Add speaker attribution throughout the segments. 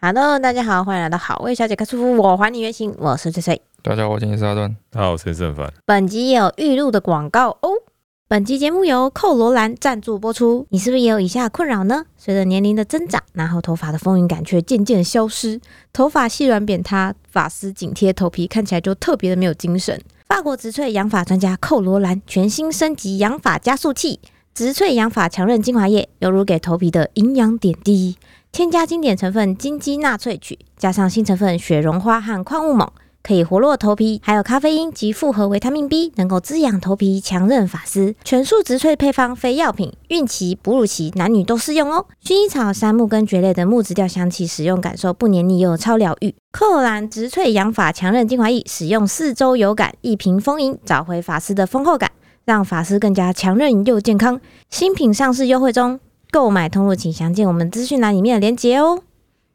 Speaker 1: Hello，大家好，欢迎来到好味小姐开舒服，我还你原形，我是翠翠。
Speaker 2: 大家好，我今天是阿段。
Speaker 3: 大家好，我是沈凡。
Speaker 1: 本集也有预录的广告哦。本集节目由寇罗兰赞助播出。你是不是也有以下困扰呢？随着年龄的增长，然后头发的丰盈感却渐渐消失，头发细软扁塌，发丝紧贴头皮，看起来就特别的没有精神。法国植萃养发专家寇罗兰全新升级养发加速器，植萃养发强韧精华液，犹如给头皮的营养点滴。添加经典成分金鸡纳萃取，加上新成分雪绒花和矿物锰，可以活络头皮，还有咖啡因及复合维他命 B，能够滋养头皮、强韧发丝。全数植萃配方非药品，孕期、哺乳期男女都适用哦。薰衣草、杉木跟蕨类的木质调香气，使用感受不黏腻又超疗愈。扣兰植萃养发强韧精华液，使用四周有感，一瓶丰盈，找回发丝的丰厚感，让发丝更加强韧又健康。新品上市优惠中，购买通路请详见我们资讯栏里面的链接哦。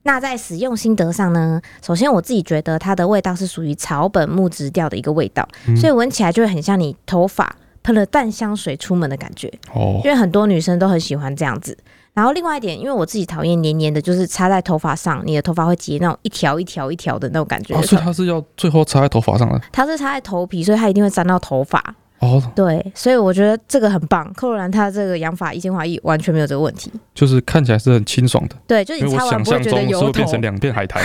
Speaker 1: 那在使用心得上呢，首先我自己觉得它的味道是属于草本木质调的一个味道，
Speaker 2: 嗯
Speaker 1: 所以闻起来就会很像你头发喷了淡香水出门的感觉，
Speaker 2: 哦
Speaker 1: 因，为很多女生都很喜欢这样子。然后另外一点，因为我自己讨厌黏黏的，就是插在头发上，你的头发会结那种一条一条一条的那种感觉。
Speaker 2: 哦，所以它是要最后插在头发上的。
Speaker 1: 它是插在头皮，所以它一定会沾到头发。
Speaker 2: 哦，
Speaker 1: 对，所以我觉得这个很棒。克罗兰它这个养发一精华液完全没有这个问题。
Speaker 2: 就是看起来是很清爽的，
Speaker 1: 对，就是
Speaker 2: 因为
Speaker 1: 你
Speaker 2: 我
Speaker 1: 擦完
Speaker 2: 想
Speaker 1: 不会
Speaker 2: 象
Speaker 1: 觉得
Speaker 2: 中是
Speaker 1: 油
Speaker 2: 会
Speaker 1: 头
Speaker 2: 变。成两片 海苔，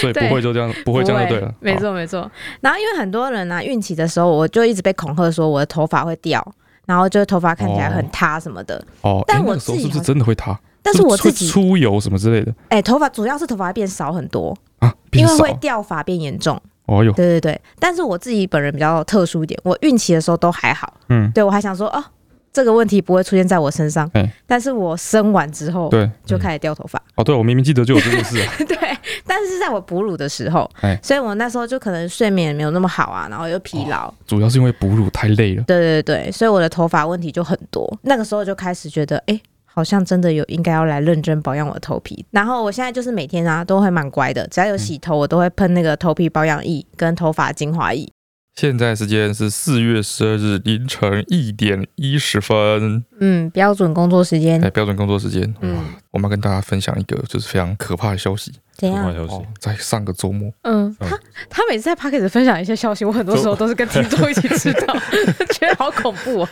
Speaker 2: 所以不会就这样，不会这样就对了。
Speaker 1: 没
Speaker 2: 好，
Speaker 1: 错没错。然后因为很多人啊，孕期的时候，我就一直被恐吓说我的头发会掉，然后就是头发看起来很塌什么的。
Speaker 2: 哦，
Speaker 1: 但
Speaker 2: 诶
Speaker 1: 我
Speaker 2: 那个时候
Speaker 1: 自己
Speaker 2: 是不是
Speaker 1: 好像
Speaker 2: 真的会塌？
Speaker 1: 但是我自
Speaker 2: 会
Speaker 1: 己，
Speaker 2: 出油什么之类的
Speaker 1: 哎、头发主要是头发会变少很多，
Speaker 2: 啊，
Speaker 1: 因
Speaker 2: 变
Speaker 1: 为
Speaker 2: 少
Speaker 1: 会。掉发变严重。
Speaker 2: 哦哟，
Speaker 1: 对对对，但是我自己本人比较特殊一点，我孕期的时候都还好，
Speaker 2: 嗯，
Speaker 1: 对我还想说哦，这个问题不会出现在我身上。
Speaker 2: 哎
Speaker 1: 但是我生完之后，
Speaker 2: 对，嗯
Speaker 1: 就开始掉头发。
Speaker 2: 哦，对，我明明记得就有这 件事啊。
Speaker 1: 对，但是在我哺乳的时候，
Speaker 2: 哎
Speaker 1: 所以我那时候就可能睡眠也没有那么好啊，然后又疲劳。
Speaker 2: 主要是因为哺乳太累了。
Speaker 1: 对对对，所以我的头发问题就很多。那个时候就开始觉得，哎、好像真的有应该要来认真保养我的头皮。然后我现在就是每天啊都会蛮乖的，只要有
Speaker 2: 嗯
Speaker 1: 洗头，我都会喷那个头皮保养液跟头发精华液。
Speaker 2: 现在时间是四月十二日凌晨一点一十分，
Speaker 1: 嗯，标准工作时间
Speaker 2: 哎，。标准工作时间。
Speaker 1: 嗯，
Speaker 2: 我们要跟大家分享一个就是非常可怕的消息
Speaker 1: 怎
Speaker 3: 突
Speaker 1: 样
Speaker 3: 然？消
Speaker 2: 哦
Speaker 3: 息，，
Speaker 2: 在上个周末，
Speaker 1: 嗯，他他每次在 p o c k e t 分享一些消息，我很多时候都是跟听众一起知 道，觉得好恐怖哦。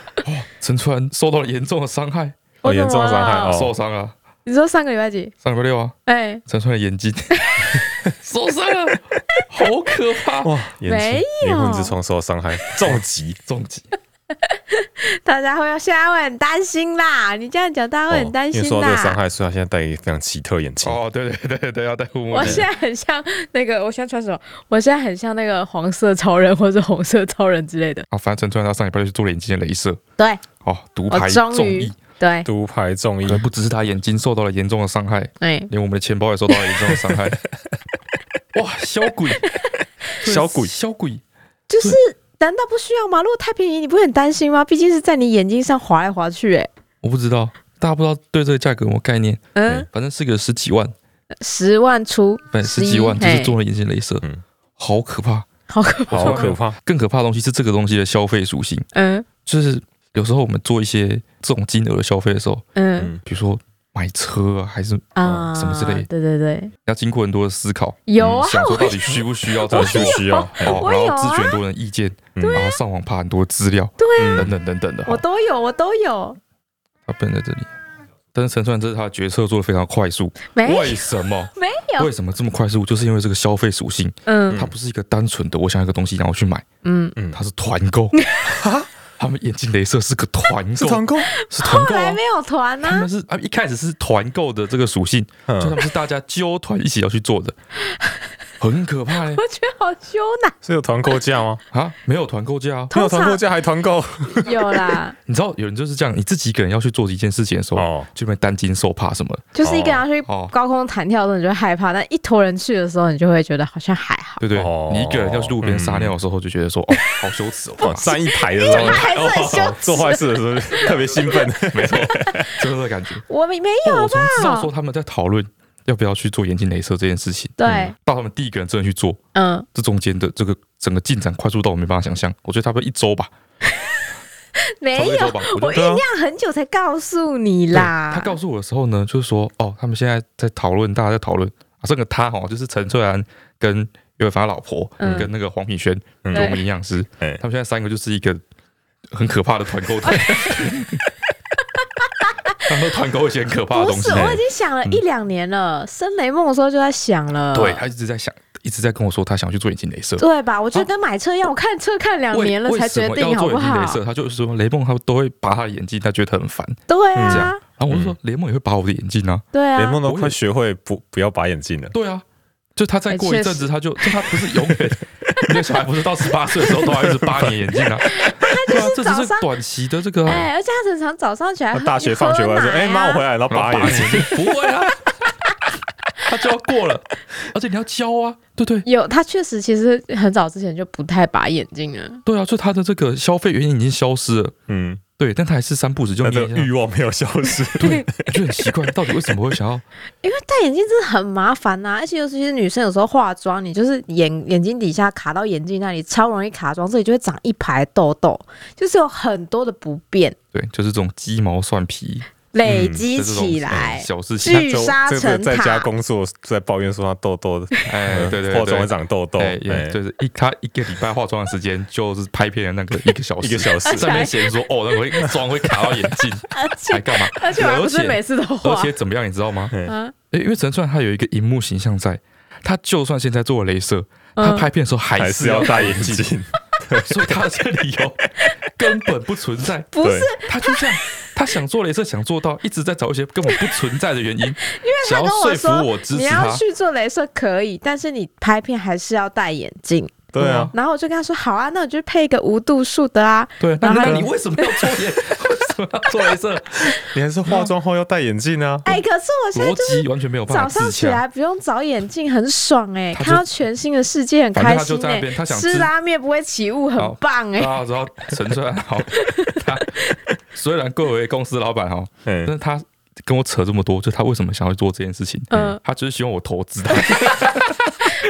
Speaker 2: 陈川受到了严重的伤害，
Speaker 3: 哦，严重伤害
Speaker 1: 我
Speaker 2: 受
Speaker 3: 哦，
Speaker 2: 伤啊，
Speaker 1: 你说上个礼拜几？
Speaker 2: 上礼拜六啊，
Speaker 1: 哎、
Speaker 2: 陈川的眼睛 受伤了，好可怕，
Speaker 3: 哇，严重
Speaker 1: 没有
Speaker 3: 灵魂之窗受伤害，重 疾，
Speaker 2: 重疾。
Speaker 1: 大家会现在会很担心啦。你这样讲，大家会很担
Speaker 3: 哦因为
Speaker 1: 心
Speaker 3: 受到这个伤
Speaker 1: 啦。
Speaker 3: 害，所以他现在戴一个非常奇特眼镜。
Speaker 2: 哦，对对对对，要戴护目
Speaker 1: 我现
Speaker 2: 镜。
Speaker 1: 在很像那个，我现在穿什么？我现在很像那个黄色超人或者红色超人之类的。
Speaker 2: 啊，反正陈川他上礼拜六去做了眼睛的镭射，
Speaker 1: 对，
Speaker 2: 哦，独
Speaker 1: 我
Speaker 2: 排
Speaker 1: 终
Speaker 2: 众
Speaker 1: 于
Speaker 2: 议。
Speaker 1: 对，
Speaker 3: 独排众议
Speaker 2: 可，能不只是他眼睛受到了严重的伤害，
Speaker 1: 哎，
Speaker 2: 连我们的钱包也受到了严重的伤害。 哇，小鬼，
Speaker 3: 小鬼
Speaker 2: 小鬼，
Speaker 1: 就是难道不需要吗？如果太便宜，你不会很担心吗？毕竟是在你眼睛上划来划去、哎，
Speaker 2: 我不知道，大家不知道对这个价格有没有概念？
Speaker 1: 嗯，
Speaker 2: 反正是个十几万，
Speaker 1: 十万出，
Speaker 2: 不十几万，
Speaker 1: 11
Speaker 2: 就是
Speaker 1: 嘿
Speaker 2: 做了眼睛的镭射
Speaker 3: 嗯，
Speaker 2: 好可怕。
Speaker 1: 好可怕。
Speaker 3: 好可怕。
Speaker 2: 更可怕的东西是这个东西的消费属性，
Speaker 1: 嗯
Speaker 2: 就是有时候我们做一些这种金额的消费的时候，
Speaker 1: 嗯
Speaker 3: 嗯，
Speaker 2: 比如说买车啊，还是
Speaker 1: 啊，
Speaker 2: 什么之类嗯
Speaker 1: 对对对，
Speaker 2: 要经过很多的思考，
Speaker 1: 有啊，
Speaker 2: 想 说到底需不需要
Speaker 3: 嗯
Speaker 2: 这
Speaker 3: 到
Speaker 2: 个
Speaker 3: 底需
Speaker 2: 东
Speaker 3: 不
Speaker 2: 西，
Speaker 3: 需要？
Speaker 2: 哦，
Speaker 1: 我有
Speaker 2: 然后
Speaker 1: 啊
Speaker 2: 咨询很多人意见，
Speaker 3: 嗯
Speaker 2: 然后上网爬很多资料，
Speaker 1: 对啊，
Speaker 2: 等等等等的。
Speaker 1: 我
Speaker 2: 哦
Speaker 1: 都有，我都有，
Speaker 2: 他笨在这里，但是陈川这是他的决策做的非常快速，
Speaker 1: 没
Speaker 2: 为什么？
Speaker 1: 没有
Speaker 2: 为，什么这么快速？就是因为这个消费属性，
Speaker 1: 嗯
Speaker 2: 它不是一个单纯的我想要一个东西然后去买，
Speaker 1: 嗯，
Speaker 3: 嗯
Speaker 2: 它是团购。 他们眼镜镭射是个团购，
Speaker 3: 购，
Speaker 2: 是团
Speaker 1: 后
Speaker 2: 购
Speaker 1: 来
Speaker 2: 啊。
Speaker 1: 没有团
Speaker 2: 他
Speaker 1: 呐，
Speaker 2: 们是啊，一开始是团购的这个属性，所以他
Speaker 3: 嗯
Speaker 2: 们是大家揪团一起要去做 的，很可怕嘞、
Speaker 1: 我觉得好羞呐。
Speaker 3: 是有团购 价吗？
Speaker 2: 啊！没有团购价啊，
Speaker 3: 没有
Speaker 1: 通
Speaker 3: 团购
Speaker 1: 常
Speaker 3: 价还团购
Speaker 1: 有啦，
Speaker 2: 你知道有人就是这样，你自己一个人要去做一件事情的时候，
Speaker 3: 哦，
Speaker 2: 就会担惊受怕什么的，
Speaker 1: 就是一个人要去
Speaker 2: 哦
Speaker 1: 高空弹跳的时候你就会害怕，但一坨人去的时候你就会觉得好像还好。
Speaker 2: 对不对？
Speaker 3: 哦
Speaker 2: 你一个人要去路边撒尿的时候，就觉 得说哦，好羞耻哦，
Speaker 3: 哦， 站一排的时候，
Speaker 1: 还是很羞耻
Speaker 3: 哦做坏事的时候特别兴 奋，没错，
Speaker 2: 就是这个感觉。
Speaker 1: 我没没
Speaker 2: 哦
Speaker 1: 有
Speaker 2: 我从知道说
Speaker 1: 吧？
Speaker 2: 他们在讨论要不要去做眼睛镭射这件事情，
Speaker 3: 嗯
Speaker 1: 对，
Speaker 2: 到他们第一个人真的去做，
Speaker 1: 嗯，
Speaker 2: 这中间的这个整个进展快速到我没办法想象。我觉得差不多一周吧，
Speaker 4: 没
Speaker 2: 从
Speaker 4: 有
Speaker 2: 那时候吧，我
Speaker 4: 我
Speaker 2: 就
Speaker 4: 酝
Speaker 2: 对啊。
Speaker 4: 酿很久才告诉你
Speaker 2: 对
Speaker 4: 啦。
Speaker 2: 他告诉我的时候呢，就是说哦，他们现在在讨论，大家在讨论啊，这个他哈，就是陈翠兰跟刘伟凡老婆、
Speaker 4: 嗯
Speaker 2: 跟那个黄品轩，
Speaker 3: 嗯
Speaker 2: 跟
Speaker 1: 啊
Speaker 2: 我们营养师，
Speaker 3: 哎
Speaker 2: 他们现在三个就是一个很可怕的团购 团。他们都团购一些很可怕的
Speaker 4: 不
Speaker 2: 东西
Speaker 4: 是，，我已经想了一两年了，生雷梦的时候就在想了，
Speaker 2: 对他一直在想，一直在跟我说他想去做眼睛镭射。
Speaker 4: 对吧？我觉得跟买车一样，我看车看两
Speaker 2: 为
Speaker 4: 年了
Speaker 2: 为
Speaker 4: 才
Speaker 2: 什
Speaker 4: 决
Speaker 2: 么
Speaker 4: 定，
Speaker 2: 要
Speaker 4: 好
Speaker 2: 做
Speaker 4: 不
Speaker 2: 眼睛
Speaker 4: 好
Speaker 2: 镭？射？他就是说雷梦他都会拔他的眼睛，他觉得很烦。
Speaker 4: 对
Speaker 2: 这
Speaker 4: 啊
Speaker 2: 样，然后我就说雷梦也会拔我的眼睛啊，
Speaker 4: 对
Speaker 3: 雷
Speaker 4: 啊，
Speaker 3: 梦都
Speaker 2: 我也
Speaker 3: 快学会不不要拔眼镜了。
Speaker 2: 对啊。就他再
Speaker 4: 哎
Speaker 2: 过一
Speaker 4: 确
Speaker 2: 阵子，
Speaker 4: 实
Speaker 2: 他就就他不是永 远，你的小孩不是到十八岁的时候都要一直拔你的眼睛啊？对啊，这只
Speaker 4: 早
Speaker 2: 是
Speaker 4: 上
Speaker 2: 短期的这个啊
Speaker 4: 哎，而且他常常早上起来
Speaker 1: 啊
Speaker 3: 那
Speaker 4: 喝，
Speaker 3: 大学放学回来说：“
Speaker 4: 哎
Speaker 3: 哎妈，我回来了。”然后拔眼镜。
Speaker 2: 睛，不会啊， 他就要过了，而且你要教啊，对对
Speaker 4: 有，他确实其实很早之前就不太拔眼镜了。
Speaker 2: 对啊，就他的这个消费原因已经消失了，
Speaker 3: 嗯，
Speaker 2: 对，但他还是三步子就
Speaker 3: 那
Speaker 2: 念
Speaker 3: 这
Speaker 2: 一
Speaker 3: 个
Speaker 2: 下
Speaker 3: 欲，望没有消 失。
Speaker 2: 对，我觉得很奇怪，到底为什么会想要？
Speaker 4: 因为戴眼镜真的很麻烦啊呐、而且尤其是女生有时候化妆，你就是眼眼睛底下卡到眼镜那里，超容易卡妆，所以就会长一排痘痘，就是有很多的不便
Speaker 2: 对，就是这种鸡毛蒜皮
Speaker 4: 累
Speaker 3: 嗯
Speaker 4: 积
Speaker 2: 的这种
Speaker 4: 起
Speaker 2: 哎
Speaker 4: 来，
Speaker 2: 小事情，
Speaker 4: 聚沙
Speaker 3: 这个
Speaker 4: 成
Speaker 3: 在家
Speaker 4: 塔。
Speaker 3: 工作在抱怨说他痘痘，
Speaker 2: 哎，对对
Speaker 3: 化妆会
Speaker 2: 对。
Speaker 3: 长痘痘，
Speaker 2: 对，
Speaker 3: 哎
Speaker 2: 也就是一他一个礼拜化妆的时间，就是拍片的那个一个小时，
Speaker 3: 一个小时
Speaker 2: 在那边嫌说哦，那我会妆会卡到眼镜，
Speaker 4: 而
Speaker 2: 还
Speaker 4: 且
Speaker 2: 干嘛？
Speaker 4: 而且我还不是每次都
Speaker 2: 而
Speaker 4: 画
Speaker 2: 且，怎么样，你知道吗？
Speaker 3: 哎
Speaker 4: 嗯，
Speaker 2: 诶因为陈川他有一个荧幕形象在，他就算现在做了镭射，他
Speaker 4: 嗯
Speaker 2: 拍片的时候还
Speaker 3: 还
Speaker 2: 是
Speaker 3: 是
Speaker 2: 要
Speaker 3: 要
Speaker 2: 戴
Speaker 3: 戴
Speaker 2: 眼
Speaker 3: 眼
Speaker 2: 镜，
Speaker 3: 镜。
Speaker 2: 所以他这个理 由根本不存在。
Speaker 4: 不是
Speaker 3: 对
Speaker 2: 他就像他想做镭射，想做到，一直在找一些根本不存在的原因，因为
Speaker 4: 他
Speaker 2: 想
Speaker 4: 跟
Speaker 2: 要
Speaker 4: 我
Speaker 2: 说服
Speaker 4: 说
Speaker 2: 我支
Speaker 4: 你
Speaker 2: 持
Speaker 4: 要
Speaker 2: 他。
Speaker 4: 去做镭射可以，但是你拍片还是要戴眼镜。
Speaker 3: 对啊，
Speaker 4: 然后我就跟他说好啊，那我就配一个无度数的啊。
Speaker 2: 对，那
Speaker 4: 然后
Speaker 2: 那
Speaker 4: 他
Speaker 2: 你为什么要做眼？ 为什么要做镭射？
Speaker 3: 你还是化妆后要戴眼镜啊。
Speaker 4: 哎、可是我现在
Speaker 2: 逻
Speaker 4: 就
Speaker 2: 辑完全没有办法
Speaker 4: 早
Speaker 2: 自
Speaker 4: 上起
Speaker 2: 洽。
Speaker 4: 来不用找眼镜，很爽哎、
Speaker 2: 他就
Speaker 4: 看到全新的世界很
Speaker 2: 反正
Speaker 4: 开
Speaker 2: 他就
Speaker 4: 心
Speaker 2: 在那
Speaker 4: 哎、
Speaker 2: 边他想吃
Speaker 4: 吃拉面不会起雾，很
Speaker 2: 好
Speaker 4: 棒哎、
Speaker 2: 大家知道啊陈川好， 他虽然贵为公司老板哈，
Speaker 3: 嗯
Speaker 2: 但，是他跟我扯这么多，就他为什么想要做这件事情？
Speaker 4: 嗯
Speaker 2: 他就是希望我投资他，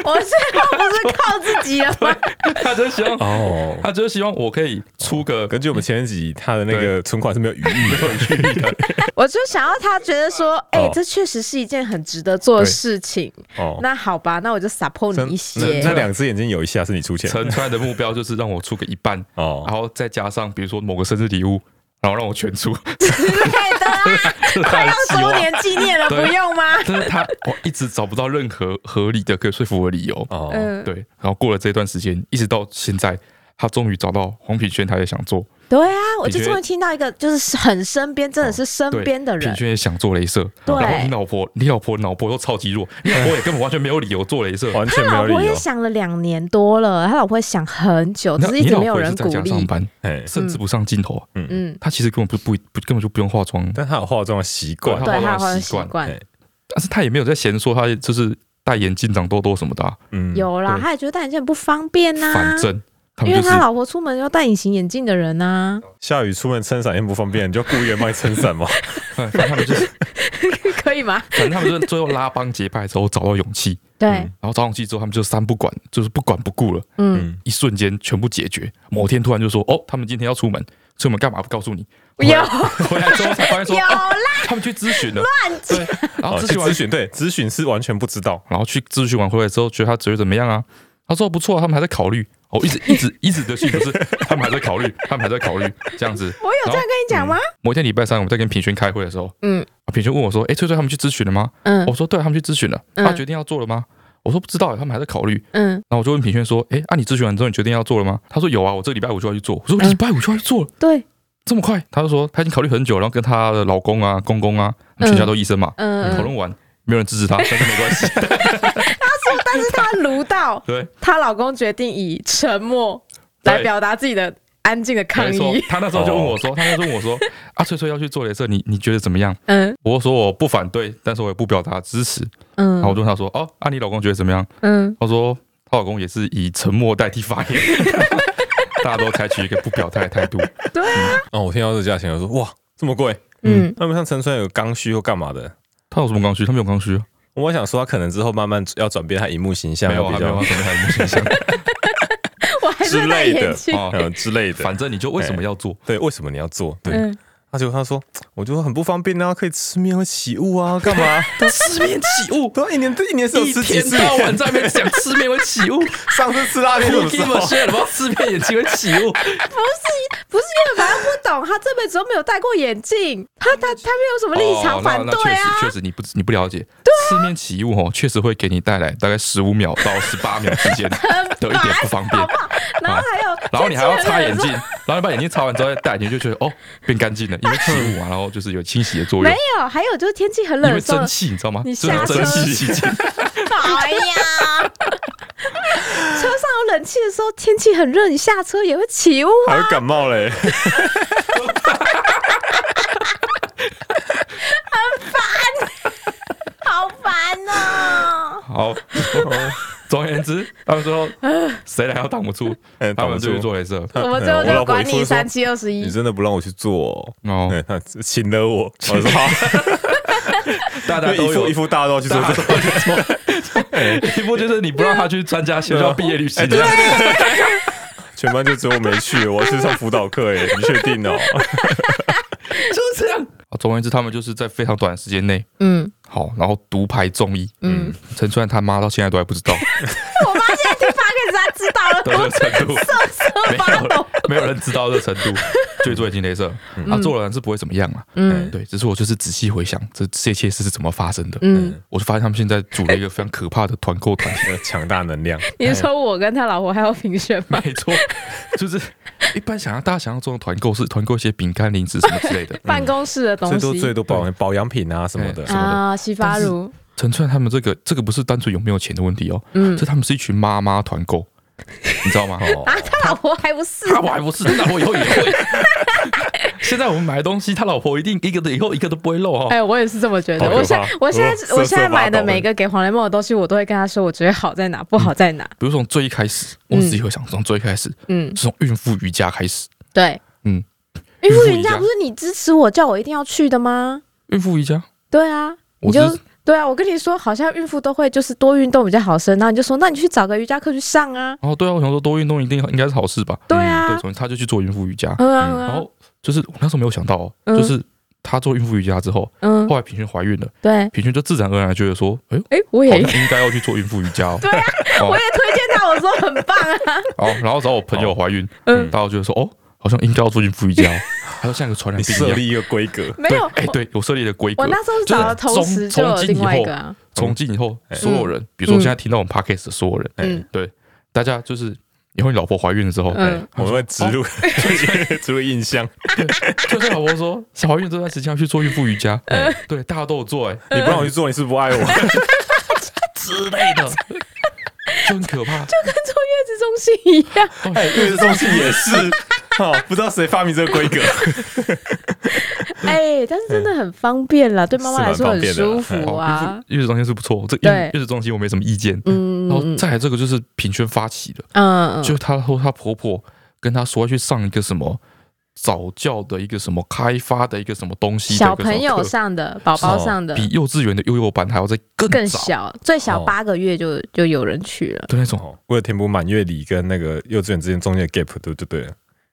Speaker 4: 我最后不是靠自己啊了吗？
Speaker 2: 他就是希望，
Speaker 3: 哦，
Speaker 2: 他就是希望我可以出个
Speaker 3: 根据我们前几集，他的那个存款是没有余裕的。
Speaker 4: 我就想要他觉得说，哎、
Speaker 3: 哦
Speaker 4: 这确实是一件很值得做的
Speaker 2: 对
Speaker 4: 事情。
Speaker 3: 哦，
Speaker 4: 那好吧，那我就 support
Speaker 3: 真
Speaker 4: 你一
Speaker 3: 那
Speaker 4: 些。
Speaker 3: 那两只眼睛有一下是你出钱
Speaker 2: 陈川的目标，就是让我出个一半，然
Speaker 3: 哦，
Speaker 2: 后再加上比如说某个生日礼物，然后让我全 出，
Speaker 4: 对的啊，
Speaker 2: 这是他
Speaker 4: 快
Speaker 2: 的
Speaker 4: 要
Speaker 2: 期
Speaker 4: 周
Speaker 2: 望。
Speaker 4: 年纪念了，不
Speaker 2: 对
Speaker 4: 用吗？
Speaker 2: 但是他我一直找不到任何合理的可以说服我的理由。
Speaker 3: 哦，
Speaker 4: 嗯，
Speaker 2: 对，然后过了这段时间，一直到现在，他终于找到黄品轩，他也想做，
Speaker 4: 对啊，我
Speaker 2: 你
Speaker 4: 就
Speaker 2: 觉得
Speaker 4: 终于听到一个就是很身边，真的是身
Speaker 2: 对，
Speaker 4: 边的人
Speaker 2: 品，轩也想做镭射，
Speaker 4: 对
Speaker 2: 然后你老婆，你老婆脑波都超级弱，你老婆也根本完全没有理由做镭射。
Speaker 3: 完
Speaker 4: 他
Speaker 3: 全没
Speaker 4: 老
Speaker 3: 有理
Speaker 4: 婆也
Speaker 3: 由。
Speaker 4: 想了两年多了，他老婆也想很久，哦只
Speaker 2: 那
Speaker 4: 是一
Speaker 2: 你
Speaker 4: 直
Speaker 2: 老
Speaker 4: 没有
Speaker 2: 婆也
Speaker 4: 人
Speaker 2: 是在
Speaker 4: 鼓
Speaker 2: 家上
Speaker 4: 励。
Speaker 2: 班，
Speaker 3: 哎，
Speaker 2: 甚至不上镜头，啊
Speaker 4: 嗯，
Speaker 2: 她其实根本不不不根本就不用化妆，
Speaker 3: 但他有化妆的习惯
Speaker 2: 她。
Speaker 4: 对，
Speaker 2: 化
Speaker 4: 他
Speaker 2: 妆
Speaker 4: 好像
Speaker 2: 的
Speaker 4: 习
Speaker 2: 习惯
Speaker 4: 惯
Speaker 3: 哎
Speaker 2: 但是她也没有在嫌说她就是戴眼镜长痘痘什么的啊、
Speaker 3: 嗯，
Speaker 4: 有啦，
Speaker 2: 对
Speaker 4: 他也觉得戴眼镜很不方便呐、
Speaker 2: 反正他
Speaker 4: 啊因
Speaker 2: 们
Speaker 4: 为
Speaker 2: 就是
Speaker 4: 他老婆出门要戴隐形眼镜的人呐、
Speaker 3: 下雨出门撑伞也不方便，你就雇一个人帮你撑伞嘛。
Speaker 2: 哎反正他们就是
Speaker 4: 可以吗？
Speaker 2: 反正他们就是最后拉帮结派之后找到勇气，
Speaker 4: 对，
Speaker 2: 然后找勇气之后他们就三不管，就是不管不顾了，
Speaker 4: 嗯，
Speaker 3: 嗯，
Speaker 2: 一瞬间全部解决。某天突然就说哦，他们今天要出门，出门干嘛不告诉你？回来
Speaker 4: 有
Speaker 2: 回来之后才发现 说
Speaker 4: 有
Speaker 2: 哦
Speaker 4: 啦，
Speaker 2: 他们去咨询了，乱对，然后
Speaker 3: 哦，
Speaker 2: 咨
Speaker 3: 去
Speaker 2: 询完
Speaker 3: 咨询，对，咨询是完全不知道。
Speaker 2: 然后去咨询完回来之后，觉得他觉得怎么样啊？他说不错、啊，他们还在考虑。哦，一直一直一直的信不是， 他们还在考虑，他们还在考虑这样子。
Speaker 4: 我有这样跟你讲吗？
Speaker 2: 某一天礼拜三，我们在跟品轩开会的时候，
Speaker 4: 嗯
Speaker 2: 啊品轩问我说：“哎、翠翠他们去咨询了吗？”
Speaker 4: 嗯
Speaker 2: 我说：“对，他们去咨询了。”
Speaker 4: 嗯
Speaker 2: 他决定要做了吗？我说：“不知道，他们还在考虑。”
Speaker 4: 嗯，
Speaker 2: 然后我就问品轩说：“哎、啊，你咨询完之后，你决定要做了吗？”他说：“有啊，我这个礼拜五就要去做。”我说：“
Speaker 4: 嗯
Speaker 2: 礼拜五就要去做了，
Speaker 4: 对，
Speaker 2: 这么快？”他就说：“他已经考虑很久，然后跟他的老公啊、公公啊，
Speaker 4: 嗯
Speaker 2: 全家都医生嘛，
Speaker 4: 嗯
Speaker 2: 讨
Speaker 4: 嗯，
Speaker 2: 论完，没有人支持他，但是没关 系。
Speaker 4: 但是她卢到
Speaker 2: 对，
Speaker 4: 她老公决定以沉默
Speaker 2: 对
Speaker 4: 来表达自己的安静的抗
Speaker 2: 没错
Speaker 4: 议。。
Speaker 2: 他那时候就问我说：“他那时候问 我说，啊，翠翠要去做镭射，你你觉得怎么样
Speaker 4: 嗯？”
Speaker 2: 我说：“我不反对，但是我也不表达支持。”然后我
Speaker 4: 嗯
Speaker 2: 就问他说：“哦，啊，你老公觉得怎么样
Speaker 4: 嗯？”，
Speaker 2: 他说：“她老公也是以沉默代替发言， 大家都采取一个不表态的态度。”
Speaker 4: 对啊，
Speaker 3: 哦，我听到这价钱，我说哇，这么贵。
Speaker 4: 嗯
Speaker 3: 那么像陈川有刚需或干嘛的，
Speaker 2: 他有什么刚需？他没有刚需啊。
Speaker 3: 我想说他可能之后慢慢要转变他荧幕形象，
Speaker 2: 没有
Speaker 3: 要
Speaker 2: 啊，
Speaker 3: 比
Speaker 2: 没
Speaker 3: 较
Speaker 2: 有啊，什么还没有形象。
Speaker 4: 我还顺戴
Speaker 3: 之类
Speaker 4: 眼
Speaker 3: 的
Speaker 4: 镜。
Speaker 2: 哦，
Speaker 3: 嗯之类的。
Speaker 2: 反正你就为什么要做？
Speaker 3: 对，为什么你要做？对，
Speaker 4: 嗯，
Speaker 3: 他就他说，我就说很不方便啊，可以吃面会起雾啊，干 嘛？
Speaker 2: 吃面起雾，
Speaker 3: 对啊，一年这一年是有吃
Speaker 2: 一
Speaker 3: 几
Speaker 2: 天
Speaker 3: 次
Speaker 2: 到晚
Speaker 3: 面？
Speaker 2: 在那边讲吃面会起 雾，
Speaker 3: 上次吃拉面 怎么
Speaker 2: 我给
Speaker 3: 时
Speaker 2: 你们
Speaker 3: 候？
Speaker 2: 学了吧，吃面眼睛会起雾。
Speaker 4: 不是因为反正不懂，他这辈子都没有戴过眼镜，他他他没有什么 立场
Speaker 2: 哦那
Speaker 4: 反对啊
Speaker 2: 那。确实确实你不你不了解，吃面起雾哦，确实会给你带来大概十五秒到十八秒之 间的一点不方便啊
Speaker 4: 好。不好？然后还有，
Speaker 2: 然后你还要
Speaker 4: 最气
Speaker 2: 擦
Speaker 4: 人的
Speaker 2: 眼
Speaker 4: 是
Speaker 2: 镜，然后你把眼镜擦完之后再戴眼镜，就觉得哦变干净了，因为起雾啊，然后就是有清洗的作
Speaker 4: 没
Speaker 2: 用，
Speaker 4: 有，还有就是天气很冷
Speaker 2: 因为
Speaker 4: 的时候
Speaker 2: 蒸，汽你知道吗？
Speaker 4: 你
Speaker 2: 就是
Speaker 4: 下车
Speaker 2: 蒸汽起劲，
Speaker 4: 哎呀， 车上有冷气的时候，天气很热，你下车也会起雾啊。
Speaker 3: 还会感冒 嘞，
Speaker 2: 嗯
Speaker 4: 好烦哦！
Speaker 2: 好， 总而言之，他们说谁来要挡不 住，
Speaker 3: 嗯
Speaker 2: 他
Speaker 3: 挡不
Speaker 2: 们就去
Speaker 3: 住。
Speaker 2: 做镭射。
Speaker 4: 我们最后
Speaker 3: 我
Speaker 4: 就
Speaker 3: 老婆
Speaker 4: 管
Speaker 3: 一出
Speaker 4: 你
Speaker 3: 说
Speaker 4: 三七二十
Speaker 3: 你
Speaker 4: 一，
Speaker 3: 真的不让我去做哦，
Speaker 2: 哦，
Speaker 3: 对他请了我，我说好，
Speaker 2: 大家
Speaker 3: 对
Speaker 2: 都
Speaker 3: 一副
Speaker 2: 有
Speaker 3: 一，副大家都要去做
Speaker 2: 大
Speaker 3: 这
Speaker 2: 家都有做 一部就是你不让他去参加学校毕业旅 行，
Speaker 3: 对啊
Speaker 4: 啊
Speaker 3: 全班就只有我没去，我要去上辅导课耶，你确 定哦？
Speaker 2: 就是 这样。总而言之，他们就是在非常短的时间内，
Speaker 4: 嗯
Speaker 2: 好，然后独排众议。
Speaker 4: 嗯，
Speaker 2: 陈川他妈到现在都还不 知道
Speaker 4: 我妈现在听 p o d 她知道 了，
Speaker 2: 到这个程 度，
Speaker 4: 我发抖。
Speaker 2: 没有人知道这个程 度，就去做眼睛镭射，
Speaker 3: 嗯
Speaker 2: 啊，做了人是不会怎么样嘛。
Speaker 4: 嗯
Speaker 2: 对，只是我就是仔细回想这这些事是怎么发生的，哎
Speaker 4: 嗯，
Speaker 2: 我就发现他们现在组了一个非常可怕的团购团体。
Speaker 3: 呃强大能量，
Speaker 4: 你是说我跟他老婆还有评选吗？
Speaker 2: 没错，就是一般想要大家想要做的团购是团购一些饼干、零食什么之类的。
Speaker 4: 办公室的
Speaker 3: 嗯
Speaker 4: 东
Speaker 3: 最多最
Speaker 4: 西
Speaker 3: 多保保养品啊什么的
Speaker 2: 哎，
Speaker 4: 啊，洗发乳，
Speaker 2: 陈川他们这个这个不是单纯有没有钱的问题哦，
Speaker 4: 嗯
Speaker 2: 这他们是一群妈妈团购，你知道吗？
Speaker 3: 哦
Speaker 4: 啊，他老婆还不 是
Speaker 2: 他我还不是，他老婆以后也会。 现在我们买东西，他老婆一定一个的以后一个都不会漏哦。
Speaker 4: 哎，我也是这么觉得。
Speaker 3: 好可
Speaker 4: 我现
Speaker 3: 怕
Speaker 4: 我现
Speaker 3: 我
Speaker 4: 在
Speaker 3: 都
Speaker 4: 我现在
Speaker 3: 瑟
Speaker 4: 买
Speaker 3: 瑟发
Speaker 4: 的
Speaker 3: 抖
Speaker 4: 每个给黄雷梦的东西，我都会跟他说，我觉得好在哪，不好在哪。
Speaker 2: 比如从最一开始，我自己会想从最一开始，
Speaker 4: 嗯，
Speaker 2: 是从孕妇瑜伽开始。
Speaker 4: 对，
Speaker 2: 嗯，
Speaker 4: 孕妇
Speaker 2: 妇
Speaker 4: 瑜
Speaker 2: 瑜
Speaker 4: 伽
Speaker 2: 伽
Speaker 4: 不是你支持我叫我一定要去的吗？
Speaker 2: 孕妇瑜伽，
Speaker 4: 对啊，你
Speaker 2: 我
Speaker 4: 就
Speaker 2: 支
Speaker 4: 对啊，我跟你说，好像孕妇都会就是多运动比较好生，然后你就说，那你去找个瑜伽课去上啊。
Speaker 2: 哦，对啊，我想说多运动一定应该是好事吧？
Speaker 4: 对啊
Speaker 2: 对，，所以他就去做孕妇瑜伽。
Speaker 4: 嗯啊，嗯
Speaker 2: 然
Speaker 4: 啊
Speaker 2: 后就是我那时候没有想到哦，
Speaker 4: 嗯
Speaker 2: 就是她做孕妇瑜伽之后，
Speaker 4: 嗯，
Speaker 2: 后来平均怀孕了，
Speaker 4: 对，
Speaker 2: 平均就自然而然觉得说，哎呦，
Speaker 4: 哎，我也
Speaker 2: 好像应该要去做孕妇瑜 伽哦。
Speaker 4: 对啊，我也推荐他，我说很棒啊。
Speaker 2: 哦，然后找我朋友怀孕，
Speaker 4: 嗯
Speaker 2: 大家觉得说，哦，好像应该要做孕妇瑜伽哦，还有像一个传染
Speaker 3: 你
Speaker 2: 病一
Speaker 3: 设
Speaker 2: 样。
Speaker 3: 立一个规格，
Speaker 4: 没
Speaker 2: 对
Speaker 4: 有，，
Speaker 2: 哎，对，我设立的规
Speaker 4: 我
Speaker 2: 格
Speaker 4: 我。那时候找的同时就有另外一个啊，
Speaker 2: 从今以后，所有人，比如说
Speaker 4: 嗯
Speaker 2: 现在听到我们 podcast 的所有人，
Speaker 4: 嗯
Speaker 2: 对，大家就是以后你老婆怀孕了之后，
Speaker 4: 嗯
Speaker 3: 我们会植入 植入印象，
Speaker 2: 哦就是老婆说怀孕这段时间要去做孕妇瑜伽，
Speaker 4: 嗯
Speaker 2: 对，大家都有做，哎，
Speaker 3: 你不让我去做，你是不爱我？
Speaker 2: 之类的，就很可怕。
Speaker 4: 跟坐月子中心一样。
Speaker 3: 哎，这个东西也 是，哦，不知道谁发明这个规格，
Speaker 4: 哎，但是真的很方便啦，对妈妈来说很舒服啊
Speaker 2: 哦。月子中心是不错，这
Speaker 4: 对
Speaker 2: 月月子中心我没什么意见。
Speaker 4: 嗯
Speaker 2: 然后
Speaker 4: 嗯
Speaker 2: 再来这个就是品轩发起的，
Speaker 4: 嗯，
Speaker 2: 就她说她婆婆跟她说要去上一个什么早教的一个什么开发的一个什么东西的
Speaker 4: 小
Speaker 2: 一个什么
Speaker 4: 朋友
Speaker 2: 课
Speaker 4: 上的，宝宝上的
Speaker 2: 比幼稚园的幼幼班还要再更
Speaker 4: 更
Speaker 2: 早
Speaker 4: 小，最小
Speaker 3: 哦
Speaker 4: 八个月就就有人去了，
Speaker 2: 的那种。
Speaker 3: 哦，为了填补满月礼跟那个幼稚园之间中间的 gap，对不对了？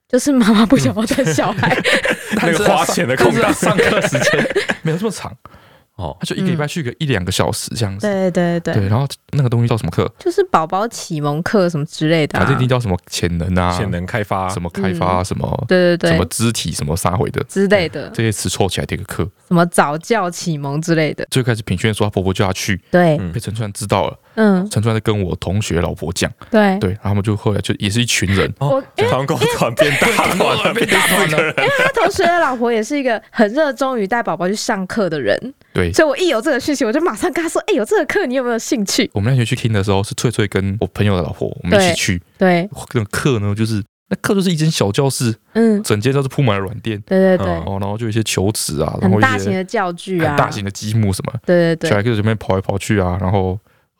Speaker 4: 就是妈妈不想
Speaker 2: 嗯
Speaker 4: 要带 小孩，
Speaker 3: 那个花钱的空档
Speaker 2: 但是上课时间没有这么长，
Speaker 3: 哦，
Speaker 2: 他就一个礼拜去个一两个小时这样子。
Speaker 4: 对嗯对
Speaker 2: 对，
Speaker 4: 对，
Speaker 2: 然后那个东西叫什么课？
Speaker 4: 就是宝宝启蒙课什么之类的啊
Speaker 2: 反，
Speaker 4: 嗯
Speaker 2: 正一定叫什么潜能啊，
Speaker 3: 潜能开发
Speaker 2: 什么开发啊什么
Speaker 4: 对对嗯
Speaker 2: 什么
Speaker 4: 对
Speaker 2: 肢体什么啥回的
Speaker 4: 之类的，
Speaker 2: 这些词凑起来的一个课。
Speaker 4: 什么早教启蒙之类的，
Speaker 2: 最开始品轩说她婆婆叫她去，
Speaker 4: 对，
Speaker 3: 嗯。
Speaker 2: 被陈川知道了，
Speaker 4: 嗯，
Speaker 2: 陈川在跟我同学老婆讲，
Speaker 4: 对。
Speaker 2: 对，然后他们就后来就也是一群人
Speaker 3: 哦
Speaker 4: 我因为
Speaker 3: 团购团变大团了，
Speaker 2: 被打断了，
Speaker 4: 他同学的老婆也是一个很热衷于带宝宝去上课的人，
Speaker 2: 对。
Speaker 4: 所以我一有这个讯息，我就马上跟他说：“哎、有这个课，你有没有兴趣
Speaker 2: 我们那天去听的时候，是翠翠跟我朋友的老婆，我们一起
Speaker 4: 对
Speaker 2: 去。？”
Speaker 4: 对，
Speaker 2: 那个课呢，就是那课就是一间小教室，
Speaker 4: 嗯，
Speaker 2: 整间都是铺满了软垫，
Speaker 4: 对对对，
Speaker 3: 嗯
Speaker 2: 哦，然后就有一些球池啊，然后
Speaker 4: 很
Speaker 2: 一
Speaker 4: 大
Speaker 2: 些
Speaker 4: 型的教具啊，
Speaker 2: 很大型的积木什么，
Speaker 4: 对对
Speaker 2: 小
Speaker 4: 对，
Speaker 2: 孩可以随便跑来跑去啊，然后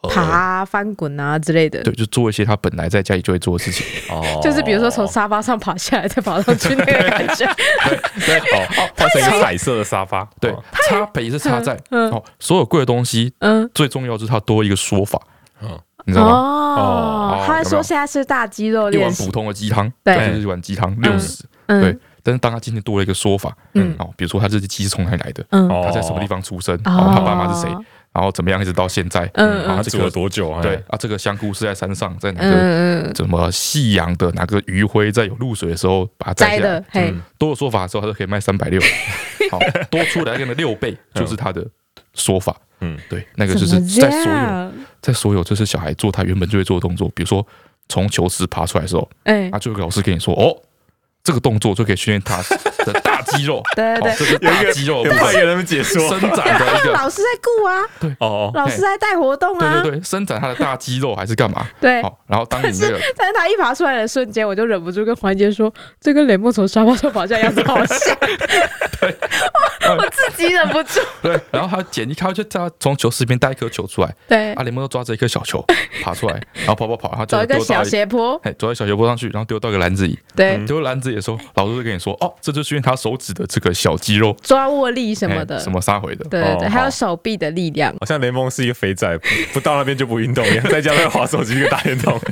Speaker 4: 爬啊、翻滚啊之类的。
Speaker 2: 对，就做一些他本来在家里就会做的事 情。
Speaker 3: 哦
Speaker 4: 就是比如说从沙发上爬下来再爬上去那个感觉，
Speaker 3: 对 哦，哦换成一个彩色的沙发，
Speaker 2: 对
Speaker 3: 哦，
Speaker 2: 差别是差在
Speaker 4: 嗯
Speaker 2: 哦，所有贵的东西
Speaker 4: 嗯
Speaker 2: 最重要就是它多一个说法
Speaker 3: 嗯。
Speaker 2: 你知道吗？
Speaker 4: 哦
Speaker 3: 哦，
Speaker 2: 有
Speaker 4: 他会
Speaker 2: 没
Speaker 4: 说
Speaker 2: 有
Speaker 4: 现在是大肌肉
Speaker 2: 一
Speaker 4: 练
Speaker 2: 碗
Speaker 4: 习
Speaker 2: 普，通的鸡汤，
Speaker 4: 对
Speaker 2: 但就是一碗鸡汤六十。
Speaker 4: 嗯
Speaker 2: 对，但是当他今天多了一个说法，
Speaker 4: 嗯
Speaker 2: 哦，比如说他这些鸡是从哪里来的，
Speaker 4: 嗯
Speaker 3: 哦
Speaker 2: 他在什么地方出生，
Speaker 4: 哦
Speaker 2: 然后他爸妈是谁，然后怎么样一直到现在，
Speaker 4: 嗯
Speaker 2: 然
Speaker 4: 嗯
Speaker 2: 后
Speaker 3: 他
Speaker 2: 这
Speaker 3: 煮了
Speaker 2: 个
Speaker 3: 多久啊？
Speaker 2: 对啊，这个香菇是在山上，在哪个
Speaker 4: 嗯嗯
Speaker 2: 怎么夕阳的哪个余晖在有露水的时候把它摘
Speaker 4: 摘
Speaker 2: 下来嗯
Speaker 4: 的，，嘿，
Speaker 3: 嗯
Speaker 2: 多的说法的时候，他就可以卖三百 六，好，多出来那个六倍就是他的说法。
Speaker 3: 嗯，
Speaker 2: 对，那个
Speaker 4: 怎
Speaker 2: 就
Speaker 4: 么
Speaker 2: 是
Speaker 4: 这
Speaker 2: 在所有
Speaker 4: 样？
Speaker 2: 在所有就是小孩做他原本就会做的动作，比如说从球池爬出来的时候，
Speaker 4: 哎，
Speaker 2: 啊，就有个老师跟你说，哦，这个动作就可以训练他的大肌肉，
Speaker 4: 对对
Speaker 2: 哦，这个
Speaker 3: 有一
Speaker 2: 大
Speaker 3: 个
Speaker 2: 肌肉的
Speaker 3: 有
Speaker 2: 部
Speaker 3: 派
Speaker 2: 分
Speaker 3: 给他们解说
Speaker 2: 伸展的一
Speaker 4: 对，
Speaker 2: 个，
Speaker 4: 老师在顾啊，
Speaker 3: 哦，
Speaker 4: 老师在带活动啊
Speaker 2: 对，对对，伸展他的大肌肉还是干嘛？
Speaker 4: 对。
Speaker 2: 好，然后当你那个
Speaker 4: 但是他一爬出来的瞬间，我就忍不住跟环杰说：“这跟雷梦从沙发上爬下来样子好像。”我我自己忍不住。
Speaker 2: 对，然后他捡一开就他从球池边带一颗球出来， 啊
Speaker 4: 对，
Speaker 2: 阿联盟抓着一颗小 球爬出来，然后跑跑跑，然后
Speaker 4: 走
Speaker 2: 就
Speaker 4: 一个
Speaker 2: 丢到
Speaker 4: 小
Speaker 2: 一
Speaker 4: 斜坡。
Speaker 2: 哎，走到小球坡上去，然后丢到一个篮子里，
Speaker 4: 对，
Speaker 3: 嗯
Speaker 2: 丢篮子里的时候，老师就跟你说，哦，这就是因为他手指的这个小肌肉
Speaker 4: 抓握力什么的
Speaker 2: 哎。什么杀回的，
Speaker 4: 对对对，
Speaker 3: 哦
Speaker 4: 还有
Speaker 3: 好
Speaker 4: 手臂的力量。
Speaker 3: 好像雷蒙是一个肥仔，不 不到那边就不运动一样，在家在滑手机跟打电 动。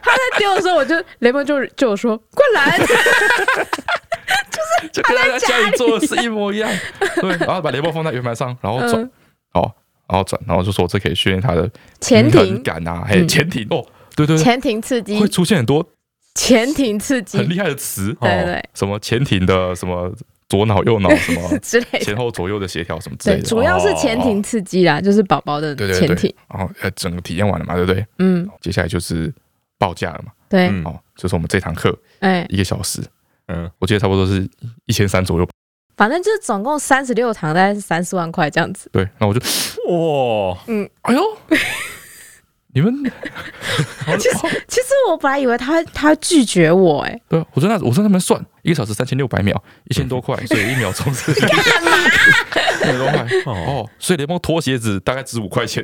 Speaker 4: 他在丢的时候，我就雷蒙就就有说：“快 来
Speaker 2: 就跟他在家里做的是一模一 样。对，然后把雷波放在圆盘上，然后转
Speaker 4: 嗯，
Speaker 2: 哦，然后转，然后就说这可以训练他的
Speaker 4: 潜
Speaker 2: 平衡
Speaker 4: 艇，
Speaker 2: 感啊，还有
Speaker 4: 嗯
Speaker 2: 潜艇哦，对对对，
Speaker 4: 潜艇刺激
Speaker 2: 会，出现很多
Speaker 4: 潜艇刺激
Speaker 2: 很厉害的词，
Speaker 4: 对
Speaker 2: 哦
Speaker 4: 对，
Speaker 2: 什么潜艇的什么左脑右 脑什么
Speaker 4: 之类的
Speaker 2: 前。后左右的协调什么”之类
Speaker 4: 对，
Speaker 2: 的。哦
Speaker 4: 主要是潜艇刺激啦，就是宝宝的
Speaker 2: 对对
Speaker 4: 潜
Speaker 2: 对
Speaker 4: 艇
Speaker 2: 对。，然后呃，整个体验完了嘛，对不对？
Speaker 4: 嗯，
Speaker 2: 接下来就是报价了嘛，
Speaker 4: 对，
Speaker 3: 嗯
Speaker 2: 哦，就是我们这堂课
Speaker 4: 哎，
Speaker 2: 一个小时，
Speaker 3: 嗯，
Speaker 2: 我记得差不多是一千三左右。
Speaker 4: 反正就是总共三十六堂，大概是三四万块这样子。
Speaker 2: 对，那我就
Speaker 3: 哇，
Speaker 2: 哎 呦，你们，好好
Speaker 4: 其实我本来以为他会他会拒绝我、哎，
Speaker 2: 对啊，我在那我在那边算，一个小时三千六百秒，一千多块，所以一秒钟是一千多块。
Speaker 3: 哦，
Speaker 2: 哦，所以联盟拖鞋子大概值五块钱。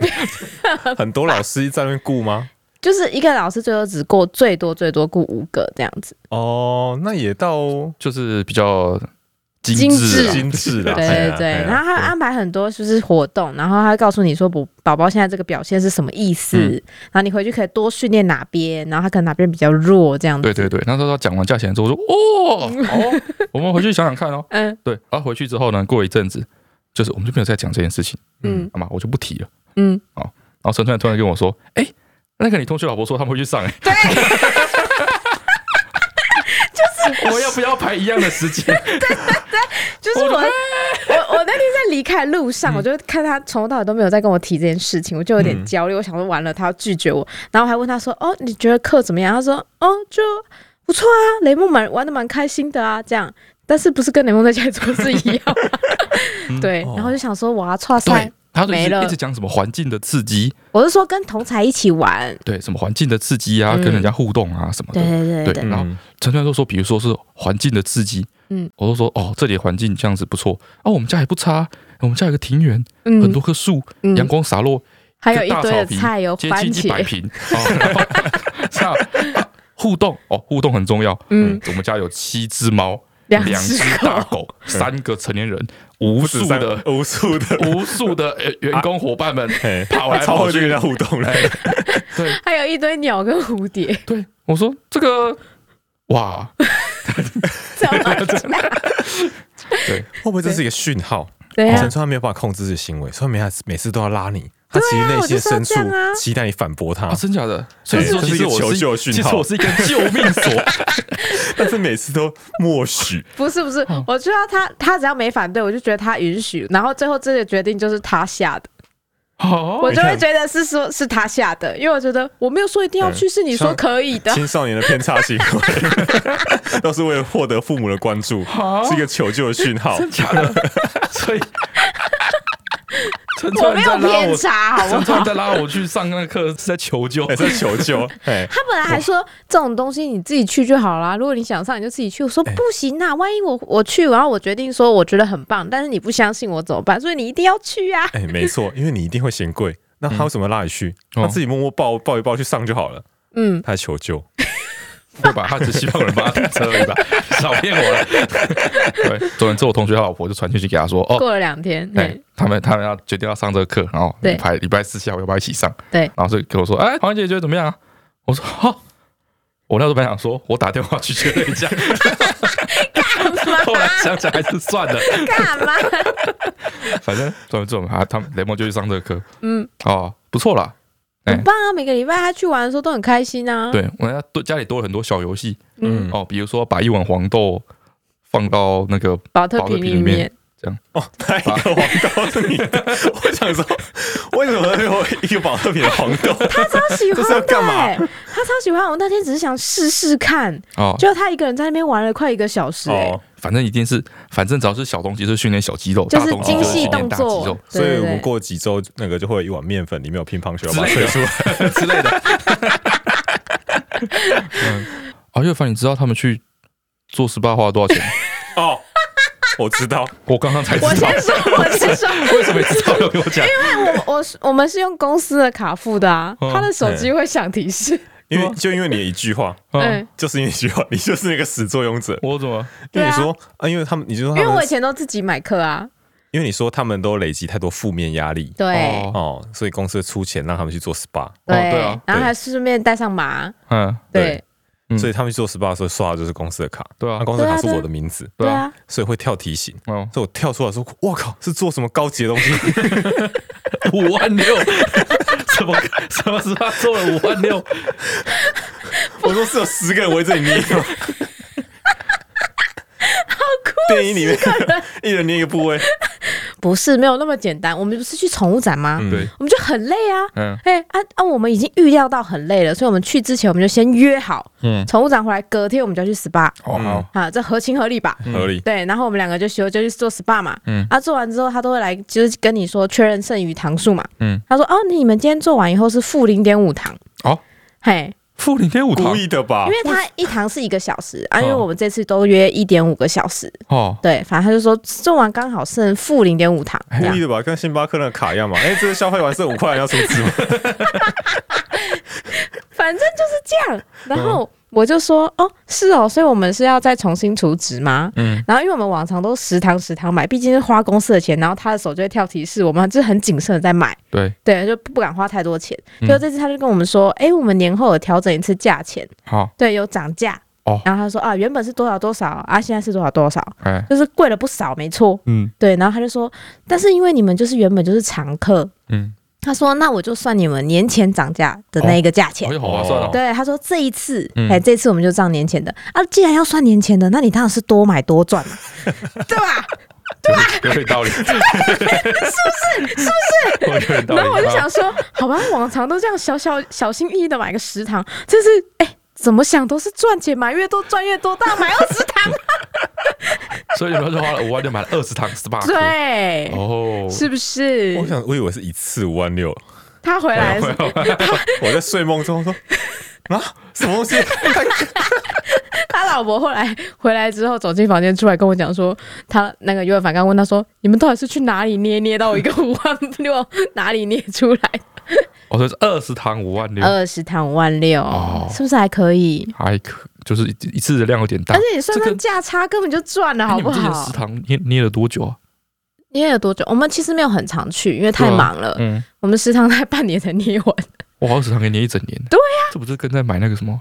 Speaker 3: 很多老师在那边雇吗？
Speaker 4: 就是一个老师最多只过最多最多过五个这样子。
Speaker 3: 哦，那也到
Speaker 2: 就是比较精
Speaker 4: 精
Speaker 2: 致
Speaker 4: 致
Speaker 2: 啊，
Speaker 3: 精致了。
Speaker 4: 对对对，
Speaker 3: 哎呀
Speaker 4: 然后他会安排很多就是活动，然后他会告诉你说不，宝宝现在这个表现是什么意思，
Speaker 2: 嗯
Speaker 4: 然后你回去可以多训练哪边，然后他可能哪边比较弱这样子。
Speaker 2: 对对对，那时候他讲完价钱之后，我说哦，好哦，我们回去想想看哦。
Speaker 4: 嗯
Speaker 2: 对，然后回去之后呢，过一阵子，就是我们就没有再讲这件事情，
Speaker 4: 嗯
Speaker 2: 好吗？我就不提了。哦
Speaker 4: 嗯，
Speaker 2: 然后陈川突然跟我说：“哎、那个你同学老婆说他们会去上、欸，对， 就是我们要不要排一样的时间？
Speaker 4: 就是我我我那天在离开路
Speaker 2: 嗯
Speaker 4: 上，我就看他从头到尾都没有在跟我提这件事情，我就有点
Speaker 3: 嗯
Speaker 4: 焦虑，我想说完了他要拒绝我，然后我还问他说：“哦，你觉得课怎么样？”他说：“哦，就不错啊，雷梦蛮玩的蛮开心的啊，这样。”但是不是跟雷梦在家里做事一样吗？ 对，然后就想说我要串
Speaker 2: 嗯
Speaker 4: 赛
Speaker 2: 哦对，，他就一
Speaker 4: 没
Speaker 2: 直
Speaker 4: 了
Speaker 2: 一直讲什么环境的刺激，
Speaker 4: 我是说跟同才一起玩，
Speaker 2: 对，什么环境的刺激啊，
Speaker 4: 嗯
Speaker 2: 跟人家互动啊什么
Speaker 4: 对
Speaker 2: 的。
Speaker 4: 对对对，
Speaker 2: 对然后陈川就说，比如说是环境的刺激，
Speaker 4: 嗯
Speaker 2: 嗯，我就说哦，这里的环境这样子不错，哦，我们家也不差，我们家有个庭园，
Speaker 4: 嗯
Speaker 2: 很多棵树，
Speaker 4: 嗯
Speaker 2: 阳光洒落，
Speaker 4: 还有一
Speaker 2: 大
Speaker 4: 堆
Speaker 2: 草
Speaker 4: 的
Speaker 2: 坪
Speaker 4: 菜有
Speaker 2: 接
Speaker 4: 番
Speaker 2: 近一百
Speaker 4: 茄，
Speaker 2: 平，哦 然后是啊啊互动哦，互动很重要。
Speaker 4: 嗯，
Speaker 2: 我们家有七只猫，
Speaker 4: 两
Speaker 2: 两
Speaker 4: 只
Speaker 2: 只
Speaker 4: 狗
Speaker 2: 大，狗，三个成年人，无
Speaker 3: 无数
Speaker 2: 数的
Speaker 3: 的、无数的
Speaker 2: 无数的呃员工伙伴们
Speaker 3: 哎
Speaker 2: 跑来
Speaker 3: 超
Speaker 2: 跑
Speaker 3: 会
Speaker 2: 去
Speaker 3: 跟人家互动了。
Speaker 2: 对
Speaker 4: 还有一堆鸟跟蝴蝶，
Speaker 2: 对，我说这个哇，
Speaker 4: 怎 么讲？
Speaker 2: 对，
Speaker 3: 会不会这是一个讯号？
Speaker 4: 对啊
Speaker 3: 陈，川没有办法控制自己的行为，所以每次每次都要拉你。他其实内心的深处
Speaker 4: 我就是要这样啊
Speaker 3: 期待你反驳他
Speaker 2: 啊，，真假的？所以说
Speaker 3: 这
Speaker 2: 其
Speaker 3: 是一
Speaker 2: 实
Speaker 3: 个
Speaker 2: 我
Speaker 3: 求
Speaker 2: 是
Speaker 3: 救
Speaker 2: 其
Speaker 3: 讯
Speaker 2: 实
Speaker 3: 号
Speaker 2: 我是一个救 命所，
Speaker 3: 但是每次都默许。
Speaker 4: 不是不是，
Speaker 2: 嗯
Speaker 4: 我知道他，他只要没反对，我就觉得他允许，然后最后这个决定就是他下的，
Speaker 2: 哦
Speaker 4: 我就会觉得是说是他下的，因为我觉得我没有说一定
Speaker 2: 嗯
Speaker 4: 要去，是你说可以的。
Speaker 3: 青少年的偏差行为都是为了 获得父母的关注，
Speaker 4: 哦
Speaker 2: 好
Speaker 3: 是一个求救的讯号。
Speaker 2: 真假的？所以陈
Speaker 4: 我
Speaker 2: 川在
Speaker 4: 没有
Speaker 2: 拉
Speaker 4: 偏
Speaker 2: 我，
Speaker 4: 差，好不
Speaker 2: 陈
Speaker 4: 好
Speaker 2: 川？在拉我去上那个课是在 求救
Speaker 3: 哎，。这是求救， 哎，
Speaker 4: 他本来还说这种东西你自己去就好啦，如果你想上你就自己去。我说
Speaker 2: 哎
Speaker 4: 不行啊，万一我我去，然后我决定说我觉得很棒，但是你不相信我怎么办？所以你一定要去啊！
Speaker 2: 哦
Speaker 3: 哎，没错，因为你一定会嫌贵。那他为什么拉你去？
Speaker 2: 嗯
Speaker 3: 他自己默默抱抱一抱去上就好了。
Speaker 4: 嗯，
Speaker 3: 他在求救，
Speaker 2: 对吧？他只希望有人帮他停车而已吧，少骗我了。对，昨天之后，我同学他老婆就传讯息给他说，哦，
Speaker 4: 过了两天，
Speaker 2: 哎、
Speaker 4: 对
Speaker 2: 他们他们要决定要上这个课，然后
Speaker 4: 对
Speaker 2: 礼拜礼拜四下午要不要一起上？
Speaker 4: 对，
Speaker 2: 然后就跟我说，哎，黄姐觉得怎么样、啊？我说好、哦我那时候本来想说，我打电话去确认一下，后来想想还是算了，
Speaker 1: 干 嘛？
Speaker 2: 哎反正总之我们啊还他们雷蒙就去上这个课，
Speaker 4: 嗯，
Speaker 2: 哦，不错啦。哎
Speaker 4: 很棒啊！每个礼拜他去玩的时候都很开心啊。，
Speaker 2: 对，我家多家里多了很多小游戏
Speaker 4: 嗯，
Speaker 2: 哦，比如说把一碗黄豆放到那个
Speaker 4: 保特
Speaker 2: 保特
Speaker 4: 瓶
Speaker 2: 瓶
Speaker 4: 里
Speaker 2: 里面
Speaker 4: 面，
Speaker 3: 哦，那一个黄豆是你 的，我想说，为什么有一个保特瓶的黄豆？
Speaker 4: 他超喜
Speaker 3: 这是要
Speaker 4: 欢的、
Speaker 3: 干嘛
Speaker 4: 欸，他超喜欢。我那天只是想试试看，
Speaker 2: 哦，
Speaker 4: 就他一个人在那边玩了快一个小时、欸，
Speaker 3: 哦，
Speaker 2: 反正一定是，反正只要是小东西就训练小肌肉，
Speaker 4: 就
Speaker 2: 大
Speaker 4: 是
Speaker 2: 东西
Speaker 4: 精
Speaker 2: 就是
Speaker 4: 细
Speaker 2: 训练
Speaker 4: 哦动
Speaker 2: 大肌
Speaker 4: 作
Speaker 2: 肉。
Speaker 3: 所
Speaker 4: 对
Speaker 3: 以我们
Speaker 4: 对对，
Speaker 3: 过几周那个就会有一碗面粉，里面有乒乓球，要
Speaker 2: 之
Speaker 3: 把它推
Speaker 2: 类的
Speaker 3: 出来。
Speaker 2: 之类的。嗯，啊，岳凡，你知道他们去做 SPA 花了多少钱？
Speaker 3: 哦，我知道，
Speaker 2: 我刚刚才知
Speaker 4: 我
Speaker 2: 道，
Speaker 4: 先说，我先说，
Speaker 2: 为什么你知道要跟我讲？
Speaker 4: 我我是我们是用公司的卡付的啊，
Speaker 2: 嗯
Speaker 4: 他的手机会响提示，
Speaker 3: 因为就因为你的一句话，
Speaker 2: 嗯，
Speaker 4: 嗯，
Speaker 3: 就是因为一句话，你就是那个始作俑者。
Speaker 2: 我怎么？
Speaker 3: 因为
Speaker 4: 对
Speaker 3: 你
Speaker 4: 啊
Speaker 3: 说啊，因为他们，你就说
Speaker 4: 因
Speaker 3: 他
Speaker 4: 为我以
Speaker 3: 们，
Speaker 4: 前都自己买课啊，
Speaker 3: 因为你说他们都累积太多负面压力
Speaker 4: 对
Speaker 2: 哦
Speaker 3: 哦，所以公司出钱让他们去做 SPA，
Speaker 2: 对啊
Speaker 4: 然后还顺便带上麻，
Speaker 2: 嗯，
Speaker 4: 对
Speaker 2: 嗯
Speaker 3: 所以他们去做 SPA 的时候刷的就是公司的卡，
Speaker 2: 对啊
Speaker 3: 那，公司的卡是
Speaker 4: 对啊对啊
Speaker 3: 我的名字，
Speaker 2: 对啊，
Speaker 4: 啊，
Speaker 3: 所以会跳提醒。
Speaker 2: 嗯，
Speaker 3: 所以我跳出来说：“我靠，是做什么高级的东 西
Speaker 2: 五万六， 什么什么 SPA 做了五万六？？”
Speaker 3: 我说：“是有十个人围着你捏吗？”好酷！电影里面一人捏一个部位，
Speaker 4: 不是没有那么简单，我们不是去宠物展吗？
Speaker 3: 嗯
Speaker 2: 对，
Speaker 4: 我们就很累啊。
Speaker 2: 嗯
Speaker 4: 哎、啊啊！我们已经预料到很累了，所以我们去之前我们就先约好，
Speaker 2: 嗯，
Speaker 4: 宠物展回来隔天我们就要去 SPA
Speaker 2: 哦好，
Speaker 4: 啊，这合情合理吧？
Speaker 3: 合理。
Speaker 4: 对，然后我们两个就休就去做 SPA 嘛，
Speaker 2: 嗯
Speaker 4: 啊，做完之后他都会来，就是跟你说确认剩余糖数嘛，
Speaker 2: 嗯，
Speaker 4: 他说哦，你们今天做完以后是负零点五糖，
Speaker 2: 哦，
Speaker 4: 嘿，
Speaker 2: 负零点五
Speaker 3: 故
Speaker 2: 堂
Speaker 3: 意的吧
Speaker 4: 因？为他一堂是一个小时啊，因为
Speaker 2: 哦
Speaker 4: 我们这次都约一点五个小时，
Speaker 2: 哦，
Speaker 4: 对，反正他就说做完刚好剩负零点五糖，
Speaker 2: 哎
Speaker 4: 这
Speaker 3: 故
Speaker 4: 样
Speaker 3: 意的吧？跟星巴克那个卡一样嘛。哎、这是消费完剩五块，你要出资吗？
Speaker 4: 反正就是这样。
Speaker 2: 嗯
Speaker 4: 然后我就说哦，是哦，所以我们是要再重新除值吗？
Speaker 2: 嗯
Speaker 4: 然后因为我们往常都十堂十堂买，毕竟是花公司的钱，然后他的手就会跳提示，我们就是很谨慎的在买，
Speaker 2: 对，
Speaker 4: 对，就不敢花太多钱。
Speaker 2: 嗯
Speaker 4: 结果这次他就跟我们说，哎、我们年后有调整一次价钱，
Speaker 2: 好，
Speaker 4: 对，有涨价。
Speaker 2: 哦
Speaker 4: 然后他说啊，原本是多少多少啊，现在是多少多少，
Speaker 2: 哎，
Speaker 4: 就是贵了不少，没错。
Speaker 2: 嗯
Speaker 4: 对，然后他就说，但是因为你们就是原本就是常客，
Speaker 2: 嗯，
Speaker 4: 他说那我就算你们年前涨价的那一个价钱。
Speaker 2: 好像好划算哦，
Speaker 4: 对，他说这一次，哎、
Speaker 2: 嗯
Speaker 4: 这次我们就账年前的啊。既然要算年前的，那你当然是多买多赚嘛，对吧？
Speaker 2: 有点道理，是不是？ 是不是？有点道理。
Speaker 4: 然后我就想说，好吧，往常都这样小小小心翼翼的买个十堂，这次哎、怎么想都是赚钱，买越多赚越多，大买二十堂。
Speaker 2: 啊，所以你们就花了五万就买了二十堂 SPA 课，
Speaker 4: 对，
Speaker 2: 哦，
Speaker 4: 是不是
Speaker 3: 我？想，我以为是一次五万六，
Speaker 4: 他回来的时候，
Speaker 3: 我在睡梦中说啊，什么东西？
Speaker 4: 他老婆后来回来之后走进房间出来跟我讲说，他那个尤尔凡刚问他说，你们到底是去哪里捏捏到一个五万六，哪里捏出来
Speaker 2: 我说是哦二十堂五万六，
Speaker 4: 二十堂五万六
Speaker 2: 哦，
Speaker 4: 是不是还可以？
Speaker 2: 还可就是一一次的量有点大
Speaker 4: 而。且你算
Speaker 2: 这
Speaker 4: 算
Speaker 2: 个
Speaker 4: 价差根本就赚了，
Speaker 2: 哎
Speaker 4: 好
Speaker 2: 你
Speaker 4: 不
Speaker 2: 们之前食
Speaker 4: 好？
Speaker 2: 堂捏捏了多久啊？
Speaker 4: 捏了多久？我们其实没有很常去，因为太
Speaker 2: 对啊
Speaker 4: 忙
Speaker 3: 呃
Speaker 4: 了。
Speaker 2: 嗯，
Speaker 4: 我们食堂才半 年才捏完。
Speaker 2: 哇，二十堂可以捏一整年。
Speaker 4: 对啊
Speaker 2: 呀，这不是跟在买那个什么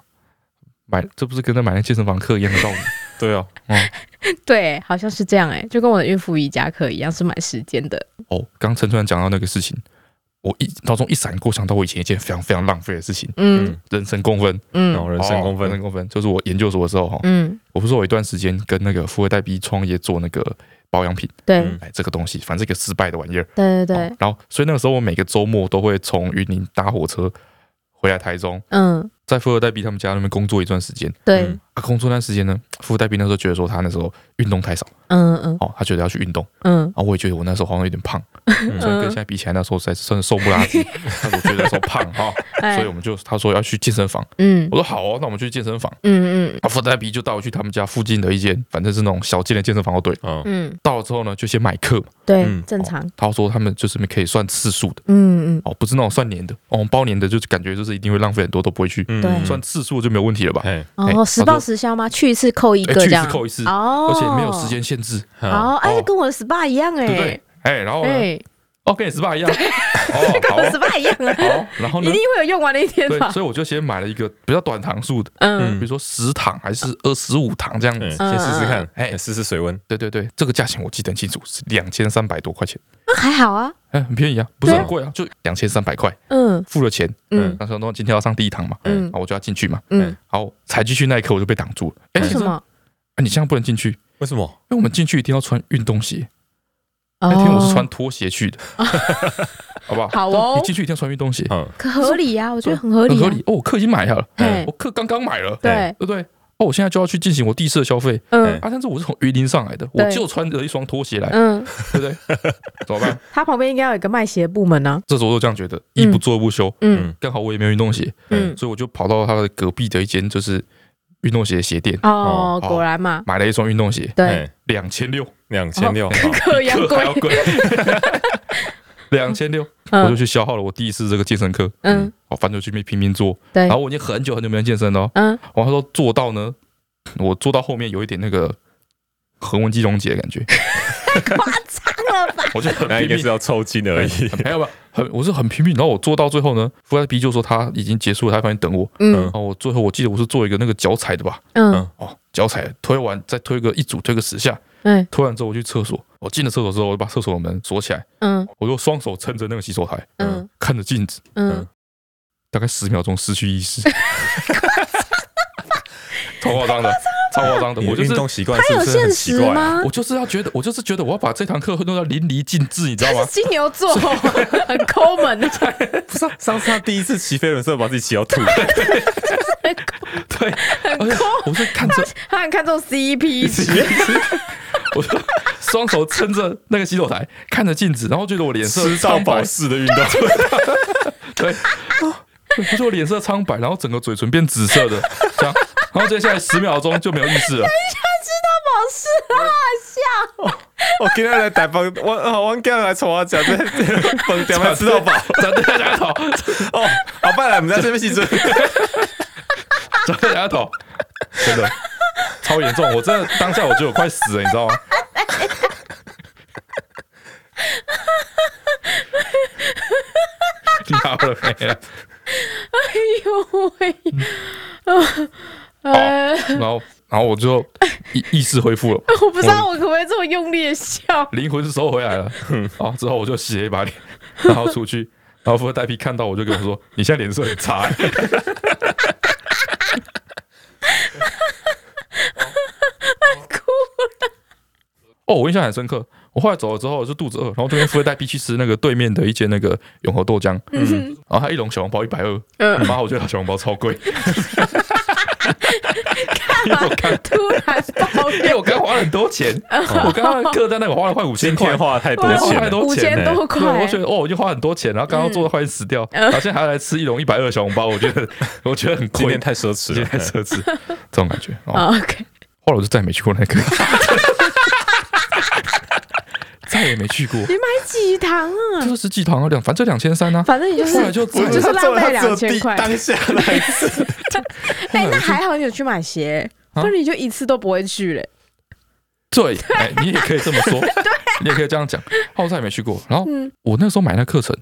Speaker 2: 买，这不是跟在买那健身房课一样的 道理？
Speaker 3: 对啊，
Speaker 4: 对，好像是这样哎、就跟我的孕妇瑜伽课一样，是买时间的。
Speaker 2: 哦，刚陈突然讲到那个事情，我一脑中一闪过，想到我以前一件非常非常浪费的事情，
Speaker 4: 嗯
Speaker 2: 人生公分，
Speaker 3: 然
Speaker 4: 嗯
Speaker 3: 后人生公
Speaker 2: 哦人
Speaker 3: 分，
Speaker 2: 生公分，就是我研究所的时候哈，
Speaker 4: 嗯，
Speaker 2: 我不是有一段时间跟那个富二代 B 创业做那个保养品，
Speaker 4: 对
Speaker 3: 嗯
Speaker 2: 哎，这个东西反正是一个失败的玩意儿。
Speaker 4: 对对
Speaker 2: 哦
Speaker 4: 对，
Speaker 2: 然后，所以那个时候我每个周末都会从云林搭火车回来台中，
Speaker 4: 嗯
Speaker 2: 在富二代 B 他们家那边工作一段时间。
Speaker 4: 对
Speaker 3: 嗯
Speaker 2: 阿公这段时间呢，付代斌那时候觉得说他那时候运动太少，
Speaker 4: 嗯嗯
Speaker 2: 哦，他觉得要去运动，
Speaker 4: 嗯，
Speaker 2: 然后我也觉得我那时候好像有点胖，
Speaker 3: 嗯
Speaker 2: 所以跟现在比起来，那时候实在是真的瘦不拉几，但是我觉得那时候胖哈，
Speaker 4: 哎
Speaker 2: 所以我们就他说要去健身房，
Speaker 4: 嗯
Speaker 2: 我说好哦，那我们去健身房。
Speaker 4: 嗯嗯
Speaker 2: 啊，付代斌就带我去他们家附近的一间，反正是那种小间的健身房，哦对。
Speaker 3: 嗯，
Speaker 4: 嗯，
Speaker 2: 到了之后呢，就先买课嘛，
Speaker 4: 对，
Speaker 3: 嗯
Speaker 4: 正常，
Speaker 2: 他说他们就是可以算次数的，
Speaker 4: 嗯嗯
Speaker 2: 哦，不是那种算年的，哦，我们包年的就是感觉就是一定会浪费很多，都不会去。
Speaker 3: 嗯
Speaker 4: 对
Speaker 2: 算次数就没有问题了吧？
Speaker 3: 哎，
Speaker 2: 哎
Speaker 4: 哦，实报实销吗？去一次扣一
Speaker 2: 哎
Speaker 4: 个，
Speaker 2: 去
Speaker 4: 这
Speaker 2: 一次
Speaker 4: 样，
Speaker 2: 扣一次，
Speaker 4: 哦，
Speaker 2: 而且没有时，间限制，
Speaker 4: 哦，哎
Speaker 2: 哦，
Speaker 4: 跟我的 SPA 一样
Speaker 2: 对不
Speaker 4: 哎
Speaker 2: 对，？哎，然后呢
Speaker 4: 哎，
Speaker 2: 哦，跟你 SPA 一样，哦，好
Speaker 4: 跟我
Speaker 2: 哦
Speaker 4: 的 SPA 一样 啊，
Speaker 2: 好，然后
Speaker 4: 一
Speaker 2: 呢
Speaker 4: 定？会有用完的一天
Speaker 2: 对，
Speaker 4: 吧？
Speaker 2: 所以我就先买了一个比较短堂数的，
Speaker 4: 嗯
Speaker 2: 比如说十堂还是二十五堂这样
Speaker 3: 嗯，
Speaker 2: 子。
Speaker 3: 先试试看，
Speaker 2: 哎
Speaker 4: 嗯
Speaker 3: 哎，试试水温，
Speaker 2: 对对对，这个价钱我记得很清楚，是两千三百多块钱，
Speaker 4: 那还好啊，
Speaker 2: 哎，很便宜啊，不是
Speaker 4: 对啊
Speaker 2: 很贵啊，就两千三百块，
Speaker 4: 嗯
Speaker 2: 付了钱。
Speaker 4: 嗯
Speaker 2: 那时候今天要上第一堂嘛，
Speaker 4: 嗯
Speaker 2: 然后我就要进去嘛，
Speaker 4: 嗯，
Speaker 2: 然后踩进去那一刻我就被挡住了。哎，
Speaker 4: 为什
Speaker 2: 先生？
Speaker 4: 么？
Speaker 2: 哎你现在不能进去，因
Speaker 3: 为什么？
Speaker 2: 为我们进去一定要穿运动鞋。
Speaker 4: 哦
Speaker 2: 那天哎我是穿拖鞋去 的，好不好？
Speaker 4: 好哦
Speaker 2: 你进去一定要穿运动鞋，
Speaker 3: 嗯，
Speaker 4: 可合理呀，我觉得很合
Speaker 2: 很
Speaker 4: 理
Speaker 2: 合
Speaker 4: 啊，
Speaker 2: 理。哦，我课已经买了，
Speaker 4: 嘿
Speaker 2: 我课刚刚买了，
Speaker 4: 对，
Speaker 2: 对不对？哦，我现在就要去进行我第一次的消费。
Speaker 4: 嗯
Speaker 2: 啊，但是我是从云林上来的，
Speaker 4: 对
Speaker 2: 我就穿着一双拖鞋来，
Speaker 4: 嗯，
Speaker 2: 对不对？ 怎么办？
Speaker 4: 他旁边应该有一个卖鞋部门呢，
Speaker 2: 这时候我就这样觉得，一不做二不休，
Speaker 4: 嗯
Speaker 2: 刚好我也没有运动鞋，
Speaker 4: 嗯，
Speaker 2: 所以我就跑到他的隔壁的一间就是运动鞋鞋店，
Speaker 4: 哦
Speaker 2: 哦，
Speaker 4: 果然嘛，
Speaker 2: 买了一双运动鞋，
Speaker 4: 对，
Speaker 3: 哎，
Speaker 2: 两千六，
Speaker 3: 两千六，
Speaker 4: 各样
Speaker 2: 比课还要
Speaker 4: 贵，
Speaker 2: 贵，两千六，我就
Speaker 4: 嗯
Speaker 2: 去消耗了我第一次这个健身课，
Speaker 4: 嗯，
Speaker 2: 哦，反正就去拼拼做，
Speaker 4: 对
Speaker 2: 然，后我已经很久很久没有健身了哦，
Speaker 4: 嗯
Speaker 2: 然后他说做到呢，我做到后面有一点那个横纹肌溶解的感觉，
Speaker 1: 夸张了吧？
Speaker 2: 我就很
Speaker 3: 哎那应
Speaker 2: 拼
Speaker 3: 该
Speaker 2: 命
Speaker 3: 是。要抽筋而已。
Speaker 2: 没有吧，很我是很拼命，然后我做到最后呢，福莱 B 就说他已经结束了，他在旁边等我。
Speaker 4: 嗯
Speaker 2: 然后哦我最后我记得我是做一个那个脚踩的吧，
Speaker 4: 嗯
Speaker 2: 哦，脚踩推完再推个一组，推个十下，
Speaker 4: 嗯
Speaker 2: 推完之后我去厕所，我进了厕所之后，我就把厕所的门锁起来，
Speaker 4: 嗯
Speaker 2: 我就双手撑着那个洗手台，
Speaker 4: 嗯
Speaker 2: 看着镜子，
Speaker 4: 嗯，
Speaker 2: 大概十秒钟失去意识， 超夸张的，超夸张的，
Speaker 3: 嗯你
Speaker 2: 我就
Speaker 3: 运
Speaker 2: 是
Speaker 3: 动习惯
Speaker 4: 他
Speaker 3: 是
Speaker 4: 有
Speaker 3: 不是
Speaker 4: 限
Speaker 3: 很奇
Speaker 4: 时
Speaker 3: 怪啊？
Speaker 4: 吗？
Speaker 2: 我就是要觉得，我就是觉得我要把这堂课弄到淋漓尽致，你知道
Speaker 4: 他
Speaker 2: 吗
Speaker 4: 是？金牛座，很抠门的，很
Speaker 3: 不是啊，上次他第一次骑飞轮的时候把自己骑到吐，
Speaker 2: 对，而且我是看着，
Speaker 4: 他很看重 CP 值。
Speaker 2: 我就双手撑着那个洗手台，看着镜子，然后觉得我脸色
Speaker 3: 吃到
Speaker 2: 苍白
Speaker 3: 饱，式的运动，
Speaker 2: 对，我觉得我脸色苍白，然后整个嘴唇变紫色的，这样，然后接下来十秒钟就没有意 识了。
Speaker 4: 啊
Speaker 3: 我今天来台北，我我我今天来从我讲 这饭 店要吃到饱
Speaker 2: 真的假头，
Speaker 3: 哦，好拜来我们在这边洗准，
Speaker 2: 真的假头，真的超严重，我真的当下我觉得我快死了，你知道吗？ 好了没了？
Speaker 4: 哎呦
Speaker 2: 嗯
Speaker 4: 喂！
Speaker 2: 哦
Speaker 4: 呃，
Speaker 2: 然后，然后我就意意识恢复了，
Speaker 4: 我不知道我可不可以这么用力的笑。
Speaker 2: 灵魂是收回 来了。哦，之后我就洗了一把脸，然后出去， 然后富二代皮看到我就跟我说：“你现在脸色很差、 欸。哦，我印象很深刻。我后来走了之后，我就肚子饿，然后就跟富二代 B 去吃那个对面的一间那个永和豆浆，
Speaker 4: 嗯
Speaker 2: 然后他一笼小笼包一百二，
Speaker 4: 嗯，
Speaker 2: 妈，我觉得他小笼包超贵，
Speaker 4: 干嘛啊突然抱
Speaker 2: 因为
Speaker 4: 怨？
Speaker 2: 我刚花了很多 钱，
Speaker 4: 哦
Speaker 2: 我刚刚客单那个花了快五
Speaker 3: 今
Speaker 2: 千块
Speaker 3: 天，花了太多
Speaker 2: 花
Speaker 3: 钱
Speaker 2: 了太
Speaker 3: 了，
Speaker 2: 多
Speaker 4: 五
Speaker 2: 钱
Speaker 4: 千
Speaker 2: 呢、对，
Speaker 4: 多块嗯
Speaker 2: 我觉，得哦，我已经花很多钱，然后刚刚做的快点死掉，然后现在还要来吃一笼一百二的小笼包，我觉得我觉得很
Speaker 3: 今
Speaker 2: 亏
Speaker 3: 天，太奢侈
Speaker 2: 今天太
Speaker 3: 了。哎
Speaker 2: 奢侈，这种感觉。哦，
Speaker 4: 啊 OK，
Speaker 2: 后来我就再也没去过那 个，再也没去过，
Speaker 4: 你买几堂啊？
Speaker 2: 就是十几堂啊，两反正两千三啊，
Speaker 4: 反正你就
Speaker 2: 后来
Speaker 4: 是
Speaker 2: 就
Speaker 3: 我
Speaker 2: 再
Speaker 3: 觉
Speaker 4: 就
Speaker 3: 得
Speaker 4: 是
Speaker 3: 他做了
Speaker 4: 浪费
Speaker 3: 他只有
Speaker 4: 2000
Speaker 3: 第
Speaker 4: 块
Speaker 3: 当下那一次，
Speaker 4: 哎，那还好你有去买鞋，不
Speaker 2: 啊
Speaker 4: 然你就一次都不会去嘞。
Speaker 2: 对，哎，你也可以这么 说，你也可以这样讲。后来再也没去过。然后
Speaker 4: 嗯
Speaker 2: 我那时候买那课程，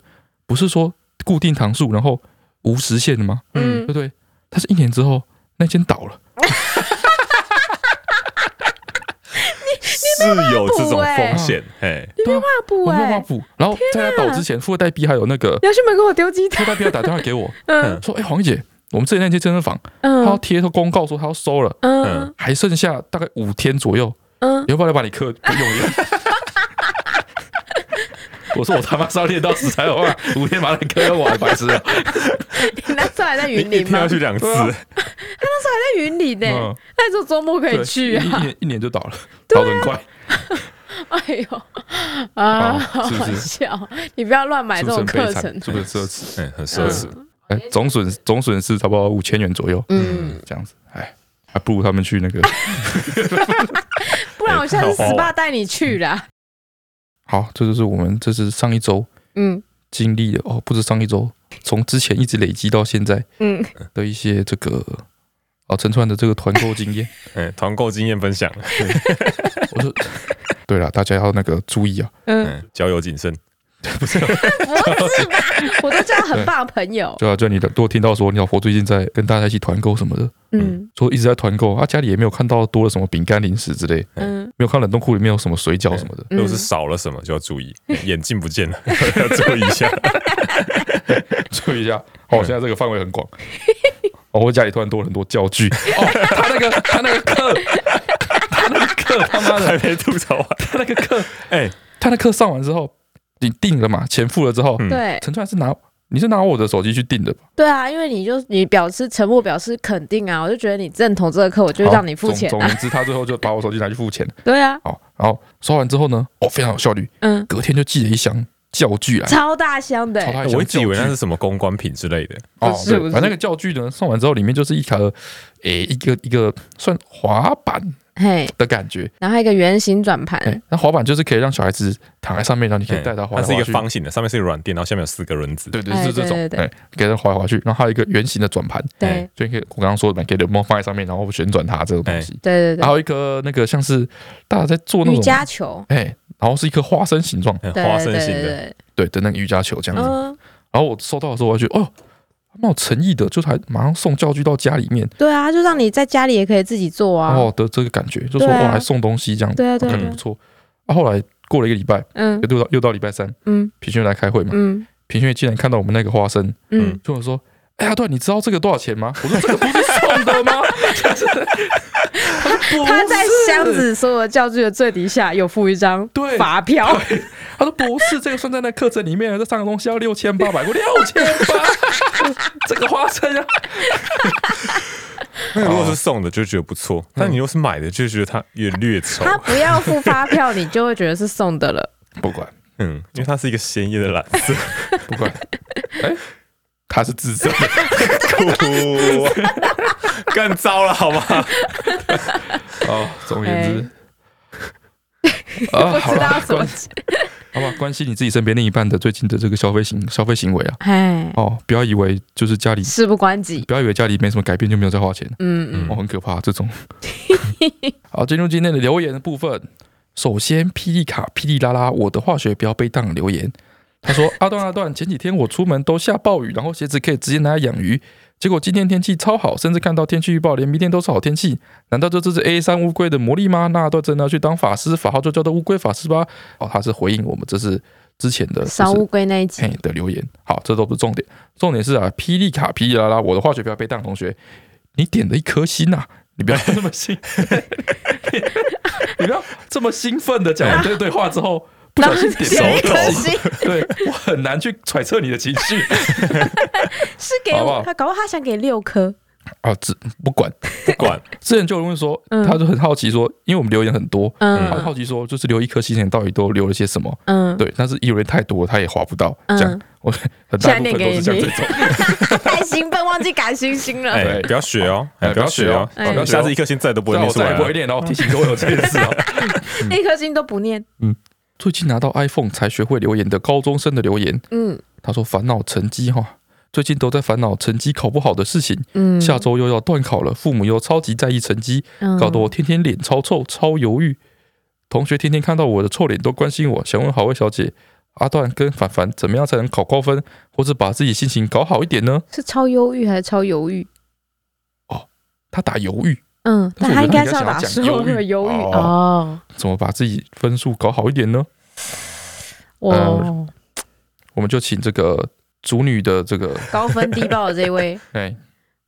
Speaker 2: 不是说固定堂数，然后无时限的吗？对
Speaker 4: 嗯
Speaker 2: 不，对？但是一年之后，那间倒了。
Speaker 3: 是有这种风 险，哎，
Speaker 4: 你没有画布
Speaker 2: 啊我没有画
Speaker 4: 哎，
Speaker 2: 布。然后在他倒之前，富二代 B 还有那 个
Speaker 4: 你要去门口丢鸡
Speaker 2: 富
Speaker 4: 蛋
Speaker 2: 二。代 B 还打电话给我
Speaker 4: 嗯
Speaker 2: 说：“哎，黄怡姐，我们之前那间健身房，他要
Speaker 4: 嗯
Speaker 2: 贴公告说他要收了，
Speaker 4: 嗯
Speaker 2: 还剩下大概五天左右，
Speaker 4: 嗯，
Speaker 2: 你要不要来把你课用一 用？”我说我他妈是要练到死才有办法，五天把你课用完，白痴啊！
Speaker 4: 你那时候还在
Speaker 3: 你
Speaker 4: 云
Speaker 3: 一
Speaker 4: 林
Speaker 3: 天
Speaker 4: 吗？
Speaker 3: 要
Speaker 4: 那时
Speaker 3: 去两次
Speaker 2: 对，啊
Speaker 4: 候还在云理呢、
Speaker 2: 嗯，
Speaker 4: 那你说周末可以
Speaker 2: 对
Speaker 4: 去
Speaker 2: 一一
Speaker 4: 啊？
Speaker 2: 年一年就倒了，倒的很快，
Speaker 4: 哎呦，啊，好
Speaker 2: 好是不
Speaker 4: 好
Speaker 2: 是
Speaker 4: 笑！你不要乱买
Speaker 2: 是
Speaker 4: 这
Speaker 2: 不是
Speaker 4: 种
Speaker 2: 很悲
Speaker 4: 课
Speaker 2: 惨
Speaker 4: 程？，嗯
Speaker 2: 是不是很奢侈？
Speaker 3: 哎，很奢侈。
Speaker 2: 哎，总损总损失差不多五千元左右，
Speaker 4: 嗯，
Speaker 2: 这样子，哎，还不如他们去那个。
Speaker 4: 不然我下次
Speaker 3: 哎好
Speaker 4: SPA 带你去啦。
Speaker 2: 好，这就是我们这是上一周
Speaker 4: 嗯
Speaker 2: 经历的哦，不止上一周，从之前一直累积到现在
Speaker 4: 嗯，
Speaker 2: 的一些这个啊陈川的这个团购经 验。
Speaker 3: 哎，团购经验分享，
Speaker 2: 我说，对了，大家要那个注意啊，
Speaker 3: 嗯，交友谨慎。
Speaker 4: 不是吧？ 我都交很棒的朋友。
Speaker 2: 对啊，就你的多听到说你老婆最近在跟大家一起团购什么的，
Speaker 4: 嗯
Speaker 2: 说一直在团购，啊，家里也没有看到多了什么饼干零食之类，
Speaker 4: 嗯
Speaker 2: 没有看冷冻库里面有什么水饺什么的。
Speaker 3: 如
Speaker 4: 嗯
Speaker 3: 果是少了什么，就要注意，嗯眼镜不见了， 要注意一 下。
Speaker 2: 注意一下。哦，我现在这个范围很广。哦，我家里突然多了很多教具。 哦，他那个他那个 课，他那个课他妈的
Speaker 3: 还没吐槽完，
Speaker 2: 他那个课，
Speaker 3: 哎，
Speaker 2: 他那课上完之后，你定了嘛？钱付了之后，
Speaker 3: 嗯
Speaker 4: 对
Speaker 2: 陈川是拿你是拿我的手机去定的吧？
Speaker 4: 对啊，因为你就你表示沉默表示肯定啊，我就觉得你认同这个课，我就
Speaker 2: 好
Speaker 4: 让你付钱
Speaker 2: 总总
Speaker 4: 啊。
Speaker 2: 言之，他最后就把我手机拿去付钱。
Speaker 4: 对啊，
Speaker 2: 好，然后刷完之后呢，哦，非常有效率，
Speaker 4: 嗯，
Speaker 2: 隔天就寄了一箱教具来。
Speaker 4: 超大箱的
Speaker 2: 哎超
Speaker 4: 欸，
Speaker 2: 大箱
Speaker 3: 我一直以为那
Speaker 2: 教具
Speaker 3: 是什么公关品之类的，
Speaker 2: 哦
Speaker 4: 不，是
Speaker 2: 对，
Speaker 4: 不是
Speaker 2: 反正那个教具呢，送完之后里面就是一个，诶，一个一个算滑板
Speaker 4: 嘿，
Speaker 2: 的感觉，
Speaker 4: 然后还有一个圆形转
Speaker 2: 哎、
Speaker 4: 盘，
Speaker 2: 那滑板就是可以让小孩子躺在上面，然后你可以
Speaker 3: 哎
Speaker 2: 带他滑
Speaker 3: 它
Speaker 2: 来滑
Speaker 3: 是
Speaker 2: 去。
Speaker 3: 一个方形的，上面是一个软垫，然后下面有四个轮子。
Speaker 2: 对对，
Speaker 4: 哎
Speaker 2: 是这种，
Speaker 4: 对对对
Speaker 2: 哎给他滑来滑去。然后还有一个圆形的转盘，
Speaker 3: 嗯
Speaker 4: 对
Speaker 2: 所以可以我刚刚说的嘛，给人猫放在上面，然后旋转它这种东
Speaker 3: 哎
Speaker 2: 西。
Speaker 4: 对对
Speaker 2: 还
Speaker 4: 对，
Speaker 2: 有一个那个像是大家在做那
Speaker 4: 瑜
Speaker 2: 种，
Speaker 4: 伽球，
Speaker 2: 哎、然后是一颗花生形状，
Speaker 3: 嗯
Speaker 4: 对
Speaker 3: 花
Speaker 4: 对
Speaker 3: 生
Speaker 4: 对
Speaker 3: 型
Speaker 4: 对
Speaker 3: 的，
Speaker 4: 对，
Speaker 2: 对的那个瑜伽球这样子。
Speaker 4: 嗯，
Speaker 2: 然后我收到的时候，我就觉得哦，蛮有诚意的，就是还马上送教具到家里面，
Speaker 4: 对啊，就让你在家里也可以自己做啊。
Speaker 2: 哦的这个感觉，就说
Speaker 4: 对啊
Speaker 2: 哦还送东西这样，
Speaker 4: 对啊对啊
Speaker 2: 感
Speaker 4: 对
Speaker 2: 觉
Speaker 4: 啊
Speaker 2: 不，错。啊，后来过了一个礼拜，
Speaker 4: 嗯
Speaker 2: 又到又到礼拜三，
Speaker 4: 嗯
Speaker 2: 平轩来开会嘛，
Speaker 4: 嗯
Speaker 2: 平轩竟然看到我们那个花生。
Speaker 4: 嗯，
Speaker 2: 就我说：“哎呀，对，你知道这个多少钱吗？”我说：“这个不是送的吗？” 他说
Speaker 4: 他在箱。子所有教具的最底下有附一张
Speaker 2: 对
Speaker 4: 发票，
Speaker 2: 不是他说：“不是，这个算在那课程里面，这上个东西要六千八百块，六千八，这个花生啊，
Speaker 3: 那如果是送的就觉得不错，但你如果是买的就觉得它越略丑。
Speaker 4: 他不要付发票，你就会觉得是送的了。
Speaker 2: 不管
Speaker 3: 嗯，因为它是一个鲜艳的蓝 色。
Speaker 2: 不管，哎，他是自责。
Speaker 3: 哭，更糟了好吗？
Speaker 2: 哦， 总而言之， 啊，
Speaker 4: 不
Speaker 2: 好
Speaker 4: 知道
Speaker 2: 了，
Speaker 4: 怎么
Speaker 2: 关，好吧，关心你自己身边另一半的最近的这个消费行消费行为啊，
Speaker 4: 哎，
Speaker 2: 哦，不要以为就是家里，
Speaker 4: 事不关己。
Speaker 2: 不要以为家里没什么改变就没有在花钱，
Speaker 4: 嗯嗯，
Speaker 2: 哦，很可怕这种。 好，进入今天的留言的部分。首先，霹雳卡霹雳拉拉，我的化学标被当留言，他说：“啊阿段阿段，前几天我出门都下暴雨，然后鞋子可以直接拿来养鱼，结果今天天气超好，甚至看到天气预报连明天都是好天气，难道这就是 A 三乌龟的魔力吗？那阿段真的要去当法师，法号就叫做乌龟法师吧。”哦，他是回应我们这是之前的
Speaker 4: 烧乌龟那一集
Speaker 2: 嘿的留言。好，这都不是重点，重点是啊，霹雳卡霹雳拉拉，我的化学标被当同学，你点了一颗星呐、你不要这么兴， 你不要这么兴奋的讲完这个对话之后，不小心点
Speaker 4: 然后
Speaker 2: 了
Speaker 4: 一
Speaker 2: 一
Speaker 4: 颗
Speaker 2: 颗
Speaker 4: 星
Speaker 2: 星，对我很难去揣测你的情绪
Speaker 4: 是给
Speaker 2: 好不
Speaker 4: 我
Speaker 2: 好，
Speaker 4: 他搞不好他想给六颗。
Speaker 2: 啊，只不管
Speaker 3: 不管，
Speaker 2: 之前就有人问说，
Speaker 4: 嗯
Speaker 2: 他就很好奇说，因为我们留言很多。他
Speaker 4: 嗯
Speaker 2: 好奇说，就是留一颗星星到底都留了些什么？
Speaker 4: 嗯，
Speaker 2: 对，但是留言太多，他也划不到。这样
Speaker 4: 嗯，
Speaker 2: 我很大部分都是讲这种。
Speaker 4: 太兴奋，忘记赶星星了。
Speaker 3: 哎，不要学哦，哎，
Speaker 2: 哎
Speaker 3: 不要学哦，
Speaker 4: 不要学哦
Speaker 3: 哎下次一颗星再都不会
Speaker 2: 对啊
Speaker 3: 念
Speaker 2: 我
Speaker 3: 出
Speaker 2: 再
Speaker 3: 来
Speaker 2: 也不会
Speaker 3: 了。
Speaker 2: 念，然后提醒各位有这件事啊。
Speaker 4: 一颗星都不念。
Speaker 2: 最近拿到 iPhone 才学会留言的高中生的留言，
Speaker 4: 嗯
Speaker 2: 他说烦恼成绩哈，最近都在烦恼成绩考不好的事情，
Speaker 4: 嗯，
Speaker 2: 下周又要断考了，父母又超级在意成绩，搞得我天天脸超臭，超犹豫。同学天天看到我的臭脸都关心我，想问好味小姐。阿段跟凡凡怎么样才能考高分，或是把自己心情搞好一点呢？
Speaker 4: 是超忧郁还是超犹豫？
Speaker 2: 他打犹豫，
Speaker 4: 嗯，
Speaker 2: 但
Speaker 4: 但
Speaker 2: 是
Speaker 4: 他
Speaker 2: 我
Speaker 4: 应
Speaker 2: 觉
Speaker 4: 该
Speaker 2: 得
Speaker 4: 是
Speaker 2: 他
Speaker 4: 要
Speaker 2: 应该
Speaker 4: 打
Speaker 2: 想要
Speaker 4: 说
Speaker 2: 讲犹豫
Speaker 4: 犹豫
Speaker 2: 哦
Speaker 4: 哦。
Speaker 2: 怎么把自己分数搞好一点呢？
Speaker 4: 哦我
Speaker 2: 嗯我们就请这个主女的这个，
Speaker 4: 高分低报的这 位，
Speaker 2: 哎，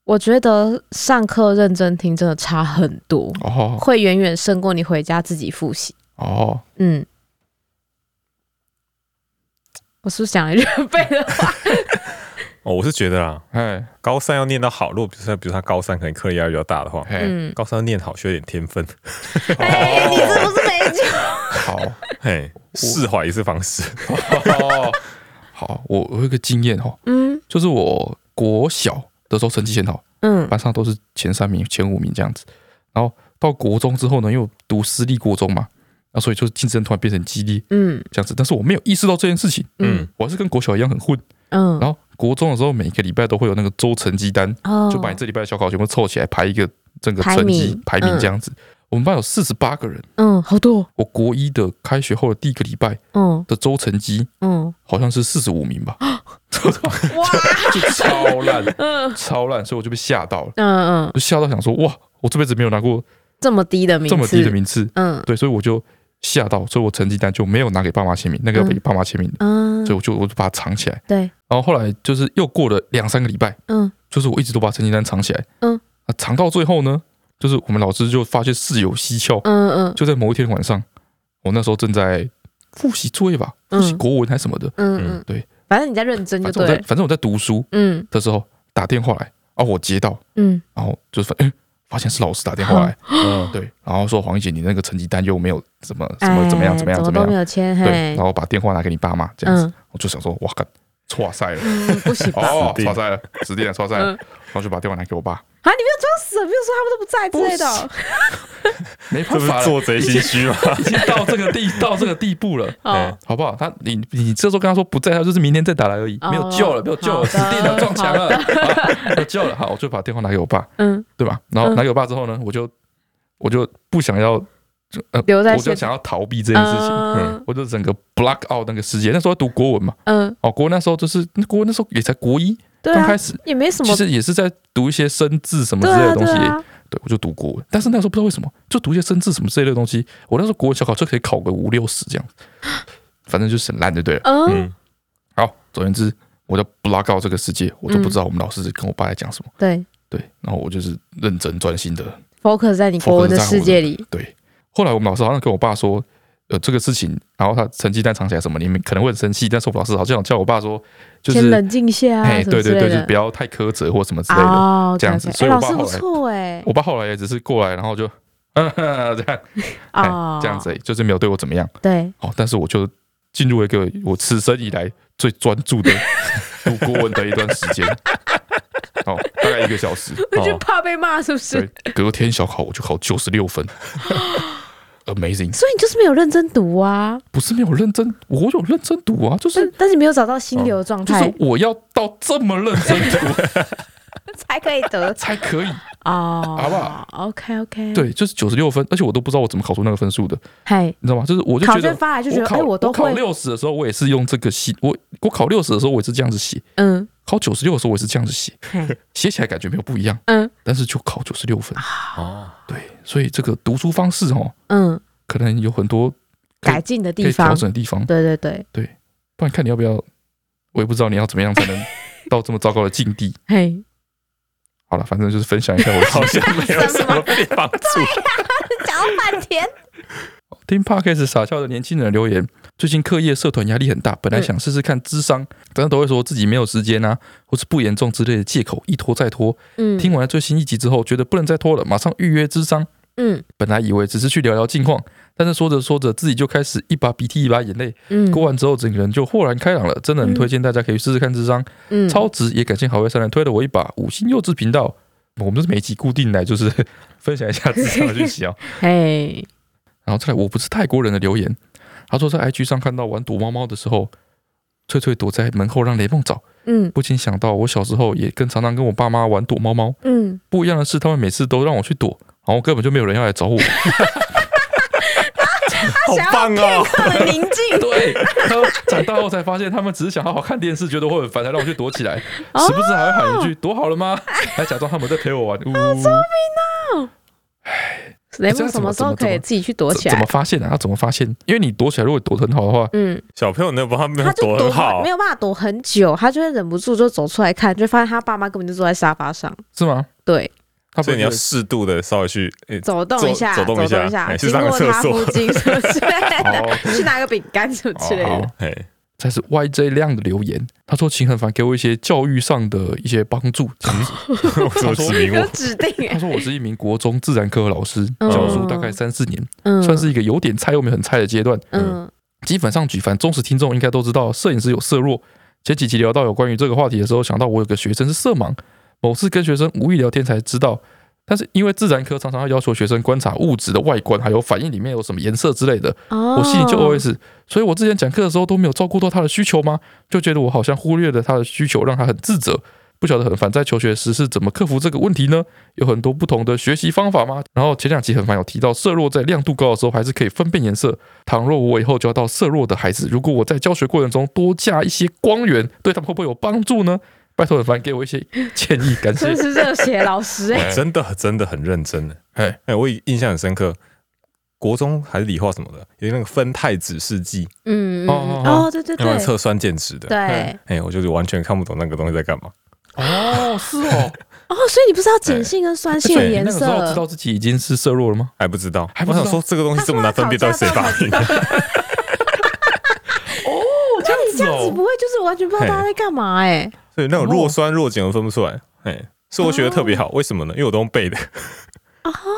Speaker 4: 我觉得上课认真听真的差很多，
Speaker 2: 哦
Speaker 4: 会远远胜过你回家自己复习。
Speaker 2: 哦，
Speaker 4: 嗯，我是不是讲了一句很背的话？
Speaker 3: 哦，我是觉得啦，
Speaker 2: 哎
Speaker 3: 高三要念到好，如果比如说比如说他高三可能课业压力比较大的话，
Speaker 2: 哎，
Speaker 4: 嗯，
Speaker 3: 高三要念好需要一点天分，
Speaker 1: 哎，你这不是没救？
Speaker 2: 好，
Speaker 3: 嘿，释怀也是方式。
Speaker 2: 好，我我有一个经验哦，
Speaker 4: 嗯
Speaker 2: 就是我国小的时候成绩很好，
Speaker 4: 嗯
Speaker 2: 班上都是前三名、前五名这样子。然后到国中之后呢，因为我读私立国中嘛，那所以就是竞争突然变得很激烈
Speaker 4: 嗯
Speaker 2: 这样子。但是我没有意识到这件事情，
Speaker 4: 嗯
Speaker 3: 嗯，
Speaker 2: 我还是跟国小一样很混。
Speaker 4: 嗯，
Speaker 2: 然后国中的时候，每个礼拜都会有那个周成绩单，
Speaker 4: 哦
Speaker 2: 就把你这礼拜的小考全部凑起来排一个整个
Speaker 4: 排
Speaker 2: 成绩
Speaker 4: 名
Speaker 2: 排名这样子。我们班有四十八个人，
Speaker 4: 嗯，好多，
Speaker 2: 我国一的开学后的第一个礼拜
Speaker 4: 嗯
Speaker 2: 的周成绩
Speaker 4: 嗯，
Speaker 2: 好像是四十五 名吧，
Speaker 4: 哇，
Speaker 2: 就超烂，
Speaker 4: 嗯
Speaker 2: 超烂，所以我就被吓到了，
Speaker 4: 嗯嗯，
Speaker 2: 就吓到想说哇，我这辈子没有拿过
Speaker 4: 这么低的名次，
Speaker 2: 这么低的名次，
Speaker 4: 嗯
Speaker 2: 对，所以我就吓到，所以我成绩单就没有拿给爸妈签名，那个要给爸妈签名的，
Speaker 4: 嗯
Speaker 2: 所以，我就我就把它藏起来。
Speaker 4: 对，
Speaker 2: 然后后来就是又过了两三个礼拜，
Speaker 4: 嗯
Speaker 2: 就是我一直都把成绩单藏起来，
Speaker 4: 嗯，
Speaker 2: 啊，藏到最后呢，就是我们老师就发现事有蹊跷，
Speaker 4: 嗯嗯
Speaker 2: 就在某一天晚上，我那时候正在复习作业吧，复习
Speaker 4: 嗯
Speaker 2: 国文还是什么的，
Speaker 4: 嗯嗯，
Speaker 2: 对，
Speaker 4: 反正你在认真就
Speaker 2: 反正
Speaker 4: 对
Speaker 2: 我在
Speaker 4: 了，
Speaker 2: 反正我在读书
Speaker 4: 嗯
Speaker 2: 的时候打电话来，啊，我接到，
Speaker 4: 嗯
Speaker 2: 然后就发、嗯发现是老师打电话来，
Speaker 4: 啊
Speaker 3: 嗯，
Speaker 2: 对，然后说黄怡姐，你那个成绩单又没有怎么怎么怎么样怎么样
Speaker 4: 哎
Speaker 2: 怎
Speaker 4: 怎
Speaker 2: 么
Speaker 4: 都没
Speaker 2: 样，
Speaker 4: 有签，
Speaker 2: 对，
Speaker 4: 嘿
Speaker 2: 然，后把电话拿给你爸妈这样子，
Speaker 4: 嗯
Speaker 2: 我就想说，哇，干，错赛了，
Speaker 4: 嗯，不行吧？
Speaker 2: 哦，
Speaker 3: 死定
Speaker 2: 错
Speaker 3: 了
Speaker 2: 赛了，指定了，错赛了，
Speaker 4: 嗯
Speaker 2: 然后就把电话拿给我爸，
Speaker 4: 啊，你没有装死，没有说他们都不在之类的，哦
Speaker 2: 没
Speaker 3: 这
Speaker 2: 办
Speaker 3: 不
Speaker 2: 法
Speaker 3: 是
Speaker 2: 了，
Speaker 3: 做贼心虚吗？
Speaker 2: 已经到这个地 到这个地步了，
Speaker 4: 哦，
Speaker 2: 好不好？他你你这时候跟他说不在，他就是明天再打来而已，
Speaker 4: 哦
Speaker 2: 没有救了，没有救
Speaker 4: 好
Speaker 2: 了，
Speaker 4: 的
Speaker 2: 死定了，撞墙了，好没有救 了。好，我就把电话拿给我爸，
Speaker 4: 嗯，
Speaker 2: 对吧？然后
Speaker 4: 嗯
Speaker 2: 拿给我爸之后呢，我就我就不想要，就呃，
Speaker 4: 留在
Speaker 2: 我就
Speaker 4: 现
Speaker 2: 想要逃避这件事情，
Speaker 4: 嗯
Speaker 2: 我就整个 block out 那个世界。那时候读国文嘛，
Speaker 4: 嗯，
Speaker 2: 哦，国文那时候就是那国文那时候也才国一
Speaker 4: 对
Speaker 2: 刚
Speaker 4: 啊
Speaker 2: 开，始，
Speaker 4: 也没什
Speaker 2: 其
Speaker 4: 么，
Speaker 2: 实也是在读一些生字什么
Speaker 4: 对
Speaker 2: 之类
Speaker 4: 啊
Speaker 2: 的东
Speaker 4: 对
Speaker 2: 西。
Speaker 4: 啊，
Speaker 2: 对，我就读国文，但是那时候不知道为什么，就读一些生字什么之类的东西。我那时候国文小考就可以考个五六十这 样，反正就是很烂就对了。
Speaker 4: 嗯，
Speaker 3: 嗯，
Speaker 2: 好，总而言之，我就不拉高这个世界，
Speaker 4: 嗯
Speaker 2: 我就不知道我们老师跟我爸在讲什么。
Speaker 4: 对
Speaker 2: 对，然后我就是认真专心的。
Speaker 4: ，focus 在你国文的世界里，
Speaker 2: 对，后来我们老师好像跟我爸说，呃，这个事情，然后他成绩单藏起来什么，你们可能会很生气，但是我们老师好像有叫我爸说，就
Speaker 4: 先
Speaker 2: 是，
Speaker 4: 冷静些啊，
Speaker 2: 哎，
Speaker 4: 什么
Speaker 2: 对
Speaker 4: 之
Speaker 2: 对
Speaker 4: 类
Speaker 2: 对，
Speaker 4: 的
Speaker 2: 就是不要太苛责或什么之类的。
Speaker 4: 哦，
Speaker 2: 这样子
Speaker 4: OK，OK
Speaker 2: 所以
Speaker 4: 哎
Speaker 2: 我
Speaker 4: 老
Speaker 2: 爸
Speaker 4: 师不
Speaker 2: 后来
Speaker 4: 错哎，
Speaker 2: 我爸后来也只是过来，然后就， 嗯，这样，哎
Speaker 4: 哦，
Speaker 2: 这样子而已，就是没有对我怎么样。
Speaker 4: 对，
Speaker 2: 哦，但是我就进入一个我此生以来最专注的读国文的一段时 间，哦，大概一个小时。
Speaker 4: 我就
Speaker 3: 哦
Speaker 4: 怕被骂，是
Speaker 2: 对
Speaker 4: 不是？，
Speaker 2: 隔天小考我就考九十六 分，amazing！
Speaker 4: 所以你就是没有认真读啊，
Speaker 2: 不是没有认真，我有认真读啊，就是
Speaker 4: 但但是没有找到心流的状
Speaker 2: 哦就
Speaker 4: 态
Speaker 2: 是，我要到这么认真读
Speaker 4: 才可以得
Speaker 2: 才 可以。
Speaker 4: 哦，
Speaker 2: 好不好
Speaker 4: ？OK OK，，
Speaker 2: 对，就是九十六分，而且我都不知道我怎么考出那个分数的，
Speaker 4: 嗨，
Speaker 2: 你知道吗？就是我就
Speaker 4: 考
Speaker 2: 觉
Speaker 4: 卷
Speaker 2: 得。
Speaker 4: 发来就觉
Speaker 2: 我
Speaker 4: 得，
Speaker 2: 考
Speaker 4: 哎，我都
Speaker 2: 考
Speaker 4: 会，
Speaker 2: 六十的时候，我也是用这个写；我我考六十的时候，我也是这样子写；
Speaker 4: 嗯，
Speaker 2: 考九十六的时候，我也是这样子写。
Speaker 4: 嘿，
Speaker 2: 写起来感觉没有不一样，
Speaker 4: 嗯啊
Speaker 2: 但是就考九十六分。
Speaker 3: 哦，
Speaker 2: 对，所以这个读书方式哦，
Speaker 4: 嗯，
Speaker 2: 可能有很多可以
Speaker 4: 改进的
Speaker 2: 可以
Speaker 4: 地
Speaker 2: 调
Speaker 4: 方，
Speaker 2: 整的地方。
Speaker 4: 对对对，
Speaker 2: 不然看你要不要，我也不知道你要怎么样 才能到这么糟糕的境地。
Speaker 4: 嘿，
Speaker 2: 好了，反正就是分享一下我 自己
Speaker 3: 好像没有什么被帮助。
Speaker 4: 讲了半天，
Speaker 2: 听 podcast 傻笑的年轻人留言。最近课业、社团压力很大，本
Speaker 4: 嗯
Speaker 2: 来想试试看智商，但是都会说自己没有时间啊，或是不严重之类的借口，一拖再拖。
Speaker 4: 嗯，
Speaker 2: 听完了最新一集之后，觉得不能再拖了，马上预约智商。
Speaker 4: 嗯
Speaker 2: 本来以为只是去聊聊近况，但是说着说着自己就开始一把鼻涕一把眼泪。
Speaker 4: 嗯，
Speaker 2: 过完之后，整个人就豁然开朗了，真的很推荐大家可以试试看智商，
Speaker 4: 嗯
Speaker 2: 超值！也感谢好味三人推了我一把。五星幼稚频道，我们就是每集固定来就是 分享一下智商的讯 息哦。
Speaker 4: 嘿，
Speaker 2: 然后再来，我不是泰国人的留言，他说在 IG 上看到玩躲猫猫的时候，翠翠躲在门后让雷梦找，
Speaker 4: 嗯
Speaker 2: 不禁想到我小时候也跟常常跟我爸妈玩躲猫猫，
Speaker 4: 嗯，
Speaker 2: 不一样的是他们每次都让我去躲，然后根本就没有人要来找我。
Speaker 3: 好棒哦！
Speaker 4: 他的宁 静，
Speaker 2: 对，他们长大后才发现，他们只是想好好看电视，觉得我很烦，才让我去躲起来，
Speaker 4: 哦
Speaker 2: 时不时还会喊一句“躲好了吗”， 还假装他们在陪我玩。 呜，聪明
Speaker 4: 雷
Speaker 2: 这
Speaker 4: 梦
Speaker 2: 样
Speaker 4: 什
Speaker 2: 怎么
Speaker 4: 么时候
Speaker 2: 怎么
Speaker 4: 可以自己去躲起
Speaker 2: 怎么
Speaker 4: 来？
Speaker 2: 发现啊？他怎么发现？因为你躲起来，如果躲得很好的话，
Speaker 4: 嗯，
Speaker 3: 小朋友那不他们
Speaker 4: 他就
Speaker 3: 躲
Speaker 4: 躲
Speaker 3: 很好
Speaker 4: 没，有办法躲很久，他就会忍不住就走出来看，就发现他爸妈根本就坐在沙发上。
Speaker 2: 是吗？
Speaker 4: 对，
Speaker 2: 他不
Speaker 3: 所以你
Speaker 2: 会觉
Speaker 3: 要
Speaker 2: 得
Speaker 3: 适度的稍微去，诶
Speaker 4: 走动一下，
Speaker 3: 走
Speaker 4: 动
Speaker 3: 动一下哎去
Speaker 4: 经
Speaker 3: 上个
Speaker 4: 过
Speaker 3: 厕
Speaker 4: 他
Speaker 3: 所
Speaker 4: 附近什么之类的，
Speaker 2: 好
Speaker 4: 去拿个饼干什么之类
Speaker 2: 哦
Speaker 4: 的
Speaker 2: 好。
Speaker 3: 哎，
Speaker 2: 才是 YJ 亮的留言，他说：“秦很凡给我一些教育上的一些帮助。这样子
Speaker 3: 为什么
Speaker 2: 哦
Speaker 3: 指明
Speaker 4: 有
Speaker 3: 我？
Speaker 4: 指定
Speaker 2: 他
Speaker 4: 哎，
Speaker 2: 说：“我是一名国中自然科老师，教书大概三四年，
Speaker 4: 嗯，
Speaker 2: 算是一个有点菜又没有很菜的阶段。
Speaker 4: 嗯
Speaker 2: 基本上举凡忠实听众应该都知道，摄影师有色弱。前几集聊到有关于这个话题的时候，想到我有个学生是色盲，某次跟学生无意聊天才知道，但是因为自然科常常要要求学生观察物质的外观，还有反应里面有什么颜色之类的，
Speaker 4: 哦
Speaker 2: 我心里就 OS，所以我之前讲课的时候都没有照顾到他的需求吗？就觉得我好像忽略了他的需求，让他很自责。不晓得很烦在求学时是怎么克服这个问题呢？有很多不同的学习方法吗？然后前两集很烦有提到色弱在亮度高的时候还是可以分辨颜色。倘若我以后教到色弱的孩子，如果我在教学过程中多加一些光源，对他们会不会有帮助呢？拜托很烦给我一些 建议，感谢
Speaker 4: 真。是热血老师哎，
Speaker 3: 我真的真的很认真哎
Speaker 2: 哎，
Speaker 3: 哎，我印象很深刻，国中还是理化什么的，有那个分态指示剂，
Speaker 4: 嗯嗯
Speaker 2: 哦
Speaker 4: 嗯
Speaker 2: 哦哦
Speaker 4: 哦，对对
Speaker 3: 用来
Speaker 4: 对
Speaker 3: 测酸碱值的。
Speaker 4: 对，
Speaker 3: 哎，我就是完全看不懂那个东西在干嘛。
Speaker 2: 哦，是哦，
Speaker 4: 哦，所以你不知道碱性跟酸性的
Speaker 3: 对
Speaker 2: 你哎
Speaker 4: 颜
Speaker 2: 那个时候知
Speaker 4: 色
Speaker 2: 道自己已经是色弱了吗？
Speaker 3: 还不知道，
Speaker 2: 还不
Speaker 3: 我
Speaker 2: 知道
Speaker 3: 想说这个东西这么难分辨，到底谁发明的？
Speaker 4: 那你哎这样
Speaker 2: 哦
Speaker 4: 子不会就是完全不知道大家在干嘛哎、
Speaker 3: 所以那种若酸若碱我分不出来。哎，是我学的特别
Speaker 4: 哦
Speaker 3: 好，为什么呢？因为我都用背的。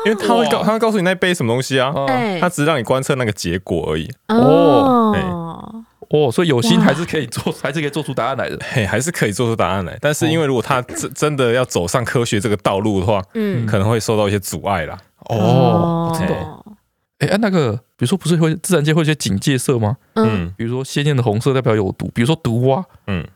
Speaker 3: 因为他会告
Speaker 2: 哇
Speaker 3: 他会告诉你那背什么东西啊，
Speaker 2: 哦
Speaker 4: 哎、
Speaker 3: 他只是让你观测那个结果而已。
Speaker 2: 哎
Speaker 4: 哦，
Speaker 2: 哦，所以有心还是可以做， 还是可以做出答案来的。
Speaker 3: 嘿，还是可以做出答案来，但是因为如果他真真的要走上科学这个道路的话，
Speaker 4: 嗯，
Speaker 3: 可能会受到一些阻碍啦。
Speaker 2: 哦，
Speaker 3: 真的
Speaker 2: 哎、啊那个，比如说不是会自然界会有一些警戒色吗？
Speaker 4: 嗯，
Speaker 3: 嗯
Speaker 2: 比如说鲜艳的红色代表有毒，比如说毒蛙，
Speaker 3: 嗯，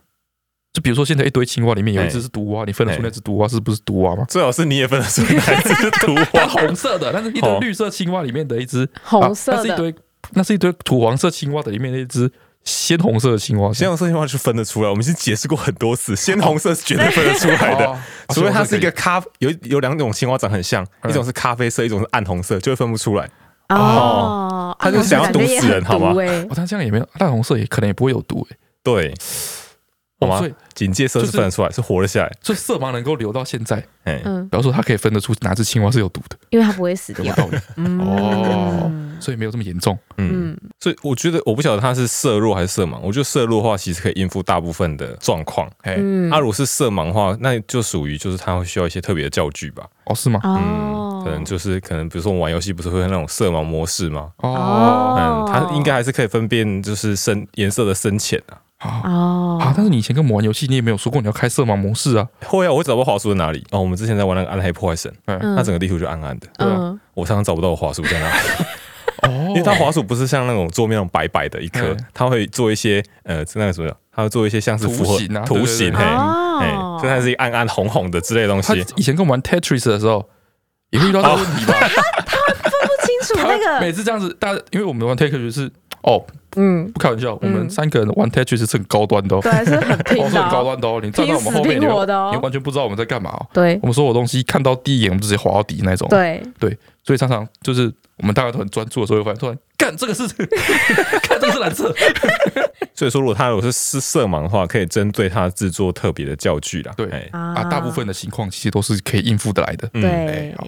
Speaker 2: 就比如说现在一堆青蛙里面有一只
Speaker 3: 哎
Speaker 2: 是毒蛙，你分得出
Speaker 3: 哎
Speaker 2: 那只毒蛙是不是毒蛙吗？
Speaker 3: 最好是你也分得出来，这是图
Speaker 2: 它
Speaker 3: 画。
Speaker 2: 红色的，但是一堆
Speaker 3: 哦
Speaker 2: 绿色青蛙里面的一只，
Speaker 4: 红
Speaker 2: 啊
Speaker 4: 色
Speaker 2: 那是一
Speaker 4: 的，
Speaker 2: 堆，那是一堆土黄色青蛙的里面的一只鲜红色的青蛙，哦
Speaker 3: 鲜红色情况是分得出来，我们已经解释过很多次，鲜红色是绝对分得出来的，
Speaker 2: 哦
Speaker 3: 除非它是一个
Speaker 2: 哦
Speaker 3: 咖，有有两种青蛙长很像，
Speaker 2: 嗯
Speaker 3: 一种是咖啡色，一种是暗红色，就会分不出来。
Speaker 2: 哦
Speaker 4: 哦，
Speaker 3: 他就想要毒死人好吗
Speaker 4: 吗？哎
Speaker 2: 哦，它这样也没有，淡红色也可能也不会有毒、欸，
Speaker 3: 对，好
Speaker 2: 哦
Speaker 3: 吗
Speaker 2: 所以？
Speaker 3: 警戒色是分得出来，是活了下来。
Speaker 2: 这色盲能够留到现在，
Speaker 3: 哎，
Speaker 4: 嗯，
Speaker 2: 比方说它可以分得出哪只青蛙是有毒的，
Speaker 4: 因为他不会死
Speaker 2: 有没有
Speaker 4: 掉。
Speaker 2: 道理？
Speaker 4: 嗯
Speaker 2: 哦所以没有这么严重。
Speaker 3: 嗯，
Speaker 4: 嗯
Speaker 3: 所以我觉得我不晓得它是色弱还是色盲，我觉得色弱的话其实可以应付大部分的状况。哎，
Speaker 4: 嗯
Speaker 3: 阿鲁是色盲的话，那就属于就是他会需要一些特别的教具吧。
Speaker 2: 哦，是吗？
Speaker 4: 哦
Speaker 3: 嗯，，可能就是可能，比如说我们玩游戏不是会有那种色盲模式吗？
Speaker 2: 哦，
Speaker 4: 哦
Speaker 3: 嗯，它应该还是可以分辨就是深颜色的深浅啊。
Speaker 2: 好
Speaker 4: 哦
Speaker 2: 啊！但是你以前跟我玩游戏，你也没有说过你要开色盲模式啊。
Speaker 3: 会啊，我找不到滑鼠在哪里。哦，我们之前在玩那个暗黑破坏神，
Speaker 4: 嗯
Speaker 3: 那整个地图就暗暗的，
Speaker 4: 嗯
Speaker 3: 我常常找不到我滑鼠在哪里，
Speaker 2: 哦，
Speaker 3: 因为它滑鼠不是像那种桌面那种白白的一颗
Speaker 2: 嗯，
Speaker 3: 它会做一些呃那个什么，它会做一些像是符合
Speaker 2: 图形啊
Speaker 3: 图形，
Speaker 2: 对对对
Speaker 3: 嘿，
Speaker 2: 哎
Speaker 3: 嘿，
Speaker 4: 哦，
Speaker 3: 所以它是一个暗暗红红的之类的东
Speaker 2: 他
Speaker 3: 西。
Speaker 2: 以前跟我玩 Tetris 的时候，也会遇
Speaker 4: 哦
Speaker 2: 到这个问题吧？
Speaker 4: 不清楚那
Speaker 2: 他每
Speaker 4: 个，
Speaker 2: 次这样子，大家因为我们玩 Tetris 是哦，
Speaker 4: 嗯，
Speaker 2: 不开玩笑，我们三个人玩 Tetris 是很高端的哦，
Speaker 4: 对，是 很
Speaker 2: 哦
Speaker 4: 拼
Speaker 2: 是很高
Speaker 4: 的，
Speaker 2: 端的哦。你站在我们后面，你
Speaker 4: 拼死拼
Speaker 2: 会
Speaker 4: 活的哦
Speaker 2: 你完全不知道我们在干嘛哦。
Speaker 4: 对
Speaker 2: 我们所有东西看到第一眼，我们就直接滑到底那种。
Speaker 4: 对，
Speaker 2: 所以常常就是我们大家都很专注的时候，会发现突然干这个是， 看这个是蓝色，
Speaker 3: 所以说，如果它如果是是色盲的话，可以针对它制作特别的教具啦。
Speaker 2: 对
Speaker 3: 哎
Speaker 4: 啊
Speaker 2: 啊，大部分的情况其实都是可以应付得来的。
Speaker 3: 嗯
Speaker 2: 哎
Speaker 4: 对，
Speaker 2: 好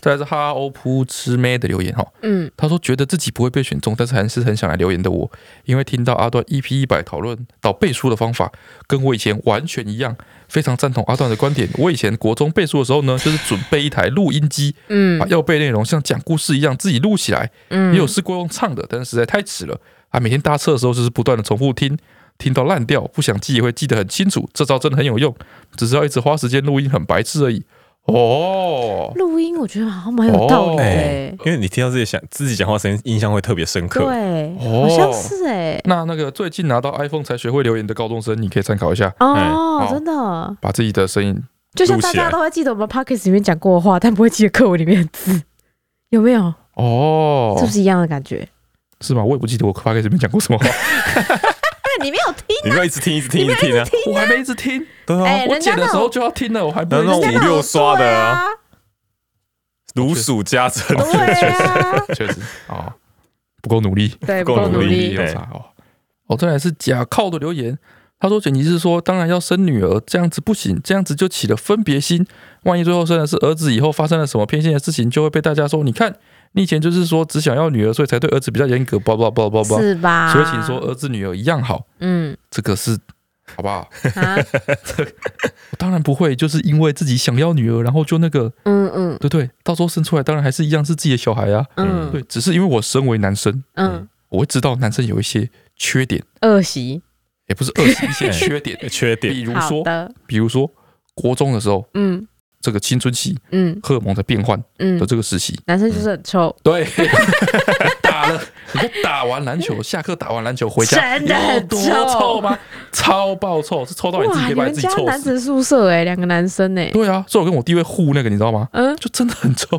Speaker 2: 再来是哈欧扑吃妹的留言哈，
Speaker 4: 嗯
Speaker 2: 他说觉得自己不会被选中，但是还是很想来留言的我，因为听到阿段 EP 一百讨论到背书的方法，跟我以前完全一样，非常赞同阿段的观点。我以前国中背书的时候呢，就是准备一台录音机，
Speaker 4: 嗯
Speaker 2: 把要背内容像讲故事一样自己录起来，
Speaker 4: 嗯，
Speaker 2: 也有试过用唱的，但是实在太迟了啊！每天搭车的时候就是不断的重复听，听到烂掉，不想记也会记得很清楚。这招真的很有用，只是要一直花时间录音，很白痴而已。哦，
Speaker 4: 录音，我觉得好像蛮有道理的
Speaker 3: 哎
Speaker 4: 欸，
Speaker 3: 因为你听到自己想自己讲话声音，印象会特别深刻。
Speaker 4: 对，
Speaker 2: 哦
Speaker 4: 好像是哎，
Speaker 2: 那那个最近拿到 iPhone 才学会留言的高中生，你可以参考一下，
Speaker 4: 哦
Speaker 2: 哎好，
Speaker 4: 真的，
Speaker 2: 把自己的声音
Speaker 4: 就像
Speaker 3: 录起来
Speaker 4: 大家都会记得我们 podcast 里面讲过的话，但不会记得课文里面的字，有没有？
Speaker 2: 哦
Speaker 4: 是不，是一样的感觉？
Speaker 2: 是吗？我也不记得我发给这边讲过什 么话，
Speaker 4: 但你没有听，
Speaker 3: 你不要一直听，一直听，一直听啊！
Speaker 2: 我还没一直听，
Speaker 3: 对啊，
Speaker 4: 哎，
Speaker 2: 哦我
Speaker 4: 人家
Speaker 2: 剪的
Speaker 4: 那
Speaker 2: 时候
Speaker 4: 种
Speaker 2: 就要听了，我还不
Speaker 3: 那
Speaker 2: 会
Speaker 3: 那
Speaker 2: 听
Speaker 3: 五六刷的啊，如数家珍。
Speaker 1: 哦
Speaker 4: 对啊，
Speaker 2: 确实哦，不够努力。
Speaker 4: 对，
Speaker 3: 不
Speaker 4: 不
Speaker 3: 够
Speaker 4: 够
Speaker 3: 努
Speaker 4: 努
Speaker 3: 力
Speaker 4: 力，
Speaker 2: 有差哦。哦，再来是假靠的留言，他说剪辑是说，当然要生女儿，这样子不行，这样子就起了分别心。万一最后生的是儿子，以后发生了什么偏心的事情，就会被大家说，你看你以前就是说只想要女儿，所以才对儿子比较严格，叭叭叭叭叭。
Speaker 4: 是啊吧？
Speaker 2: 所以请说，儿子女儿一样好，
Speaker 4: 嗯
Speaker 2: 这个是 好不好？
Speaker 4: 啊，
Speaker 2: 我 当然不会，就是因为自己想要女儿，然后就那个，
Speaker 4: 嗯嗯
Speaker 2: 对不对？到时候生出来当然还是一样是自己的小孩啊。
Speaker 4: 嗯
Speaker 2: 对，只是因为我身为男生，
Speaker 4: 嗯，
Speaker 2: 我会知道男生有一些缺点，
Speaker 4: 恶习，
Speaker 2: 也不是恶 习，一些缺点，
Speaker 3: 缺点
Speaker 2: 比如
Speaker 4: 好
Speaker 2: 说，
Speaker 4: 的，
Speaker 2: 比如说国中的时候，
Speaker 4: 嗯
Speaker 2: 这个青春期
Speaker 4: 嗯
Speaker 2: 荷尔蒙在变换
Speaker 4: 嗯
Speaker 2: 的，这个时期，
Speaker 4: 男生就是很臭，
Speaker 2: 对，打了， 你说打完篮球，下课打完篮球回家，
Speaker 4: 真的
Speaker 2: 有
Speaker 4: 很
Speaker 2: 多
Speaker 4: 臭
Speaker 2: 臭吗？超爆臭，是臭到你自己可以
Speaker 4: 哇，你
Speaker 2: 把
Speaker 4: 们
Speaker 2: 自己
Speaker 4: 家
Speaker 2: 臭
Speaker 4: 男
Speaker 2: 死。
Speaker 4: 子宿舍哎，两个男生 哎，
Speaker 2: 对啊，所以我跟我弟会互那个，你知道吗？
Speaker 4: 嗯，
Speaker 2: 就真的很臭。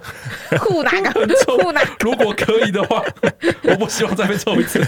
Speaker 4: 酷哪个
Speaker 2: 很臭
Speaker 4: 酷哪个？
Speaker 2: 如果可以的 话，我不希望再被臭一次。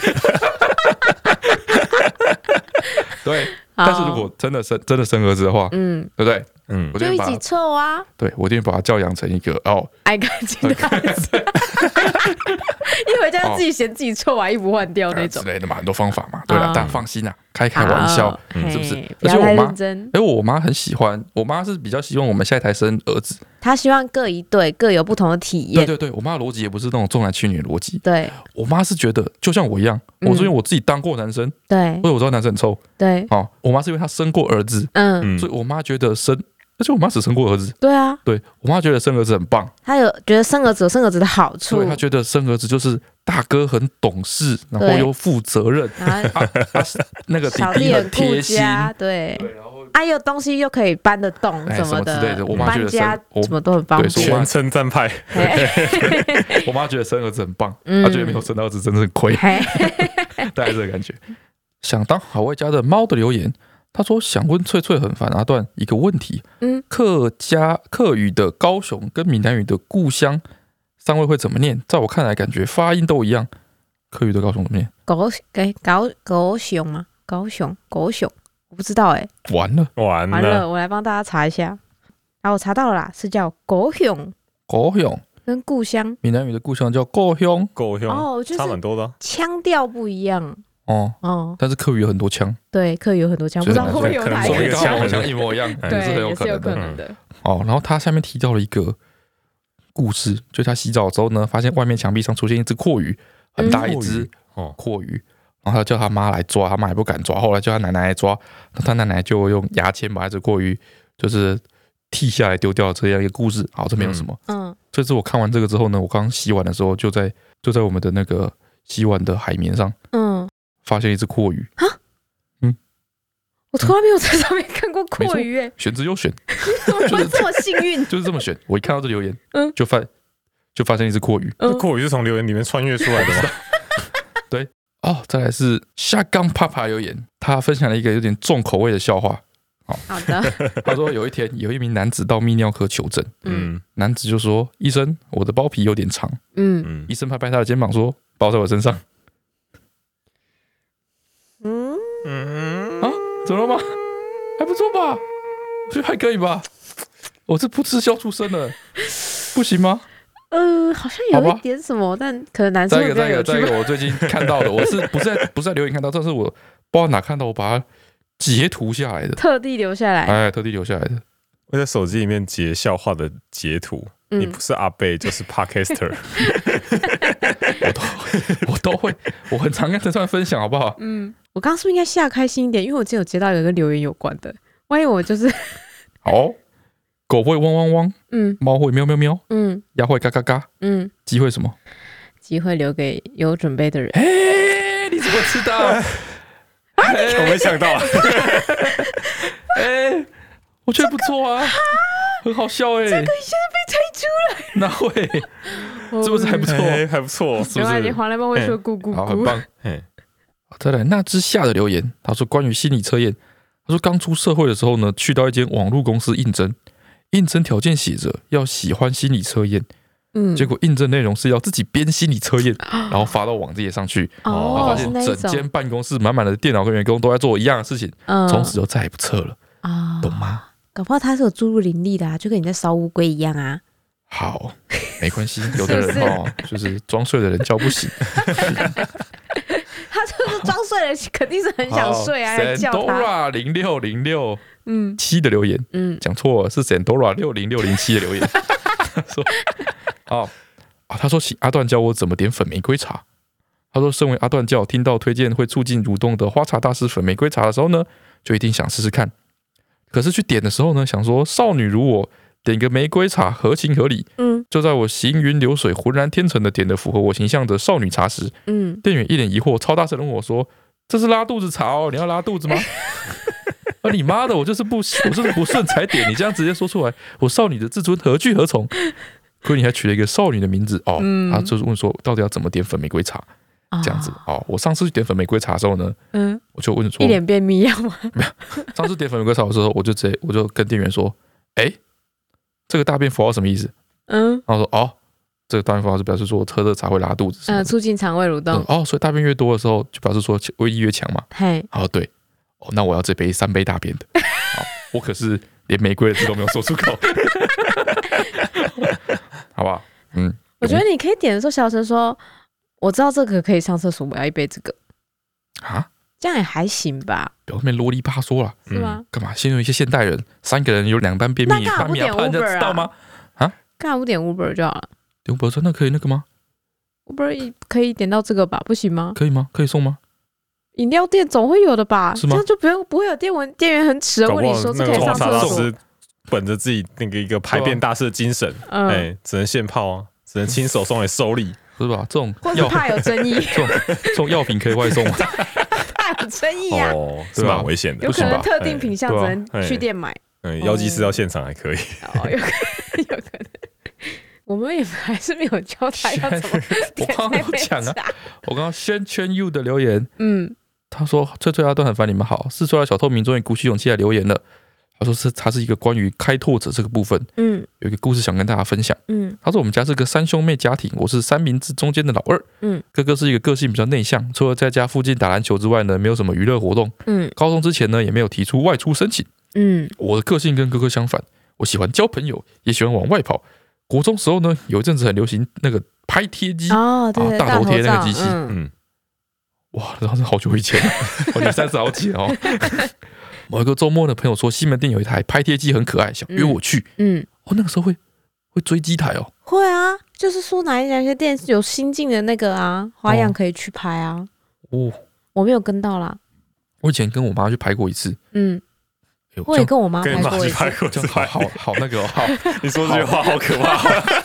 Speaker 2: 对， 但是如
Speaker 4: 好
Speaker 2: 果真的生真的生儿子的话，
Speaker 4: 嗯，
Speaker 2: 对不对？
Speaker 3: 嗯
Speaker 2: 我，就
Speaker 4: 就
Speaker 2: 会
Speaker 4: 一
Speaker 2: 把
Speaker 4: 起
Speaker 2: 他，
Speaker 4: 臭啊，
Speaker 2: 对我一定会把他教养成一个哦，
Speaker 4: 爱干净的孩子， 一回家就自己嫌自己臭啊，衣服换掉那
Speaker 2: 呃之
Speaker 4: 种。
Speaker 2: 类的嘛，很多方法嘛。对了，
Speaker 4: 哦
Speaker 2: 大家放心啦，开开玩笑
Speaker 4: 好，
Speaker 2: 嗯是不是
Speaker 4: 嘿
Speaker 2: 而
Speaker 4: 不
Speaker 2: 且
Speaker 4: 要
Speaker 2: 我
Speaker 4: 太
Speaker 2: 妈
Speaker 4: 认真。
Speaker 2: 哎，我妈很喜欢，我妈是比较希望我们下一台生儿子。
Speaker 4: 他希望各一对，各有不同的体
Speaker 2: 对
Speaker 4: 验。
Speaker 2: 对对，我妈的逻辑也不是那种重男轻女的逻辑，
Speaker 4: 对
Speaker 2: 我妈是觉得就像我一样，
Speaker 4: 嗯
Speaker 2: 我是因为我自己当过男生，
Speaker 4: 对
Speaker 2: 所以我知道男生很臭
Speaker 4: 对，
Speaker 2: 哦。我妈是因为她生过儿子，
Speaker 4: 嗯，
Speaker 3: 嗯
Speaker 2: 所以我妈觉得生，而且我妈只生过儿子，
Speaker 4: 对啊，
Speaker 2: 对我妈觉得生儿子很棒，
Speaker 4: 他有觉得生儿子有生儿子的好处
Speaker 2: 所以，她觉得生儿子就是大哥很懂事，然后又负责任，
Speaker 4: 然后
Speaker 2: 啊啊那个弟
Speaker 4: 小弟
Speaker 2: 弟
Speaker 4: 很
Speaker 2: 很
Speaker 4: 顾
Speaker 2: 贴心。
Speaker 4: 家，对，
Speaker 2: 对，然后
Speaker 4: 啊，有东西又可以搬得动
Speaker 2: 哎什
Speaker 4: 么
Speaker 2: 么之类的我妈觉
Speaker 4: 搬
Speaker 2: 得
Speaker 4: 家
Speaker 2: 生我
Speaker 4: 什么都很帮
Speaker 2: 对
Speaker 4: 助
Speaker 2: 所以。我
Speaker 3: 全
Speaker 2: 妈
Speaker 3: 称赞派，
Speaker 4: 嘿
Speaker 2: 我妈觉得生儿子很棒，
Speaker 4: 嗯
Speaker 2: 她觉得没有生儿子真的很亏，
Speaker 4: 嘿
Speaker 2: 大概这个感觉。 想当好外家的猫的留言，他说想问翠翠很烦阿段一个问题，
Speaker 4: 嗯，
Speaker 2: 客家客语的高雄跟闽南语的故乡三位会怎么念？在我看来，感觉发音都一样。客语的高雄怎么念？
Speaker 4: 狗给狗狗熊吗？狗熊狗熊，我不知道哎，
Speaker 2: 完了，
Speaker 3: 完
Speaker 4: 完
Speaker 3: 了，
Speaker 4: 了，我来帮大家查一下。然后我查到了啦，是叫狗熊
Speaker 2: 高雄，
Speaker 4: 跟故乡
Speaker 2: 闽南语的故乡叫故乡
Speaker 3: 够用，
Speaker 4: 哦，就
Speaker 3: 差
Speaker 4: 是
Speaker 3: 蛮多的啊。
Speaker 4: 腔调不一样
Speaker 2: 哦，
Speaker 4: 哦。
Speaker 2: 但是客语有很多腔，
Speaker 4: 对，课语有很多腔，
Speaker 2: 所以
Speaker 4: 不知道
Speaker 2: 可
Speaker 4: 会
Speaker 2: 能
Speaker 4: 不会有
Speaker 3: 可能
Speaker 4: 哪一
Speaker 2: 说不
Speaker 3: 是
Speaker 2: 定跟
Speaker 4: 个
Speaker 3: 这
Speaker 4: 腔
Speaker 3: 个
Speaker 2: 好
Speaker 3: 腔
Speaker 2: 像一模一样，
Speaker 3: 对
Speaker 2: 也
Speaker 4: 对，
Speaker 2: 是很
Speaker 4: 也是有
Speaker 2: 可
Speaker 4: 可
Speaker 2: 能的。
Speaker 4: 能的。
Speaker 2: 哦，然后他下面提到了一个故事，就他洗澡之后呢，发现外面墙壁上出现一只阔鱼，很大一只。
Speaker 3: 哦，
Speaker 2: 阔鱼，然后他叫他妈来抓，他妈也不敢抓，后来叫他奶奶来抓，那他奶奶就用牙签把那只阔鱼就是剃下来丢掉，这样一个故事。好，这没有什么。
Speaker 4: 嗯，
Speaker 2: 这次我看完这个之后呢，我刚洗碗的时候就在就在我们的那个洗碗的海绵上
Speaker 4: 嗯，
Speaker 2: 发现一只阔鱼，
Speaker 4: 我从来没有在上面看过
Speaker 2: 没
Speaker 4: 阔
Speaker 2: 错
Speaker 4: 鱼，哎，
Speaker 2: 选之又选，
Speaker 4: 我会这么幸运？
Speaker 2: 就是这么选。我一看到这留言，
Speaker 4: 嗯
Speaker 2: 就发就发现一只阔鱼。
Speaker 4: 哦
Speaker 3: 这阔语是从留言里面穿越出来的吗？
Speaker 2: 哦，再来是下岗啪啪留言，他分享了一个有点重口味的笑话。
Speaker 4: 好 的，
Speaker 2: 他说有一天有一名男子到泌尿科求诊，
Speaker 4: 嗯
Speaker 3: 嗯
Speaker 2: 男子就说：“医生，我的包皮有点长。”
Speaker 4: 嗯
Speaker 3: 嗯
Speaker 2: 医，生拍拍他的肩膀说：“包在我身上。
Speaker 4: 嗯，
Speaker 3: 嗯
Speaker 2: 啊”怎么了吗？还不错吧？我觉得还可以吧。我这不吃笑出声了，不行吗？
Speaker 4: 呃，好像
Speaker 2: 好
Speaker 4: 有
Speaker 2: 吧
Speaker 4: 一点什么，但可能男生
Speaker 2: 再一
Speaker 4: 会
Speaker 2: 个，
Speaker 4: 比较
Speaker 2: 再一个，再
Speaker 4: 有趣
Speaker 2: 一
Speaker 4: 吧。
Speaker 2: 个，我最近看到的，我是不是在不是在留言看到，但是我不知道哪看到，我把它截图下来的，
Speaker 4: 特地留下来，
Speaker 2: 哎，特地留下来 的。
Speaker 3: 我在手机里面截笑话的截图，你
Speaker 4: 嗯
Speaker 3: 不是阿贝就是 Podcaster，
Speaker 2: 我都会，我很常跟陈川分享，好不好？
Speaker 4: 嗯，我刚刚是不是应该下开心一点？因为我之前有接到有跟留言有关的，万一我就是，
Speaker 2: 好哦，狗会汪汪汪，
Speaker 4: 嗯
Speaker 2: 猫会喵喵喵，
Speaker 4: 嗯
Speaker 2: 鸭会嘎嘎嘎，
Speaker 4: 嗯，
Speaker 2: 鸡会什么？
Speaker 4: 机会留给有准备的人。
Speaker 2: 哎、你怎么知道？
Speaker 3: 我没想到啊，
Speaker 2: 哎、我觉得不错啊，很好笑哎、这个现在被推出了，
Speaker 4: 我
Speaker 2: 那会 嗯是不是还不错？
Speaker 3: 哎还不错，
Speaker 2: 是
Speaker 4: 没
Speaker 2: 不
Speaker 4: 关系，
Speaker 2: 是？
Speaker 4: 黄来帮我说咕咕
Speaker 2: 好，很
Speaker 4: 咕。
Speaker 2: 棒。
Speaker 3: 嘿
Speaker 2: 啊再来，那之下的留言，他说关于心理测验，他说刚出社会的时候呢，去到一间网络公司应征，应征条件写着要喜欢心理测验，
Speaker 4: 嗯
Speaker 2: 结果应征内容是要自己编心理测验，然后发到网页上去，然后发，
Speaker 4: 哦是
Speaker 2: 现
Speaker 4: 那一
Speaker 2: 整
Speaker 4: 种，
Speaker 2: 间办公室满满的电脑跟员工都在做一样的事情，
Speaker 4: 嗯
Speaker 2: 从此就再也不测了，
Speaker 4: 啊，
Speaker 2: 懂吗？
Speaker 4: 搞不好他是有注入灵力的啊，就跟你在烧乌龟一样啊。
Speaker 2: 好，没关系， 有的
Speaker 4: 是不
Speaker 2: 人
Speaker 4: 是
Speaker 2: 哦，就是装睡的人叫不醒，
Speaker 4: 他就是装睡了，肯定是很 想睡啊，还叫他。
Speaker 2: Sandora 零六零六
Speaker 4: 嗯
Speaker 2: 七的留言，
Speaker 4: 嗯
Speaker 2: 讲错了，是 Sandora 六零六零七的留言。说，哦，啊，他说请阿段教我怎么点粉玫瑰茶。他说，身为阿段教，听到推荐会促进蠕动的花茶大师粉玫瑰茶的时候呢，就一定想试试看。可是去点的时候呢，想说少女如我点个玫瑰茶合情合理。
Speaker 4: 嗯
Speaker 2: 就在我行云流水、浑然天成的点的符合我形象的少女茶时，
Speaker 4: 嗯，
Speaker 2: 店员一脸疑惑，超大声地问我说：“这是拉肚子茶哦，你要拉肚子吗？” 啊你妈的！我就是不，我就是不顺才点，你这样直接说出来，我少女的自尊何去何从？亏你还取了一个少女的名字哦，
Speaker 4: 嗯
Speaker 2: 他就是问说到底要怎么点粉玫瑰茶这样子
Speaker 4: 啊
Speaker 2: 哦。我上次去点粉玫瑰茶的时候呢，
Speaker 4: 嗯，
Speaker 2: 我就问说
Speaker 4: 一，脸便秘要吗？
Speaker 2: 上次点粉玫瑰茶的时候，我就直接我就跟店员说，哎，这个大便符号什么意思？
Speaker 4: 嗯
Speaker 2: 然后说哦，这个大便符号是表示说喝热茶会拉肚子什么
Speaker 4: 呃，
Speaker 2: 的
Speaker 4: 促进肠胃蠕动
Speaker 2: 嗯，哦，所以大便越多的时候，就表示说威力越强嘛。
Speaker 4: 嘿，
Speaker 2: 哦，对，哦，那我要这杯三杯大便的。好，我可是连玫瑰的字都没有说出口， 好不好？嗯，
Speaker 4: 我觉得你可以点的时候小声说，我知道这个可以上厕所，我要一杯这个，
Speaker 2: 啊，
Speaker 4: 这样也还行吧？
Speaker 2: 不要那边啰里吧嗦啦，
Speaker 4: 是吗？
Speaker 2: 干嘛？陷入一些现代人，三个人有两半便秘，
Speaker 4: 那干嘛
Speaker 2: 半
Speaker 4: 不
Speaker 2: 米要
Speaker 4: 点
Speaker 2: 判人家
Speaker 4: Uber
Speaker 2: 知道
Speaker 4: 啊
Speaker 2: 吗？
Speaker 4: 干嘛不点 Uber 就好了
Speaker 2: 刘伯说：“那可以那个吗？
Speaker 4: ？Uber 一可以点到这个吧？不行吗？
Speaker 2: 可以吗？可以送吗？
Speaker 4: 饮料店总会有的吧？
Speaker 2: 是
Speaker 4: 这
Speaker 2: 吗
Speaker 4: 样就不用不会有店文店员很耻的
Speaker 3: 搞不
Speaker 4: 问你
Speaker 3: 好
Speaker 4: 说这
Speaker 3: 那
Speaker 4: 可
Speaker 3: 个
Speaker 4: 以
Speaker 3: 花
Speaker 4: 上
Speaker 3: 茶
Speaker 4: 厕
Speaker 3: 大
Speaker 4: 所？
Speaker 3: 师本着自己那个一个排便大师的精神，哎、
Speaker 4: 嗯，
Speaker 3: 只能现泡啊，只能亲手送来收 礼。
Speaker 2: 是吧？这种
Speaker 4: 或是
Speaker 2: 药，
Speaker 4: 怕有争议，
Speaker 2: 这种这种药品可以外送吗？
Speaker 4: 怕有争议啊，
Speaker 3: 哦，是
Speaker 2: 对吧
Speaker 3: 蛮危险的，
Speaker 4: 有可
Speaker 2: 不行
Speaker 4: 能
Speaker 2: 吧
Speaker 4: 特定品项
Speaker 2: 哎
Speaker 4: 只
Speaker 2: 对啊
Speaker 4: 能去店买，
Speaker 3: 嗯，药剂师到现场还可以，
Speaker 4: 哦，有可有可能。我们也还是没有教他要怎么点
Speaker 2: 我刚刚
Speaker 4: 那
Speaker 2: 有
Speaker 4: 杯
Speaker 2: 讲啊
Speaker 4: 茶。
Speaker 2: 我刚刚先圈 you 的留言，
Speaker 4: 嗯，
Speaker 2: 他说：“翠翠阿段很烦你们好，四岁的小透明终于鼓起勇气来留言了。”他说是：“他是一个关于开拓者这个部分
Speaker 4: 嗯
Speaker 2: 有一个故事想跟大家分享。
Speaker 4: 嗯
Speaker 2: 他说我们家是个三兄妹家庭，我是三明治中间的老二。
Speaker 4: 嗯，
Speaker 2: 哥哥是一个个性比较内向，除了在家附近打篮球之外呢，没有什么娱乐活动。
Speaker 4: 嗯
Speaker 2: 高中之前呢，也没有提出外出申请。
Speaker 4: 嗯
Speaker 2: 我的个性跟哥哥相反，我喜欢交朋友，也喜欢往外跑。国中时候呢，有一阵子很流行那个拍贴机。
Speaker 4: 哦，对
Speaker 2: 啊
Speaker 4: 对，
Speaker 2: 大头贴那个
Speaker 4: 罩
Speaker 2: 机器
Speaker 4: 嗯
Speaker 3: 嗯，
Speaker 2: 哇，然后是好久以前了， 我离三十好几了 哦。某一个周末呢，朋友说西门店有一台拍贴机很可爱，想约我去。
Speaker 4: 嗯，
Speaker 2: 哦，那个时候会会追机台哦，
Speaker 4: 会啊，就是说哪一哪些店有新进的那个啊花样可以去拍啊，
Speaker 2: 哦，
Speaker 4: 我没有跟到啦。
Speaker 2: 我以前跟我妈去拍过一次，
Speaker 4: 嗯，
Speaker 2: 哎呦，这
Speaker 4: 我也
Speaker 2: 样
Speaker 4: 跟我妈
Speaker 3: 跟
Speaker 4: 拍
Speaker 3: 你妈
Speaker 4: 过
Speaker 3: 去
Speaker 4: 一次
Speaker 3: 拍，过
Speaker 2: 这
Speaker 3: 自
Speaker 2: 样好
Speaker 3: 拍，
Speaker 2: 好好那个哦，好
Speaker 3: 你说这句话好可怕。哦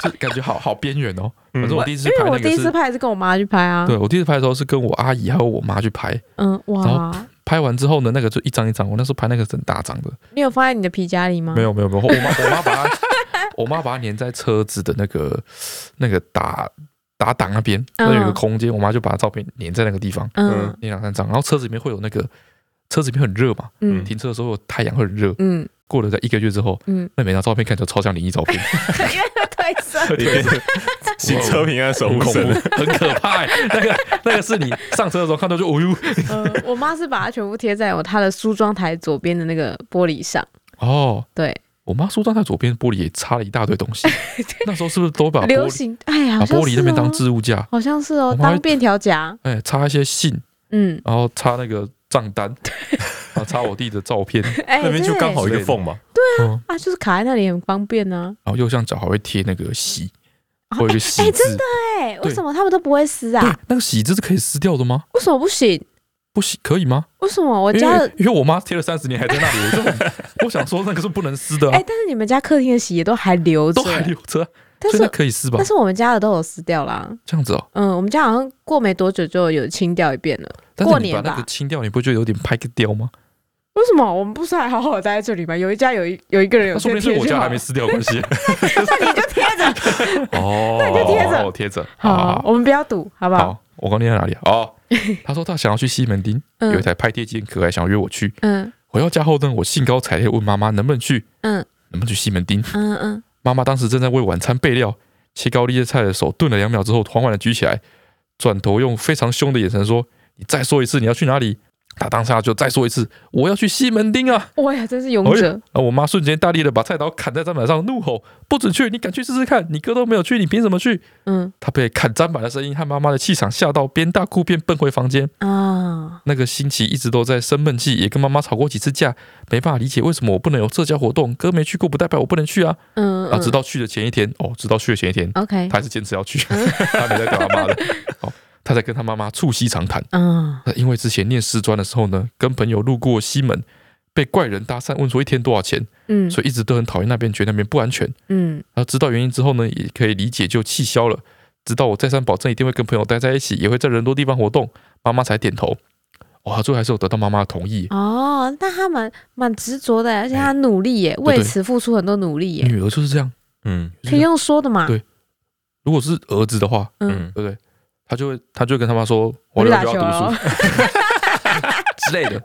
Speaker 2: 就感觉好好边缘哦。
Speaker 3: 嗯
Speaker 2: 反正我第一次
Speaker 4: 因
Speaker 2: 拍
Speaker 4: 为我
Speaker 2: 那
Speaker 4: 第
Speaker 2: 个
Speaker 4: 一
Speaker 2: 是
Speaker 4: 次，拍是跟我妈去拍啊。
Speaker 2: 对，我第一次拍的时候是跟我阿姨还有我妈去拍，
Speaker 4: 嗯，
Speaker 2: 然
Speaker 4: 哇，
Speaker 2: 拍完之后呢，那个就一张一张，我那时候拍那个是很大张的，
Speaker 4: 你有放在你的皮夹里吗？
Speaker 2: 没，有没有没有，我妈我妈把它我妈把它粘在车子的那个那个打打档那边，
Speaker 4: 嗯
Speaker 2: 那有一个空间，我妈就把照片粘在那个地方，
Speaker 4: 嗯
Speaker 2: 粘两三张，然后车子里面会有那个车子里面很热嘛，
Speaker 4: 嗯
Speaker 2: 停车的时候太阳会很热，
Speaker 4: 嗯
Speaker 2: 过了在一个月之后，
Speaker 4: 嗯，
Speaker 2: 那每张照片看起来超像灵异照片，
Speaker 4: 因为推车，
Speaker 3: 你变成 行车平安守
Speaker 2: 很
Speaker 3: 护
Speaker 2: 恐怖
Speaker 3: 神，，
Speaker 2: 很可怕、欸。那个那个是你上车的时候看到就哦呦，
Speaker 4: 呃，我妈是把它全部贴在我她的梳妆台左边的那个玻璃上。
Speaker 2: 哦，
Speaker 4: 对，
Speaker 2: 我妈梳妆台左边玻璃也插了一大堆东 西，那时候是不是都把玻
Speaker 4: 流
Speaker 2: 璃
Speaker 4: 行，哎呀，
Speaker 2: 把
Speaker 4: 好像
Speaker 2: 玻璃那边当
Speaker 4: 是哦
Speaker 2: 置物架？
Speaker 4: 好像是
Speaker 2: 我
Speaker 4: 哦，
Speaker 2: 妈会
Speaker 4: 当便条夹。
Speaker 2: 哎，插一些信，
Speaker 4: 嗯，
Speaker 2: 然后插那个账 单，然后插我弟的照片，
Speaker 4: 哎，
Speaker 3: 那边就
Speaker 4: 对
Speaker 3: 刚好一个缝嘛。
Speaker 2: 嗯，
Speaker 4: 啊，就是卡在那里很方便啊呢、
Speaker 2: 然后右上角还会贴那个喜，
Speaker 4: 啊。
Speaker 2: 会有一个喜
Speaker 4: 哎、
Speaker 2: 字
Speaker 4: 真。的哎、
Speaker 2: 对
Speaker 4: 为什么他们都不会撕啊
Speaker 2: 对？，那个喜字是可以撕掉的吗？
Speaker 4: 为什么不行？
Speaker 2: 不行，可以吗？
Speaker 4: 为什么我
Speaker 2: 我
Speaker 4: 家的？
Speaker 2: 因为我妈贴了三十年还在那里，我就很 我想说那个是不能撕的
Speaker 4: 哎、
Speaker 2: 啊，
Speaker 4: 但是你们家客厅的洗也都还留着
Speaker 2: 都，还留着啊，
Speaker 4: 但
Speaker 2: 所以那
Speaker 4: 是
Speaker 2: 可以撕吧
Speaker 4: 但？是我们家的都有撕掉啦。
Speaker 2: 这样子哦。
Speaker 4: 嗯，我们家好像过没多久就有清掉一遍了。
Speaker 2: 但是
Speaker 4: 过
Speaker 2: 你
Speaker 4: 年
Speaker 2: 把那
Speaker 4: 吧
Speaker 2: 个清掉，你不觉得有点拍个雕吗？
Speaker 4: 为什么我们不是还好好地待在这里吗？有一家有一有一个人有
Speaker 2: 那啊说不定
Speaker 4: 贴
Speaker 2: 是
Speaker 4: 贴
Speaker 2: 我
Speaker 4: 就
Speaker 2: 家
Speaker 4: 好
Speaker 2: 还
Speaker 4: 了
Speaker 2: 没，撕掉的关系。
Speaker 4: 那你就贴着。
Speaker 2: 哦，
Speaker 4: 那你就贴着
Speaker 2: 哦贴着。
Speaker 4: 好
Speaker 2: 好 好
Speaker 4: 我们不要赌，好不
Speaker 2: 好
Speaker 4: 好？
Speaker 2: 好，我刚念在哪里啊？ 哦，他说他想要去西门町，有一
Speaker 4: 嗯
Speaker 2: 台拍贴机很可爱，想约我去。
Speaker 4: 嗯
Speaker 2: 回到家后呢，我兴高采烈问妈妈能不能去，
Speaker 4: 嗯
Speaker 2: 能不能去西门町。
Speaker 4: 嗯嗯，
Speaker 2: 妈妈当时正在为晚餐备料，切高丽叶菜的手顿了两秒之后，缓缓的举起来，转头用非常凶的眼神说：“你再说一次，你要去哪里？”他当下就再说一次：“我要去西门町啊
Speaker 4: 哇呀，真是勇！”者
Speaker 2: 哎，啊！我妈瞬间大力的把菜刀砍在砧板上，怒吼：“不准去！你敢去试试看？你哥都没有去，你凭什么去
Speaker 4: 嗯？”
Speaker 2: 他被砍砧板的声音和妈妈的气场吓到，边大哭边奔回房间。
Speaker 4: 啊，
Speaker 2: 那个星期一直都在生闷气，也跟妈妈吵过几次架，没办法理解为什么我不能有社交活动。哥没去过不代表我不能去啊！
Speaker 4: 嗯，
Speaker 2: 啊，
Speaker 4: 嗯
Speaker 2: 直到去的前一天，哦，直到去的前一天，
Speaker 4: OK，
Speaker 2: 他还是坚持要去，他没在屌他妈 的。哦，他才跟他妈妈促膝长谈。
Speaker 4: 嗯
Speaker 2: 那因为之前念师专的时候呢，跟朋友路过西门，被怪人搭讪问说一天多少钱，
Speaker 4: 嗯
Speaker 2: 所以一直都很讨厌那边，觉得那边不安全。
Speaker 4: 嗯
Speaker 2: 然后知道原因之后呢，也可以理解就气消了。直到我再三保证一定会跟朋友待在一起，也会在人多地方活动，妈妈才点头。哇、他最后还是有得到妈妈的同意。
Speaker 4: 哦，那他蛮蛮执着的，而且他努力耶，
Speaker 2: 哎对
Speaker 4: 为此付出很多努力耶，
Speaker 2: 女儿就是这样，
Speaker 3: 嗯
Speaker 4: 可以用说的嘛？
Speaker 2: 对如果是儿子的话，
Speaker 3: 嗯
Speaker 2: 对不对？他就会他就会跟他妈说，我六
Speaker 4: 打
Speaker 2: 就要
Speaker 4: 球
Speaker 2: 读
Speaker 4: 哦
Speaker 2: 书之类的。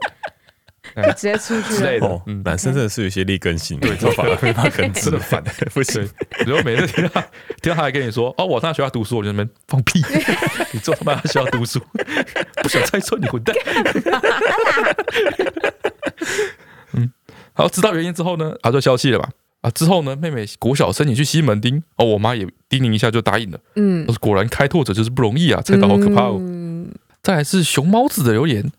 Speaker 4: 就 直接出去
Speaker 2: 之类
Speaker 4: 了
Speaker 2: 的
Speaker 3: 哦
Speaker 2: 嗯，
Speaker 3: 男生真的是有一些劣根性，对，这反而没办法根治，
Speaker 2: 真的烦
Speaker 3: 不行。
Speaker 2: 然后每次听到听到他还跟你说：“哦，我上学校读书。”我就在那边放屁，你做他妈学校读书， 不想再说你混蛋。嗯，好，知道原因之后呢，他就消气了吧？啊，之后呢，妹妹国小申请去西门町，哦，我妈也叮咛一下就答应了。
Speaker 4: 嗯，
Speaker 2: 果然开拓者就是不容易啊，菜刀好可怕哦。
Speaker 4: 嗯
Speaker 2: 再来是熊猫子的留言，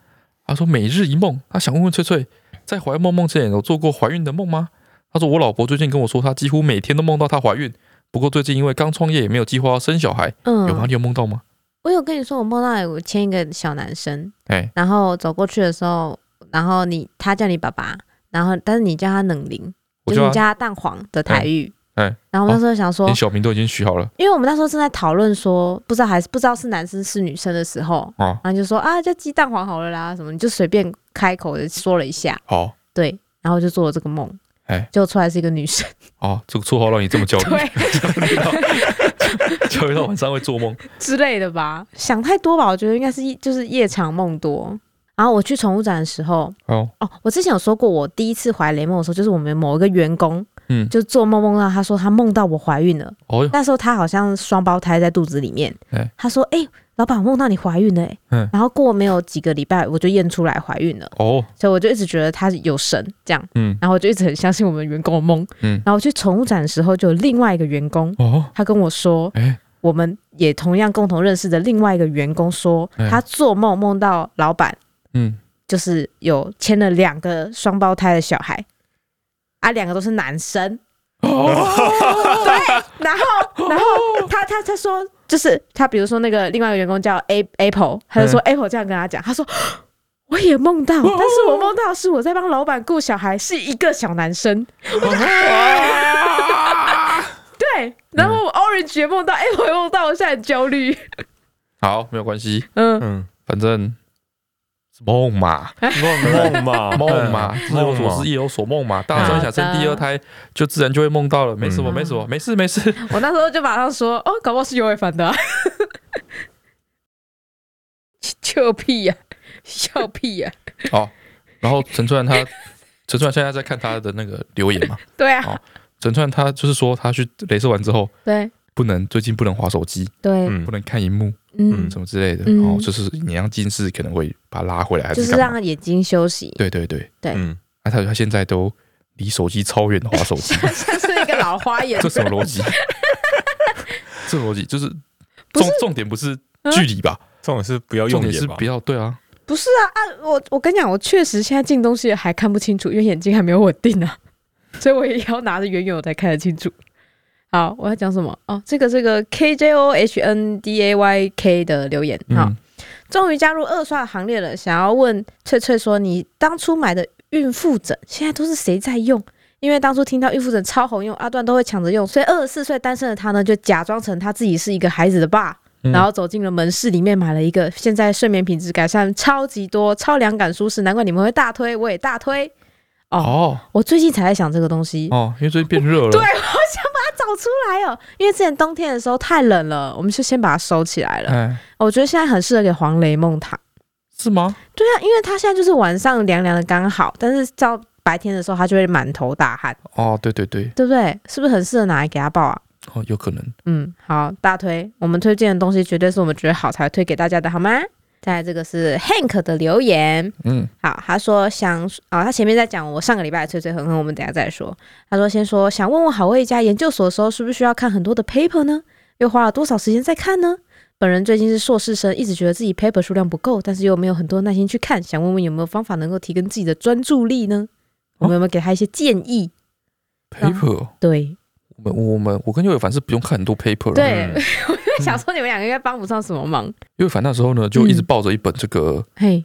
Speaker 2: 他说每日一梦，他想问问翠翠，在怀梦梦之前有做过怀孕的梦吗？他说我老婆最近跟我说，她几乎每天都梦到她怀孕，不过最近因为刚创业，也没有计划要生小孩，有吗？
Speaker 4: 嗯，
Speaker 2: 你有梦到吗？
Speaker 4: 我有跟你说，我梦到我牵一个小男生，
Speaker 2: 哎、
Speaker 4: 然后走过去的时候，然后你他叫你爸爸，然后但是你叫他冷凝，
Speaker 2: 我
Speaker 4: 就是
Speaker 2: 叫
Speaker 4: 你叫
Speaker 2: 她
Speaker 4: 他蛋黄的台语。
Speaker 2: 哎哎
Speaker 4: 然后我那时候想说，
Speaker 2: 连小名都已经取好了
Speaker 4: 因为我们那时候正在讨论说，不知道还是不知道是男生是女生的时候，
Speaker 2: 啊，
Speaker 4: 然后就说啊叫鸡蛋黄好了啦，什么你就随便开口的说了一下，
Speaker 2: 好
Speaker 4: 对，然后就做了这个梦，
Speaker 2: 哎
Speaker 4: 结果出来是一个女生，
Speaker 2: 啊，这个绰号让你这 么焦虑，
Speaker 4: 对
Speaker 2: 焦虑到晚上会做梦。
Speaker 4: 之类的吧，想太多吧，我觉得应该是就是夜长梦多。然后我去宠物展的时候，
Speaker 2: 哦，
Speaker 4: 哦，我之前有说过，我第一次怀雷梦的时候，就是我们某一个员工，
Speaker 2: 嗯
Speaker 4: 就做梦梦到他说他梦到我怀孕了，
Speaker 2: 哦哟，
Speaker 4: 那时候他好像双胞胎在肚子里面
Speaker 2: 哎，
Speaker 4: 他说：“哎、老板，我梦到你怀孕了、欸。”
Speaker 2: 嗯
Speaker 4: 然后过没有几个礼拜，我就验出来怀孕了，
Speaker 2: 哦，
Speaker 4: 所以我就一直觉得他有神这样，
Speaker 2: 嗯，
Speaker 4: 然后我就一直很相信我们员工的梦。
Speaker 2: 嗯
Speaker 4: 然后我去宠物展的时候，就有另外一个员工，
Speaker 2: 哦，
Speaker 4: 他跟我说，
Speaker 2: 哎、
Speaker 4: 我们也同样共同认识的另外一个员工说，
Speaker 2: 哎
Speaker 4: 他做梦梦到老板
Speaker 2: 嗯，
Speaker 4: 就是有牵了两个双胞胎的小孩，啊，两个都是男生。 对，然后然后他他他说，就是他比如说那个另外一个员工叫 A Apple，他就说 Apple 这样跟他讲，他说。我也梦到，但是我梦到的是我在帮老板顾小孩，是一个小男生。对，然后 Orange 也梦到，Apple 也梦到，我现在很焦虑。
Speaker 2: 好，没有关系，
Speaker 4: 嗯，
Speaker 3: 嗯，
Speaker 2: 反正是梦 嘛。
Speaker 3: 梦梦嘛，
Speaker 2: 梦嘛，
Speaker 4: 嗯
Speaker 2: 日有所思，夜有所梦嘛。大专想生第二胎，就自然就会梦到了，没什么，
Speaker 4: 嗯
Speaker 2: 没什么，没事，没事。
Speaker 4: 我那时候就马上说，哦，搞不好是尤伟凡的、啊， 笑屁呀、笑屁呀、
Speaker 2: 哦，然后陈川他， 陈川现在在看他的那个留言 嘛。
Speaker 4: 对啊，
Speaker 2: 好陈川他就是说，他去镭射完之后，
Speaker 4: 对
Speaker 2: 不能最近不能划手机，
Speaker 4: 对，
Speaker 3: 嗯
Speaker 2: 不能看荧幕，
Speaker 4: 嗯，
Speaker 2: 什么之类的。
Speaker 4: 嗯
Speaker 2: 哦，就是你让近视可能会把他拉回来，还
Speaker 4: 就是是
Speaker 2: 干嘛？
Speaker 4: 让眼睛休息，
Speaker 2: 对对对，
Speaker 3: 嗯，
Speaker 2: 啊，他他现在都离手机超远的划手机，
Speaker 4: 像是一个老花 眼
Speaker 2: 这什么逻辑？ 这种逻辑就是
Speaker 4: 不
Speaker 2: 重
Speaker 4: 是嗯
Speaker 2: 重点不是距离吧？
Speaker 3: 重点是不要
Speaker 2: 重
Speaker 3: 用
Speaker 2: 点是
Speaker 3: 眼吧
Speaker 2: 不，要对啊。
Speaker 4: 不是啊啊！我我跟你讲，我确实现在进东西还看不清楚，因为眼睛还没有稳定啊， 所以我也要拿着远远我才看得清楚。好，我要讲什么？哦，这个这个 K J O H N D A Y K 的留言，好，
Speaker 2: 嗯，
Speaker 4: 终于加入二刷的行列了，想要问翠翠说，你当初买的孕妇枕现在都是谁在用？因为当初听到孕妇枕超红用，阿段都会抢着用，所以二十四岁单身的他呢，就假装成他自己是一个孩子的爸，
Speaker 2: 嗯
Speaker 4: 然后走进了门市里面买了一个，现在睡眠品质改善超级多，超凉感舒适，难怪你们会大推，我也大推。
Speaker 2: 哦
Speaker 4: 我最近才在想这个东西，
Speaker 2: 哦，因为最近变热了。
Speaker 4: 对，我想把它找出来哦，因为之前冬天的时候太冷了，我们就先把它收起来了。
Speaker 2: 哎，
Speaker 4: 我觉得现在很适合给黄雷梦躺。
Speaker 2: 是吗？
Speaker 4: 对啊，因为他现在就是晚上凉凉的刚好，但是到白天的时候他就会满头大汗，
Speaker 2: 哦，对对对，
Speaker 4: 对不对？是不是很适合拿来给他抱啊？嗯
Speaker 2: 哦，有可能。
Speaker 4: 嗯，好，大推，我们推荐的东西绝对是我们觉得好才推给大家的，好吗？再来这个是 Hank 的留言，
Speaker 2: 嗯，
Speaker 4: 好，他说想哦，他前面在讲我上个礼拜的吹吹哼哼，我们等一下再说。他说先说想问问好味一家研究所的时候，是不是需要看很多的 paper 呢？又花了多少时间在看呢？本人最近是硕士生，一直觉得自己 paper 数量不够，但是又没有很多耐心去看，想问问有没有方法能够提高自己的专注力呢？我们有没有给他一些建议？然后
Speaker 2: paper，
Speaker 4: 对
Speaker 2: 我们我们我跟尤伟凡是不用看很多 paper，的
Speaker 4: 对，
Speaker 3: 嗯
Speaker 4: 我就 想说你们两个应该帮不上什么忙。
Speaker 2: 尤伟凡那时候呢就一直抱着一本这个，
Speaker 4: 嗯嘿，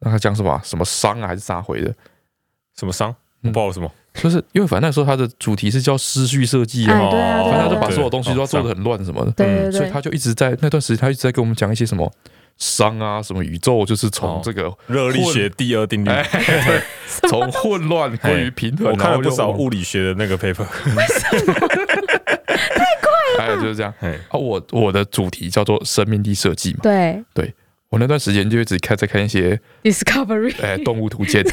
Speaker 2: 那他讲什么啊什么伤啊还是啥回的，
Speaker 3: 什么伤？
Speaker 2: 嗯
Speaker 3: 我报了什么？
Speaker 2: 就是尤伟凡那时候他的主题是叫思绪设计
Speaker 4: 哎
Speaker 2: 啊，
Speaker 4: 对
Speaker 3: 哦
Speaker 4: 啊对
Speaker 2: 反
Speaker 4: 啊
Speaker 2: 正他
Speaker 4: 对
Speaker 2: 就
Speaker 4: 啊
Speaker 2: 把所有东西都要做的
Speaker 3: 的。
Speaker 2: 很乱什么的，
Speaker 4: 对对
Speaker 3: 嗯
Speaker 2: 所
Speaker 4: 对
Speaker 2: 以，他就一直在那段时间他一直在跟我们讲一些什么伤啊什么宇宙，就是
Speaker 3: 哦
Speaker 2: 从这个
Speaker 3: 热力学第二定律，
Speaker 2: 哎，对从混乱归于平衡，
Speaker 3: 我看了
Speaker 2: 然后
Speaker 3: 不
Speaker 2: 又
Speaker 3: 少
Speaker 2: 往
Speaker 3: 物理学的那个 paper。
Speaker 2: 还有就是这样
Speaker 3: 哎
Speaker 2: 啊。我我的主题叫做生命力设计嘛，
Speaker 4: 对
Speaker 2: 我那段时间就一直看在看一些
Speaker 4: ，Discovery，
Speaker 2: 哎动物图鉴，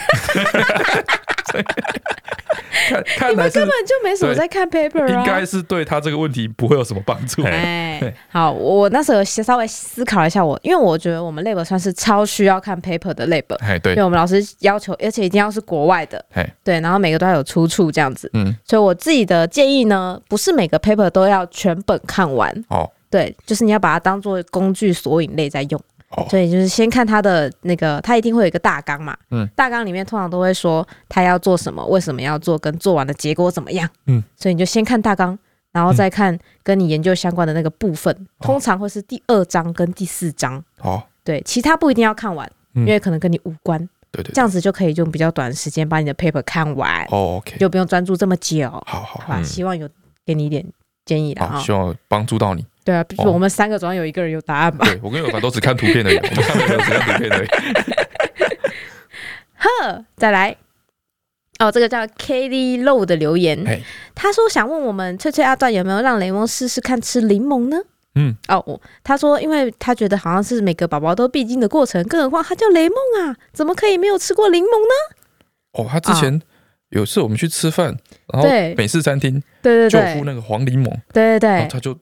Speaker 2: 看看来是
Speaker 4: 根本就没什么在看 paper 啊。
Speaker 2: 应该是对他这个问题不会有什么帮助。
Speaker 3: 哎
Speaker 4: 哎
Speaker 2: 对，
Speaker 4: 好，我那时候有稍微思考一下我，因为我觉得我们 lab 算是超需要看 paper 的 lab，
Speaker 2: 哎，
Speaker 4: 因
Speaker 2: 对
Speaker 4: 为，我们老师要求，而且一定要是国外的
Speaker 2: 哎，
Speaker 4: 对，然后每个都要有出处这样子，
Speaker 2: 嗯，
Speaker 4: 所以我自己的建议呢，不是每个 paper 都要全本看完，
Speaker 2: 哦
Speaker 4: 对，就是你要把它当做工具索引类在用，
Speaker 2: 哦，
Speaker 4: 所以就是先看它的那个，它一定会有一个大纲嘛，
Speaker 2: 嗯，
Speaker 4: 大纲里面通常都会说它要做什么，为什么要做，跟做完的结果怎么样，
Speaker 2: 嗯，
Speaker 4: 所以你就先看大纲，然后再看跟你研究相关的那个部分，
Speaker 2: 哦
Speaker 4: 通常会是第二章跟第四章，
Speaker 2: 好，
Speaker 4: 对，其他不一定要看完，
Speaker 2: 嗯
Speaker 4: 因为可能跟你无关，
Speaker 2: 对对，
Speaker 4: 这
Speaker 2: 样
Speaker 4: 样子就可以用比较短的时间把你的 paper 看完，
Speaker 2: 哦，OK，
Speaker 4: 就不用专注这么久，好
Speaker 2: 好好
Speaker 4: 吧？
Speaker 3: 嗯
Speaker 4: 希望有给你一点建议了
Speaker 2: 好，
Speaker 4: 哈
Speaker 2: 希，望帮助到你。
Speaker 4: 对啊，毕竟
Speaker 2: 哦
Speaker 4: 我们三个总要有一个人有答案吧。
Speaker 2: 对我跟尤凡都只看图片而已，我们看没有只看图片而已。
Speaker 4: 呵，再来。哦，这个叫 Katie Low 的留言
Speaker 2: 嘿，
Speaker 4: 他说想问我们翠翠阿段有没有让雷蒙试试看吃柠檬呢？
Speaker 2: 嗯，
Speaker 4: 哦，我他说，因为他觉得好像是每个宝宝都必经的过程，更何况他叫雷蒙啊，怎么可以没有吃过柠檬呢？
Speaker 2: 哦，他之前有次我们去吃饭，然后
Speaker 4: 对
Speaker 2: 美式餐厅
Speaker 4: 对对
Speaker 2: 就
Speaker 4: 对
Speaker 2: 附那个黄柠檬，
Speaker 4: 对对
Speaker 2: 然后
Speaker 4: 对，
Speaker 2: 他就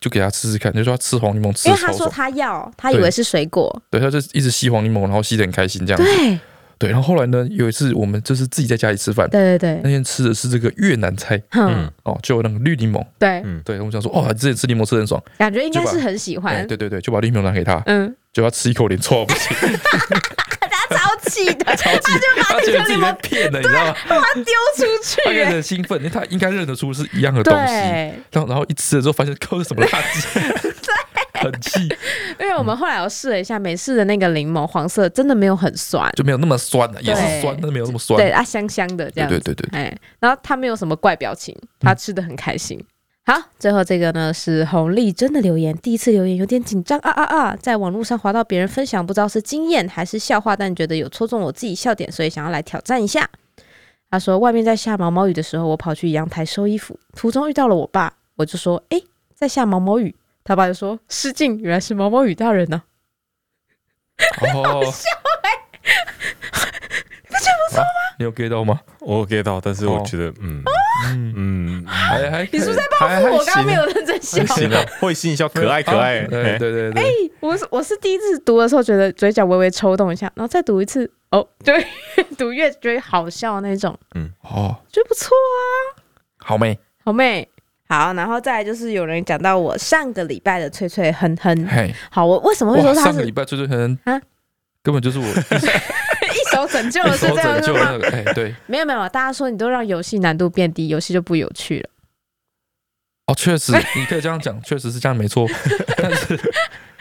Speaker 2: 就给他吃吃看，就说他吃黄柠檬吃
Speaker 4: 因
Speaker 2: 得
Speaker 4: 为他
Speaker 2: 超
Speaker 4: 说
Speaker 2: 爽，
Speaker 4: 他要，他以为是水果，
Speaker 2: 对，他就一直吸黄柠檬，然后吸的很开心这样
Speaker 4: 对
Speaker 2: 子。对，然后后来呢，有一次我们就是自己在家里吃饭，
Speaker 4: 对对对
Speaker 2: 那，天吃的是这个越南菜
Speaker 4: 哼
Speaker 3: 嗯，，
Speaker 2: 哦，就有那个绿柠檬。
Speaker 4: 对，
Speaker 2: 对，我们想说，哦，之前吃柠檬吃得很爽，
Speaker 4: 感觉应该
Speaker 2: 就把
Speaker 4: 是很喜
Speaker 2: 哎，
Speaker 4: 欢，
Speaker 2: 对对对，就把绿柠檬拿给他，
Speaker 4: 嗯，
Speaker 2: 就他吃一口脸臭到 不行，
Speaker 4: 他超气的，
Speaker 2: 超级，
Speaker 4: 啊
Speaker 2: 他觉得自己被骗了，你知道吗？
Speaker 4: 丢出去
Speaker 2: 他有
Speaker 4: 欸，
Speaker 2: 点兴奋，因为他应该认得出是一样的东西，
Speaker 4: 对，
Speaker 2: 然后然后一吃了之后发现，靠，这什么垃圾， 很气，
Speaker 4: 因为我们后来我试了一下，美式的那个柠檬黄色真的没有很酸，
Speaker 2: 就没有那么酸了，也
Speaker 4: 对
Speaker 2: 是酸，但是没有那么酸。
Speaker 4: 对，它啊香香的这
Speaker 2: 对
Speaker 4: 样子。
Speaker 2: 对对对，
Speaker 4: 哎，然后他没有什么怪表情，他吃的很开心。好，最后这个呢是洪丽珍的留言，第一次留言有点紧张啊啊啊！在网络上滑到别人分享，不知道是经验还是笑话，但觉得有戳中我自己笑点，所以想要来挑战一下。他说，外面在下毛毛雨的时候，我跑去阳台收衣服，途中遇到了我爸，我就说，哎，在下毛毛雨。他爸就说，失敬，原来是毛毛雨大人呢、
Speaker 2: 哦，不错吗？啊你有 get 到吗？
Speaker 3: 我有 get 到，但是我
Speaker 2: 哦
Speaker 3: 觉得，嗯
Speaker 2: 嗯，
Speaker 3: 嗯，
Speaker 2: 还还
Speaker 4: 你是不是在
Speaker 2: 报
Speaker 4: 我刚刚没有认真笑
Speaker 3: 还，行啊，会心一笑， 可爱可爱。
Speaker 2: 啊对
Speaker 3: 哎
Speaker 2: 对对对，
Speaker 4: 我是我是第一次读的时候觉得嘴角微微抽动一下，然后再读一次，哦，就 会读越觉得好笑那种，
Speaker 2: 哦，
Speaker 4: 觉得不错啊，
Speaker 2: 好妹，
Speaker 4: 好妹。好，然后再来就是有人讲到我上个礼拜的脆脆哼 哼。
Speaker 2: 嘿，
Speaker 4: 好，我为什么会
Speaker 2: 哇，
Speaker 4: 说他
Speaker 2: 上
Speaker 4: 是
Speaker 2: 个礼拜就是很
Speaker 4: 啊
Speaker 2: 根本就是 我
Speaker 4: 一手拯救
Speaker 2: 一
Speaker 4: 了脆
Speaker 2: 手
Speaker 4: 脆
Speaker 2: 拯
Speaker 4: 哼
Speaker 2: 救
Speaker 4: 哼吗？
Speaker 2: 那个，哎，对，
Speaker 4: 没有没有，大家说你都让游戏难度变低，游戏就不有趣了。
Speaker 2: 哦，确实，你可以这样讲，确实是这样没错， 但是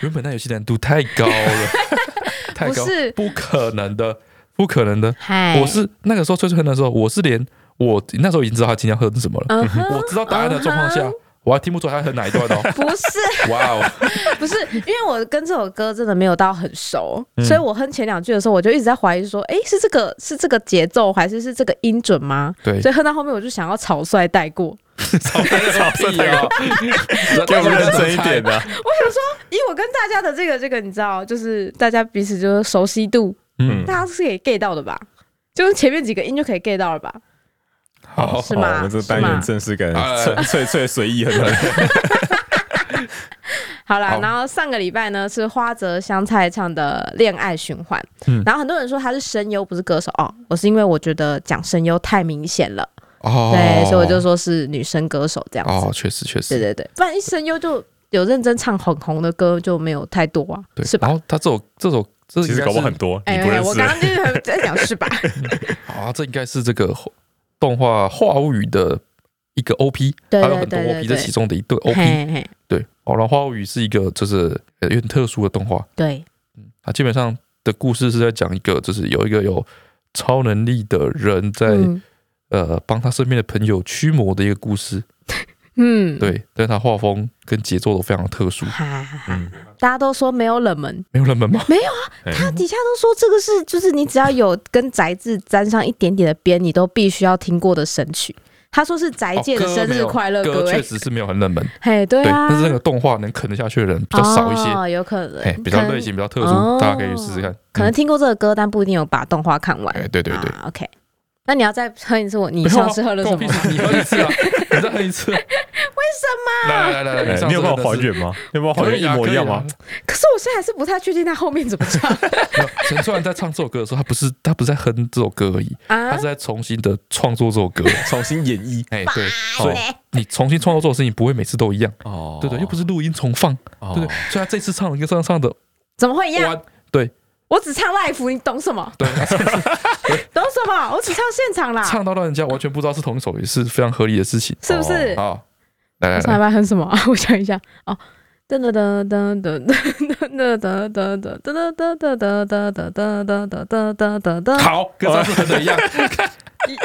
Speaker 2: 原本那游戏难度太高 了，太高
Speaker 4: 不是，
Speaker 2: 不可能的，不可能的。
Speaker 4: 嗨
Speaker 2: 我是那个时候吹吹哼的时候，我是连我那时候已经知道他今天要哼什么了，
Speaker 4: 嗯哼，
Speaker 2: 我知道答案的状况下
Speaker 4: 嗯，
Speaker 2: 我还听不出来他哼哪一段 哦。
Speaker 4: 不是
Speaker 2: 哇哦，
Speaker 4: 不是，因为我跟这首歌真的没有到很熟，
Speaker 2: 嗯
Speaker 4: 所以我哼前两句的时候，我就一直在怀疑说，诶，是这个是这个节奏，还是是这个音准吗？
Speaker 2: 对
Speaker 4: 所，以哼到后面，我就想要草率带过。
Speaker 2: 草
Speaker 4: 哦
Speaker 2: 莓草屁啊，
Speaker 3: 给我们认真一点啊的，
Speaker 4: 因 为我跟大家的这个这个，你知道，就是大家彼此就是熟悉度，
Speaker 2: 嗯，
Speaker 4: 大家是可以 get 到的吧？就是前面几个音就可以 get 到了吧？
Speaker 2: 好，
Speaker 4: 是
Speaker 3: 哦
Speaker 4: 吗
Speaker 2: 哎
Speaker 3: 我们这单元正式感
Speaker 2: 是吗
Speaker 3: 脆脆脆随意很很。
Speaker 4: 好啦，
Speaker 2: 好
Speaker 4: 然后上个礼拜呢是花泽香菜唱的《恋爱循环》，
Speaker 3: 嗯
Speaker 4: 然后很多人说他是声优不是歌手哦，我是因为我觉得讲声优太明显了，
Speaker 2: 哦，
Speaker 4: 对，所以我就说是女生歌手这样子。
Speaker 2: 哦，确实确
Speaker 4: 对
Speaker 2: 实，
Speaker 4: 对对，不然一声优就有认真唱很红的歌就没有太多啊，
Speaker 2: 对，
Speaker 4: 是吧
Speaker 2: 然？后他这首这首这
Speaker 3: 其实
Speaker 2: 应该
Speaker 3: 搞不好
Speaker 2: 是
Speaker 3: 很多你
Speaker 4: 哎
Speaker 3: 不
Speaker 4: 哎，
Speaker 3: 认
Speaker 4: 我
Speaker 3: 识
Speaker 4: 刚。刚就是在 讲是吧？
Speaker 2: 啊，这应该是这个动画《话物语》的一个 OP，
Speaker 4: 对
Speaker 2: 还有
Speaker 4: 对
Speaker 2: 很多
Speaker 4: 对对
Speaker 2: OP，这
Speaker 4: 对，
Speaker 2: 其中的一对 OP。
Speaker 4: 嘿嘿，
Speaker 2: 对，哦好了，《话物语》是一个就是呃有点特殊的动画，
Speaker 4: 对，
Speaker 2: 它基本上的故事是在讲一个就是有一个有超能力的人在
Speaker 4: 嗯
Speaker 2: 呃帮他身边的朋友驱魔的一个故事。
Speaker 4: 嗯，
Speaker 2: 对，但是他画风跟节奏都非常的特殊，
Speaker 4: 哈哈哈，
Speaker 3: 嗯，
Speaker 4: 大家都说没有冷门，
Speaker 2: 没有人 们吗？
Speaker 4: 他底下都说这个是，就是你只要有跟宅字沾上一点点的边，你都必须要听过的神曲。他说是宅界的
Speaker 2: 哦歌
Speaker 4: 生
Speaker 2: 没
Speaker 4: 日
Speaker 2: 有
Speaker 4: 快乐
Speaker 2: 歌
Speaker 4: 歌，
Speaker 2: 确
Speaker 4: 哎，
Speaker 2: 实是没有很冷门，
Speaker 4: 嘿，对
Speaker 2: 对，
Speaker 4: 啊，
Speaker 2: 但是那个动画能啃得下去的人比较少一些，
Speaker 4: 哦，有可能
Speaker 2: 哎，比较
Speaker 4: 可能
Speaker 2: 类型比较特殊，
Speaker 4: 哦
Speaker 2: 大家可以去试试看。嗯
Speaker 4: 可能听过这个歌，但不一定有把动画看完。
Speaker 2: 哎，对对对，
Speaker 4: 啊，OK。那你要再喝一次我你
Speaker 2: 没有啊
Speaker 4: 上次喝了
Speaker 2: 关
Speaker 4: 什
Speaker 2: 我
Speaker 4: 么
Speaker 2: 屁？事你喝一次啊，你再喝一 次啊。为什么？来来来来，
Speaker 3: 哎
Speaker 2: 上
Speaker 3: 你有
Speaker 2: 次
Speaker 3: 办
Speaker 2: 真的
Speaker 3: 法还
Speaker 2: 是
Speaker 3: 原吗？有办法还
Speaker 2: 可
Speaker 3: 原
Speaker 2: 以
Speaker 3: 一
Speaker 2: 啊
Speaker 3: 模一样吗？？
Speaker 4: 可是我现在还是不太确定他后面怎么唱
Speaker 2: 可以啊陈川在唱这首歌的时候，他不是他不是在哼这首歌而已，他
Speaker 4: 啊
Speaker 2: 是。在重新的创作这 首歌。
Speaker 3: 重新演绎
Speaker 2: 哎，对，啊所
Speaker 3: 所
Speaker 2: 以你重新创作这种事情不会每次都一样，
Speaker 3: 哦
Speaker 2: 对对，又不是录音重放，对对，所以他这次唱了一个上上的
Speaker 4: 怎么会一样？
Speaker 2: 完，对
Speaker 4: 我只唱 live，你懂什么？
Speaker 2: 对，他
Speaker 4: 懂什么？我只唱现场啦，
Speaker 2: 唱到让人家完全不知道是同一首，也是非常合理的事情。
Speaker 4: 是不是？
Speaker 2: 好，来来
Speaker 4: 上
Speaker 2: 来
Speaker 4: 一，班哼什么？我想一下哦，噔噔噔噔噔噔噔噔噔噔噔噔噔噔噔噔噔噔噔噔噔噔，
Speaker 2: 好，跟上次哼的一样，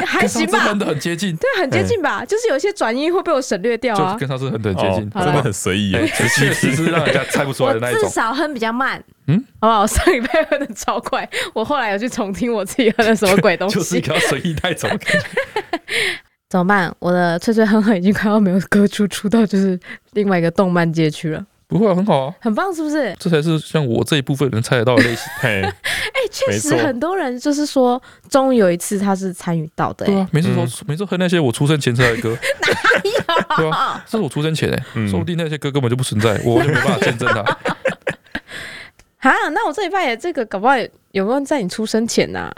Speaker 4: 还
Speaker 2: 跟上
Speaker 4: 行
Speaker 2: 次
Speaker 4: 吧
Speaker 2: 哼？的很接近，
Speaker 4: 对，很接近吧？就是有些转音会被我省略掉
Speaker 2: 哎就
Speaker 4: 啊。
Speaker 2: 跟上次哼的很接
Speaker 3: 哦
Speaker 2: 近，
Speaker 4: 好
Speaker 3: 真
Speaker 4: 啦
Speaker 3: 的很随意耶。
Speaker 2: 哎，确实是让人家猜不出来
Speaker 4: 我
Speaker 2: 的那一
Speaker 4: 至
Speaker 2: 种。
Speaker 4: 少哼比较慢，
Speaker 2: 嗯
Speaker 4: 嗯，好不好？我上礼拜哼的超快，我后来有去重听我自己哼的什么鬼东
Speaker 2: 就是一
Speaker 4: 西，
Speaker 2: 个要随意带走的感觉。
Speaker 4: 怎么办？我的脆脆哼哼已经快要没有歌出，出到就是另外一个动漫街区了，
Speaker 2: 不会、啊，很好啊，
Speaker 4: 很棒，是不是？
Speaker 2: 这才是像我这一部分能猜得到的类型。
Speaker 3: 嘿，
Speaker 4: 哎、确
Speaker 3: 没
Speaker 4: 实
Speaker 3: 错
Speaker 4: 很多人就是说，终于有一次他是参与到的、
Speaker 2: 对
Speaker 4: 哎、
Speaker 2: 啊，每次
Speaker 3: 嗯
Speaker 2: 说、每次哼那些我出生前猜的 歌，
Speaker 4: 哎
Speaker 2: 对
Speaker 4: 呦
Speaker 2: 啊，这是我出生前哎、
Speaker 3: 嗯
Speaker 2: 说不定那些歌根本就不存在，我就没办法见 证它。
Speaker 4: 哈，那我这礼拜也这个搞不好有有没有在你出生前呐、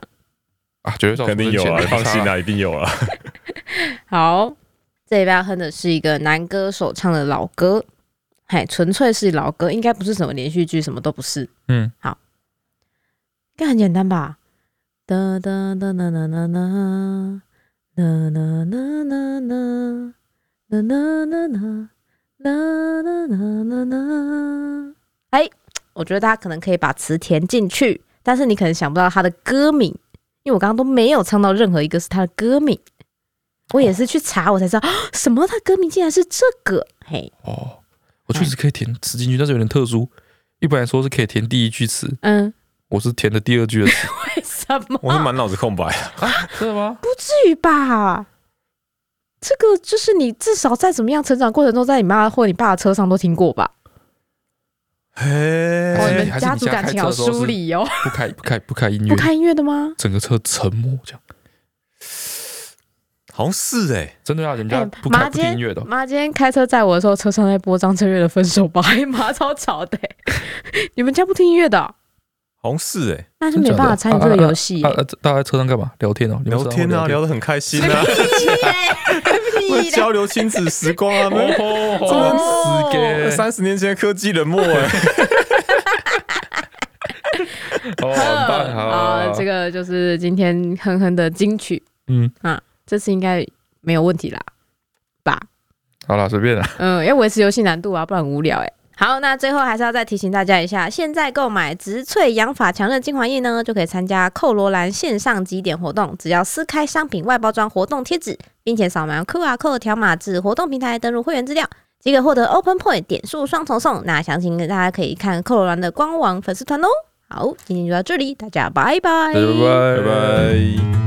Speaker 2: 啊，绝对是我
Speaker 3: 肯定有啊
Speaker 2: 出生，前
Speaker 3: 放
Speaker 2: 的
Speaker 3: 心啊，一定有啊。
Speaker 4: 好，这礼拜要哼的是一个男歌手唱的老歌，嘿，纯粹是老歌，应该不是什么连续剧，什么都不是，
Speaker 2: 嗯，
Speaker 4: 应该很简单吧？哒哒哒哒哒哒哒哒哒哒哒哒哒哒哒哒哒哒哒哒。哎，我觉得大家可能可以把词填进去，但是你可能想不到它的歌名，因为我刚刚都没有唱到任何一个是它的歌名。我也是去查，我才知道、啊什么，它歌名竟然是这个。嘿，
Speaker 2: 哦，我确实可以填词进去，但是有点特殊。一般来说是可以填第一句词，
Speaker 4: 嗯，
Speaker 2: 我是填的第二句的词。啊
Speaker 4: 为什么？
Speaker 3: 我是满脑子空白，
Speaker 2: 真的吗？
Speaker 4: 至于吧？这个就是你至少在怎么样成长过程中，在你妈或你爸的车上都听过吧？
Speaker 2: 哎
Speaker 4: 哦，
Speaker 2: 还
Speaker 4: 你
Speaker 2: 是
Speaker 4: 们家族感情好疏离哦，
Speaker 2: 不开不开不开音乐
Speaker 4: 不，开音乐的吗？
Speaker 2: 整个车沉默这样。
Speaker 3: 好像是哎，
Speaker 2: 真的啊，人
Speaker 4: 哎
Speaker 2: 家不开
Speaker 4: 妈
Speaker 2: 不
Speaker 4: 今
Speaker 2: 听
Speaker 4: 天
Speaker 2: 音乐的哦。
Speaker 4: 妈今天开车载我的时候，车上在播张震岳的《分手吧》，哎妈超吵的 欸。你们家不听音乐的哦，
Speaker 3: 好像是哎，
Speaker 4: 那就没办法参与这个游戏
Speaker 2: 啊
Speaker 4: 欸。
Speaker 2: 啊！大家在车上干嘛？聊天哦，你们
Speaker 3: 聊
Speaker 2: 车上会
Speaker 3: 天啊，聊
Speaker 2: 聊
Speaker 3: 得很开心啊，
Speaker 4: 屁嘞
Speaker 3: 交流亲子时光 啊，没有
Speaker 2: 哦，
Speaker 3: 真
Speaker 4: 哦
Speaker 2: 给
Speaker 3: 三十年前的科技冷漠 哎，
Speaker 2: 哦，很棒，好
Speaker 4: 啊，这个就是今天哼哼的金曲，
Speaker 2: 嗯，
Speaker 4: 这次应该没有问题啦，吧？
Speaker 2: 好了，随便了。
Speaker 4: 嗯，要维持游戏难度啊，不然很无聊哎、好，那最后还是要再提醒大家一下，现在购买植萃养发强韧精华液呢，就可以参加寇罗兰线上集点活动，只要撕开商品外包装活动贴纸，并且扫描 QR code 条码至活动平台登录会员资料。即可获得 Open Point 点数双重送，那详情大家可以看寇罗兰的官网粉丝团哦。好，今天就到这里，大家拜
Speaker 2: 拜
Speaker 4: 拜，
Speaker 2: 拜
Speaker 3: 拜拜。